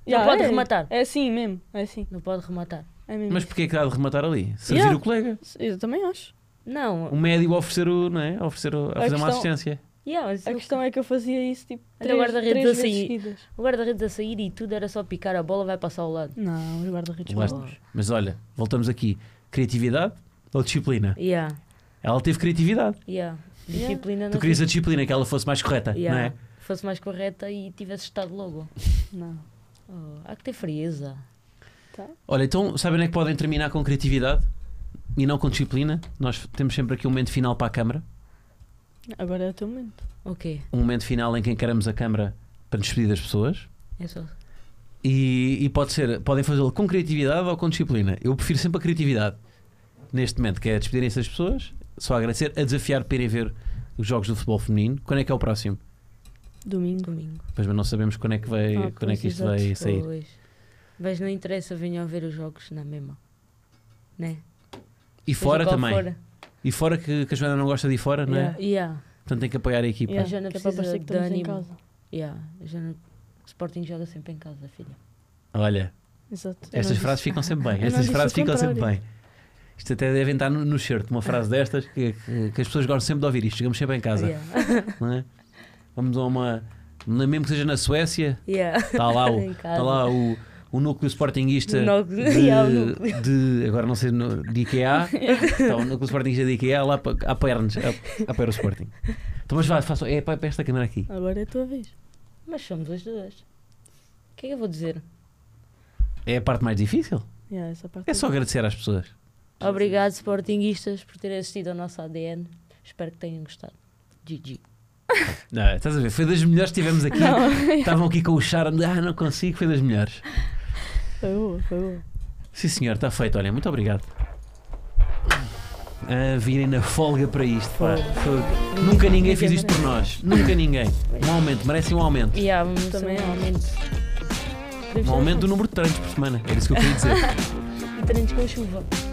[SPEAKER 3] Já,
[SPEAKER 2] pode
[SPEAKER 3] é.
[SPEAKER 2] rematar.
[SPEAKER 3] É assim mesmo, é assim.
[SPEAKER 2] Não pode rematar.
[SPEAKER 3] É mesmo.
[SPEAKER 1] Mas porquê é que dá de rematar ali? Servir
[SPEAKER 3] Yeah.
[SPEAKER 1] o colega.
[SPEAKER 3] Eu também acho.
[SPEAKER 1] O
[SPEAKER 2] Não.
[SPEAKER 1] médio a oferecer o, não é? A oferecer o- a fazer uma
[SPEAKER 3] questão-
[SPEAKER 1] assistência.
[SPEAKER 2] Yeah, mas
[SPEAKER 3] A
[SPEAKER 2] eu-
[SPEAKER 3] questão é que eu fazia isso tipo
[SPEAKER 2] Olha o
[SPEAKER 3] três,
[SPEAKER 2] guarda-redes assim, a
[SPEAKER 3] três vezes
[SPEAKER 2] sair.
[SPEAKER 3] seguidas.
[SPEAKER 2] O guarda-redes a sair e tudo era só picar a bola, vai passar ao lado.
[SPEAKER 3] Não, os guarda-redes
[SPEAKER 1] Lá
[SPEAKER 3] bons.
[SPEAKER 1] está. Mas olha, voltamos aqui. Criatividade ou disciplina?
[SPEAKER 2] Yeah,
[SPEAKER 1] Ela teve criatividade.
[SPEAKER 2] yeah.
[SPEAKER 3] Yeah.
[SPEAKER 2] Disciplina não
[SPEAKER 1] Tu querias a disciplina que ela fosse mais correta,
[SPEAKER 2] yeah.
[SPEAKER 1] não é?
[SPEAKER 2] Fosse mais correta e tivesse estado logo.
[SPEAKER 3] Não.
[SPEAKER 2] Oh, há que ter frieza. Tá.
[SPEAKER 1] Olha, então sabem onde é que podem terminar com criatividade e não com disciplina? Nós temos sempre aqui um momento final para a câmara,
[SPEAKER 3] Agora é o teu momento.
[SPEAKER 2] Ok,
[SPEAKER 1] um momento final em que encaramos a câmara para nos despedir das pessoas.
[SPEAKER 2] é só.
[SPEAKER 1] E, e pode ser, podem fazê-lo com criatividade ou com disciplina. Eu prefiro sempre a criatividade neste momento, que é despedirem-se das pessoas, só agradecer, a desafiar para irem ver os jogos do futebol feminino. Quando é que é o próximo?
[SPEAKER 3] Domingo.
[SPEAKER 2] Domingo.
[SPEAKER 1] Pois mas não sabemos quando é que, vai,
[SPEAKER 3] Ah,
[SPEAKER 1] quando é que isto
[SPEAKER 3] pois,
[SPEAKER 1] vai
[SPEAKER 3] exato.
[SPEAKER 1] sair.
[SPEAKER 2] Pois. Mas não interessa, venham ver os jogos na mesma. Né?
[SPEAKER 1] E
[SPEAKER 2] Seja
[SPEAKER 1] fora
[SPEAKER 2] qual
[SPEAKER 1] também.
[SPEAKER 2] for.
[SPEAKER 1] E fora que, que a Joana não gosta de ir fora, não é?
[SPEAKER 3] Yeah.
[SPEAKER 2] Yeah.
[SPEAKER 1] Portanto tem que apoiar a equipa.
[SPEAKER 3] Yeah,
[SPEAKER 2] Jana
[SPEAKER 3] que é para
[SPEAKER 2] precisa
[SPEAKER 3] parecer que
[SPEAKER 2] de
[SPEAKER 3] estamos em
[SPEAKER 2] ânimo.
[SPEAKER 3] casa.
[SPEAKER 2] Yeah. Já não... O Sporting joga sempre em casa, filha.
[SPEAKER 1] Olha,
[SPEAKER 3] Exato.
[SPEAKER 2] É
[SPEAKER 3] Eu não
[SPEAKER 1] estas
[SPEAKER 3] disse-
[SPEAKER 1] frases ficam sempre bem.
[SPEAKER 3] Eu não
[SPEAKER 1] Estas
[SPEAKER 3] disse o
[SPEAKER 1] frases ficam sempre
[SPEAKER 3] contrário.
[SPEAKER 1] bem. Isto até devem estar no, no shirt, uma frase destas que, que- que as pessoas gostam sempre de ouvir isto. Chegamos sempre em casa,
[SPEAKER 2] Yeah.
[SPEAKER 1] não é? Vamos a uma. na- Mesmo que seja na Suécia,
[SPEAKER 2] Yeah.
[SPEAKER 1] está Tá lá o,
[SPEAKER 2] Em casa.
[SPEAKER 1] está lá o, o núcleo sportinguista
[SPEAKER 2] No-
[SPEAKER 1] de,
[SPEAKER 2] Yeah, o núcleo.
[SPEAKER 1] de- agora não sei, no- de IKEA. Está o núcleo sportinguista de IKEA lá pa- a apoiar-nos, a- a apoiar o Sporting. Então, mas vá, façam, é para para esta câmera aqui.
[SPEAKER 3] Agora é a tua vez.
[SPEAKER 2] Mas somos as duas. O que é que eu vou dizer?
[SPEAKER 1] É a parte mais difícil.
[SPEAKER 3] Yeah, essa parte
[SPEAKER 1] É só agradecer às pessoas.
[SPEAKER 2] Obrigado, Sportinguistas, por terem assistido ao nosso ADN. Espero que tenham gostado. GG.
[SPEAKER 1] Não, estás a ver? Foi das melhores que tivemos aqui. Estavam aqui com o charme de ah, não consigo, foi das melhores.
[SPEAKER 3] Foi é boa, foi boa.
[SPEAKER 1] Sim, senhor, está feito. Olha, muito obrigado. A virem na folga para isto, pá. Foi- Nunca ninguém fez isto por nós. Nunca ninguém. Um aumento, merecem um aumento.
[SPEAKER 2] E há um
[SPEAKER 3] Também
[SPEAKER 2] um
[SPEAKER 3] há.
[SPEAKER 2] aumento.
[SPEAKER 1] Um aumento do número de treinos por semana. Era isso que eu queria dizer.
[SPEAKER 2] E treinos com chuva.